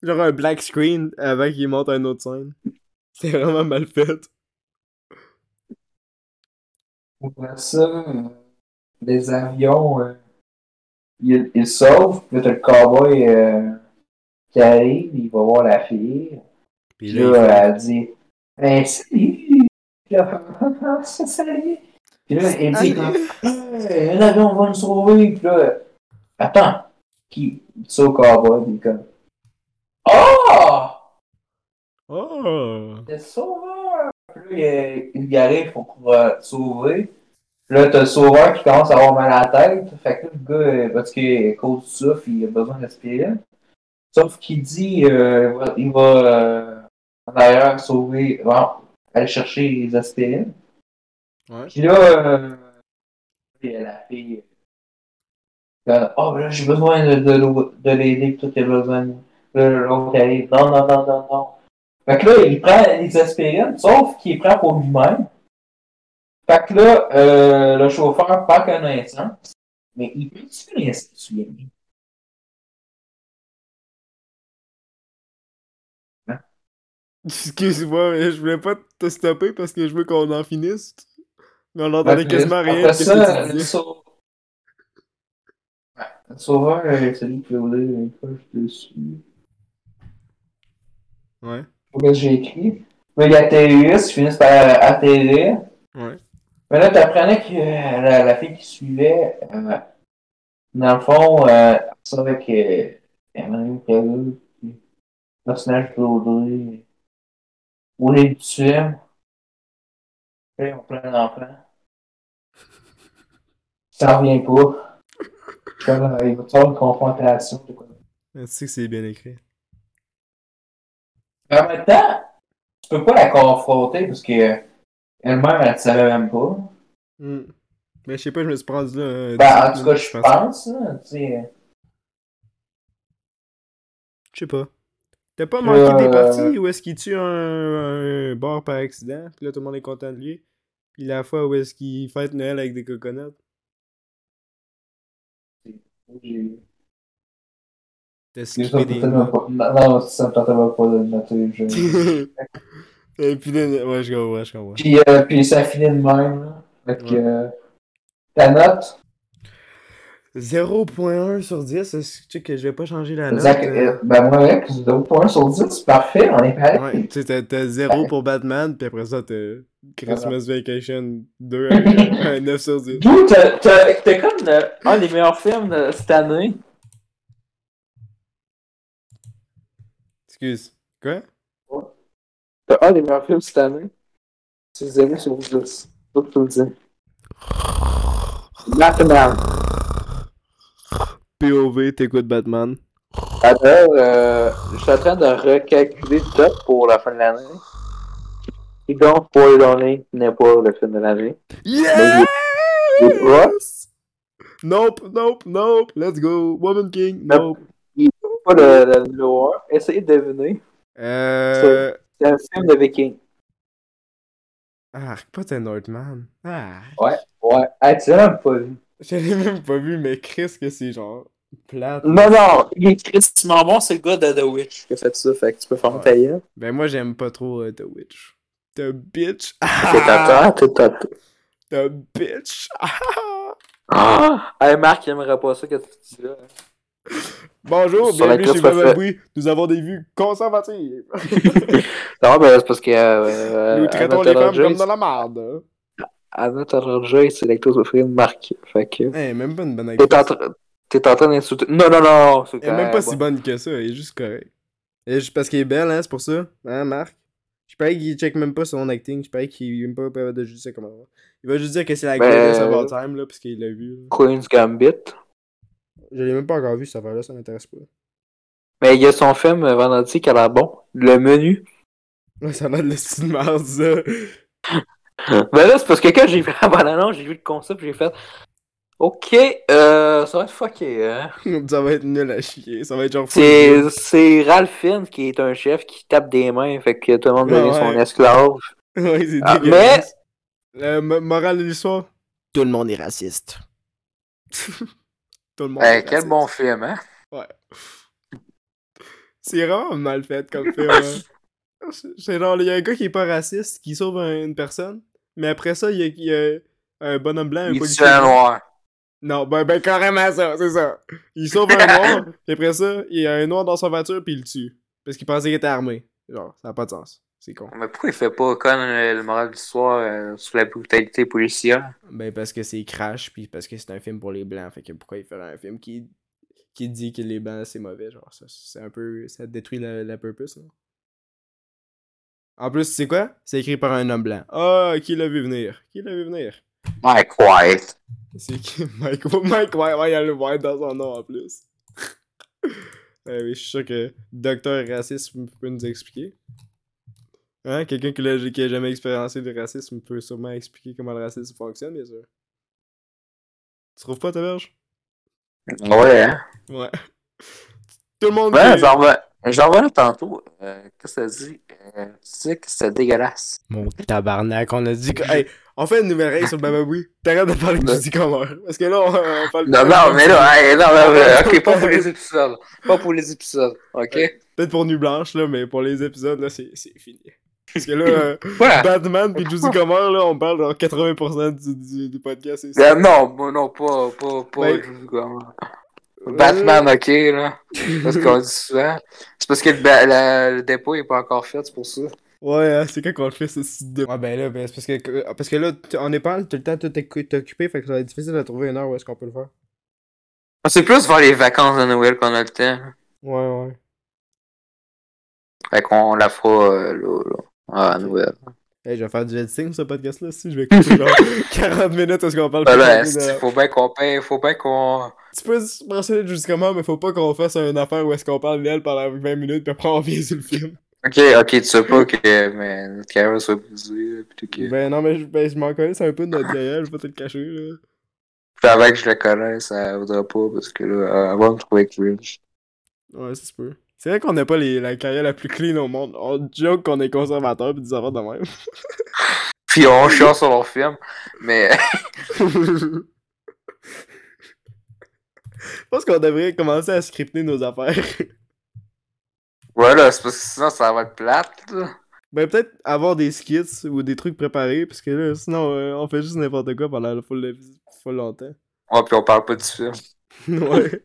S3: Genre un black screen avant qu'ils montent un autre scène. C'est vraiment mal fait.
S2: Après ça, euh, les avions, euh, ils, ils sauvent. Puis là, t'as le cowboy euh, qui arrive, il va voir la fille. Puis
S3: Puis
S2: là,
S3: là, ils font-
S2: elle dit Ben, salut Puis là, ça, salut Puis là, elle dit comme, Hey, là, là, on va nous sauver. Puis là, attends, qui ça au cowboy, puis comme, ah,
S3: Oh!
S2: le sauveur. Puis là, il, il arrive pour euh, sauver. Puis là, t'as le sauveur qui commence à avoir mal à la tête. Fait que là, le gars, euh, parce qu'à cause de ça, puis il a besoin d'aspirer. Sauf qu'il dit, euh, il va- il va euh, en arrière sauver, bon, aller chercher les aspirines.
S3: Ouais.
S2: Puis là, euh, puis la euh, ah, fille, euh, oh, ben là, j'ai besoin de, de, l'eau- de l'aider, puis toi, t'as besoin Là, l'autre arrive, non, non, non, non, non. Fait que là, il prend les aspirines, sauf qu'il les prend pour lui-même. Fait que là, euh, le chauffeur part un instant, mais il peut-tu les restituer?
S3: Excuse-moi, mais je voulais pas te stopper parce que je veux qu'on en finisse. Mais on entendait
S2: Fait que
S3: quasiment rien.
S2: Après
S3: Qu'est-ce que
S2: ça,
S3: tu
S2: le
S3: disais?
S2: sau- Ouais, le sauveur, euh, celui qui voulait une coche dessus.
S3: Ouais.
S2: Pour que j'ai écrit. Mais il atterrisse, ils finissent par euh, atterrir.
S3: Ouais.
S2: Mais là, t'apprenais que euh, la, la fille qui suivait, euh, dans le fond, euh, elle savait que Emmanuel Cavill, puis le personnage d'Audrey, au lieu de tuer, puis là, on prend l'enfant. Ça revient pas. Je suis Comme, euh, il va y avoir une confrontation. de quoi.
S3: Tu sais que c'est bien écrit.
S2: Mais en même temps, tu peux pas la confronter parce que euh, elle-même, elle ne savait même pas.
S3: Hmm. Mais je sais pas, je me suis rendu là. euh,
S2: Ben, en
S3: dix
S2: tout cas,
S3: minutes,
S2: je pense, là, tu sais. euh,
S3: Je sais pas. T'as pas
S2: Euh,
S3: manqué des parties où est-ce qu'il tue un, un bar par accident, puis là tout le monde est content de lui. Puis la fois où est-ce qu'il fête Noël avec des coconuts.
S2: j'ai-
S3: T'as
S2: j'ai
S3: skippé
S2: ça
S3: des.
S2: totalement pas- Non, non, ça me tentait même pas de le noter. le jeu.
S3: Et puis là, ouais, je comprends, je comprends.
S2: Puis, euh, puis ça finit de même, là. Fait que.
S3: Ouais.
S2: euh, Ta note,
S3: 0.1 sur 10, est-ce que tu sais que je vais pas changer la note?
S2: Zach,
S3: euh?
S2: euh, ben moi avec, 2.1 sur 10, parfait, on est pareil.
S3: Ouais, tu sais, t'as- t'as 0 pour Batman, puis après ça, t'as Christmas Vacation 2 un 9 sur 10.
S2: D'où t'as- t'as t'as comme le- un des meilleurs films de cette année.
S3: Excuse. Quoi?
S2: T'as un des meilleurs films cette année. C'est 0 sur 10. Faut que tu le dis. Batman.
S3: POV, t'écoutes Batman.
S2: Alors, euh, je suis en train de recalculer le top pour la fin de l'année. Et donc, Paul Lonely n'est pas le film de l'année.
S3: Yeah!
S2: Mais il- il- ouais,
S3: Nope, nope, nope, let's go. Woman King, nope.
S2: c'est pas le, le numéro 1. Essayez de deviner.
S3: Euh.
S2: C'est un film de viking.
S3: Ah, pas The Northman. Ah.
S2: Ouais. Ah, tu l'as même pas vu.
S3: Je l'ai même pas vu, mais Chris, que c'est genre. plate.
S2: Non, non, il est tristement bon, c'est le gars de The Witch qui a fait ça, fait que tu peux faire
S3: Ouais.
S2: ta gueule.
S3: Ben, moi, j'aime pas trop euh, The Witch. The Bitch.
S2: T'es
S3: Ah!
S2: à terre, t'es à terre.
S3: The Bitch. Ah!
S2: Ah! Hey, Marc, il aimerait pas ça que tu dis là.
S3: Bonjour,
S2: Sur la
S3: bienvenue chez
S2: classe
S3: Baba Boui. Nous avons des vues conservatives.
S2: Non, mais c'est parce que. Euh,
S3: Nous
S2: euh,
S3: traitons les
S2: Anna
S3: femmes comme
S2: Taylor-Joy,
S3: de la merde.
S2: Anna Taylor-Joy, c'est l'ectosophrine de Marc. Fait que.
S3: Eh, même pas une bonne
S2: T'es en,
S3: actrice.
S2: tra- t'es en train d'insulter. Non, non, non! c'est
S3: Elle est même pas
S2: correct,
S3: si bonne que ça, elle est juste correcte. Et juste parce qu'elle est belle, hein, c'est pour ça. Hein, Marc? Je parie qu'il check même pas son acting, je parie qu'il est même pas capable de juger ça comment. Il va juste dire que c'est la
S2: Ben,
S3: Goddess of
S2: euh,
S3: all time, là, parce qu'il l'a vu. là.
S2: Queen's Gambit.
S3: Je l'ai même pas encore vu, cette affaire-là, ça m'intéresse pas.
S2: Mais il y a son film euh, vendredi qui a l'air bon. Le menu.
S3: Ouais, ça a l'air de le style de merde, ça.
S2: Ben là, c'est parce que quand j'ai vu la bande-annonce, j'ai vu le concept, j'ai fait. Ok, euh, ça va être fucké, hein.
S3: ça va être nul à chier, ça va être genre...
S2: C'est, c'est Ralph Fiennes qui est un chef qui tape des mains, fait que tout le monde
S3: Ah
S2: devient son
S3: ouais.
S2: esclave.
S3: Ouais, c'est
S2: Ah,
S3: dégueulasse. Le mo- morale de l'histoire. Tout le monde est raciste. Tout le monde est
S2: Ben,
S1: Eh, quel
S3: raciste.
S1: bon film, hein?
S3: C'est vraiment mal fait comme film. hein. C'est genre, il y a un gars qui est pas raciste, qui sauve un- une personne, mais après ça, il y a, il y a un bonhomme blanc, un
S1: Il tue
S3: policier.
S1: un noir.
S3: Non, ben, ben carrément ça, c'est ça. Il sauve un noir, puis après ça, il y a un noir dans sa voiture, puis il le tue. Parce qu'il pensait qu'il était armé. Genre, ça n'a pas de sens. C'est con.
S1: Mais pourquoi il fait pas comme euh, le moral de l'histoire euh, sur la brutalité policière?
S3: Ben parce que c'est crash, puis parce que c'est un film pour les blancs, fait que pourquoi il ferait un film qui, qui dit que les blancs c'est mauvais, genre ça, c'est un peu, ça détruit la, la purpose, non? En plus, tu sais quoi? C'est écrit par un homme blanc. Ah, qui l'a vu venir? Qui l'a vu venir?
S1: Mike White.
S3: C'est qui? Mike, Mike White, ouais, il a le White dans son nom en plus. Eh oui, je suis sûr que Docteur Racisme peut nous expliquer. Hein? Quelqu'un qui l'a qui a jamais expérimenté le racisme peut sûrement expliquer comment le racisme fonctionne, bien sûr. Tu trouves pas ta verge?
S1: Ouais, hein?
S3: Ouais. Tout le monde
S1: Ben,
S3: qui-
S1: ça revient- J'en revenais tantôt. euh, Qu'est-ce que ça dit? Euh, tu sais que c'est dégueulasse.
S3: Mon tabarnak, on a dit que. Hey, on fait une nouvelle règle sur le Bababoui. T'arrêtes de parler du e-commerce. Parce que là, on, on parle.
S1: Non, non, mais là, hey, non, non, mais, ok, pas pour les épisodes. Pas pour les épisodes, ok?
S3: Peut-être pour Nuit Blanche, là, mais pour les épisodes, là, c'est c'est fini. Parce que là, euh,
S1: Voilà.
S3: Batman puis Juicy Comer, là, on parle genre 80% du, du, du podcast. c'est
S1: Euh, non, bon, non, pas, pas, pas
S3: Ben- euh,
S1: Juicy Comer. Batman, ok, là. C'est parce qu'on dit souvent. C'est parce que le, ba- la- le dépôt n'est pas encore fait, c'est pour ça.
S3: Ouais, hein, c'est quand qu'on le fait, ce site de. Ouais, ben là, ben, c'est parce que, parce que là, t- on est pas tout le temps tout occu- t'es occupé, fait que ça va être difficile de trouver une heure où est-ce qu'on peut le faire.
S1: C'est plus vers les vacances de Noël qu'on a le temps.
S3: Ouais, ouais.
S1: Fait qu'on la fera euh, là, là, euh, à Noël.
S3: Hey, je vais faire du editing ce podcast-là, si je vais écouter genre 40 minutes où est-ce qu'on parle.
S1: Ben
S3: plus
S1: là,
S3: de-
S1: esti, faut bien qu'on paye, faut bien qu'on.
S3: Tu peux mentionner juste comment, mais faut pas qu'on fasse une affaire où est-ce qu'on parle d'elle pendant 20 minutes, puis après on revient sur le film.
S1: Ok, ok, tu sais pas que mais notre carrière soit brisée, pis tout que.
S3: Ben non, mais je, ben, je m'en connais, c'est un peu de notre gueule, je vais te le cacher, là.
S1: Puis avant que je le connaisse, ça voudra pas, parce que là, elle va me trouver cringe.
S3: Ouais, ça se peut. C'est vrai qu'on n'a pas les, la carrière la plus clean au monde. On joke qu'on est conservateur pis des affaires de
S1: Puis on chiant sur leur film, mais.
S3: même. je pense qu'on devrait commencer à scripter nos affaires.
S1: Voilà, c'est parce que sinon ça va être plate. là.
S3: Ben peut-être avoir des skits ou des trucs préparés, parce que là, sinon euh, on fait juste n'importe quoi pendant le full, full longtemps.
S1: Ouais, puis on parle pas du film.
S3: ouais.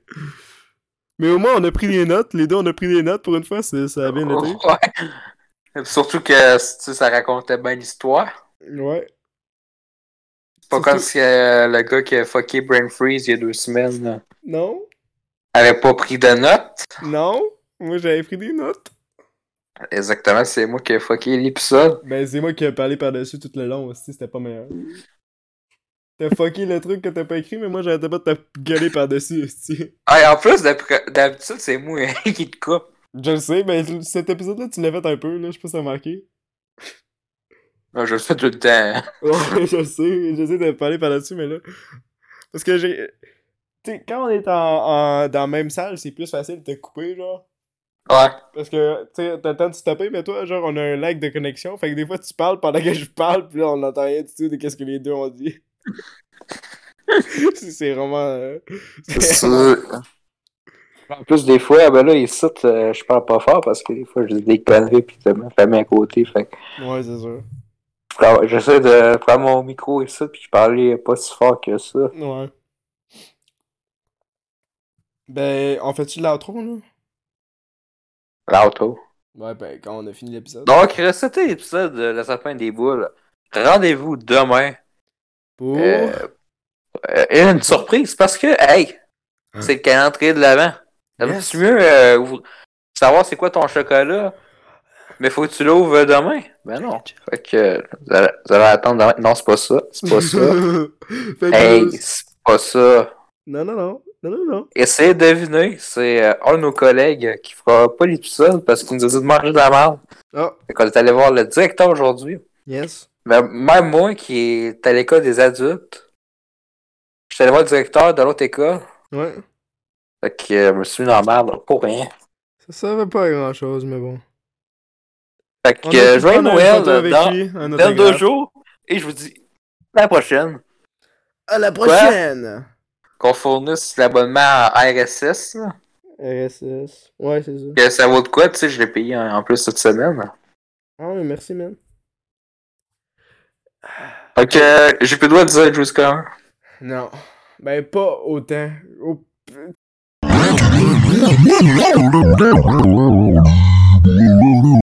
S3: Mais au moins on a pris des notes, les deux on a pris des notes pour une fois, c'est- ça a bien été.
S1: ouais. Et puis Surtout que tu sais, ça racontait bien l'histoire.
S3: Ouais.
S1: C'est Pas
S3: Surtout-
S1: comme si euh, le gars qui a fucké Brain Freeze il y a deux semaines là,
S3: Non?
S1: avait pas pris de notes.
S3: Non? Moi j'avais pris des notes.
S1: Exactement, c'est moi qui ai fucké l'épisode.
S3: Ben, c'est moi qui ai parlé par-dessus tout le long aussi, c'était pas meilleur. T'as fucké le truc que t'as pas écrit, mais moi j'arrêtais pas de te gueuler par-dessus aussi.
S1: Ah, et en plus, d'hab- d'habitude, c'est moi qui te coupe.
S3: Je le sais, mais cet épisode-là, tu l'as fait un peu, là, je sais pas si t'as marqué.
S1: Ah, Je le fais tout le temps.
S3: Ouais, je le sais, j'essaie de parler par-dessus, mais là. Parce que j'ai. Tu sais, quand on est en, en- dans la même salle, c'est plus facile de te couper, genre.
S1: Ouais.
S3: Parce que, tu sais, t'as le temps de se taper, mais toi, genre, on a un lag de connexion, fait que des fois, tu parles pendant que je parle, puis là, on n'entend rien du tout de qu'est-ce que les deux ont dit. c'est c'est vraiment... euh,
S1: En plus, des fois, ben là, ici, euh, je parle pas fort parce que des fois, je dis des conneries pis t'as ma famille à côté. Fait que
S3: Ouais, c'est sûr.
S1: je prends- j'essaie de prendre mon micro ici pis je parlais pas si fort que ça.
S3: Ouais. Ben, on fait-tu de l'outro, là?
S1: L'auto.
S3: Ouais, ben, quand on a fini l'épisode.
S1: Donc, c'était l'épisode de La Sapin des Boules. Rendez-vous demain.
S3: Pour...
S1: Euh, euh, et une surprise parce que, hey,
S3: Hein?
S1: c'est le calendrier de l'avant.
S3: Yes.
S1: T'aimerais-tu mieux euh, ouvre- savoir c'est quoi ton chocolat? Mais faut que tu l'ouvres demain? Ben non. Fait que euh, vous allez, vous allez attendre demain. Non, c'est pas ça. C'est pas ça.
S3: Fait que-
S1: hey, c'est pas ça.
S3: Non, non, non. Non, non, non.
S1: Essayez de deviner. C'est euh, un de nos collègues qui fera pas l'épisode parce qu'il nous a dit de manger de la merde.
S3: Ah,
S1: Fait qu'on est allé voir le directeur aujourd'hui.
S3: yes.
S1: Mais même moi qui est à l'école des adultes, je suis allé voir le directeur de l'autre école.
S3: Ouais.
S1: Fait que euh, je me suis mis dans la merde pour rien.
S3: Ça servait pas à grand-chose, mais bon.
S1: Fait
S3: On
S1: que
S3: a
S1: euh,
S3: pu
S1: joyeux
S3: prendre une
S1: Noël
S3: photo avec
S1: dans,
S3: lui, un
S1: dans deux
S3: autographe.
S1: jours et je vous dis à la prochaine.
S3: À la prochaine!
S1: Qu'on fournisse l'abonnement à RSS. là.
S3: RSS. Ouais, c'est ça.
S1: Que ça vaut de quoi, tu sais, je l'ai payé en en plus cette semaine.
S3: Ah oui, merci, man.
S1: Fait que euh, j'ai plus le droit de dire jusqu'à un.
S3: Non. Ben, pas autant. Au-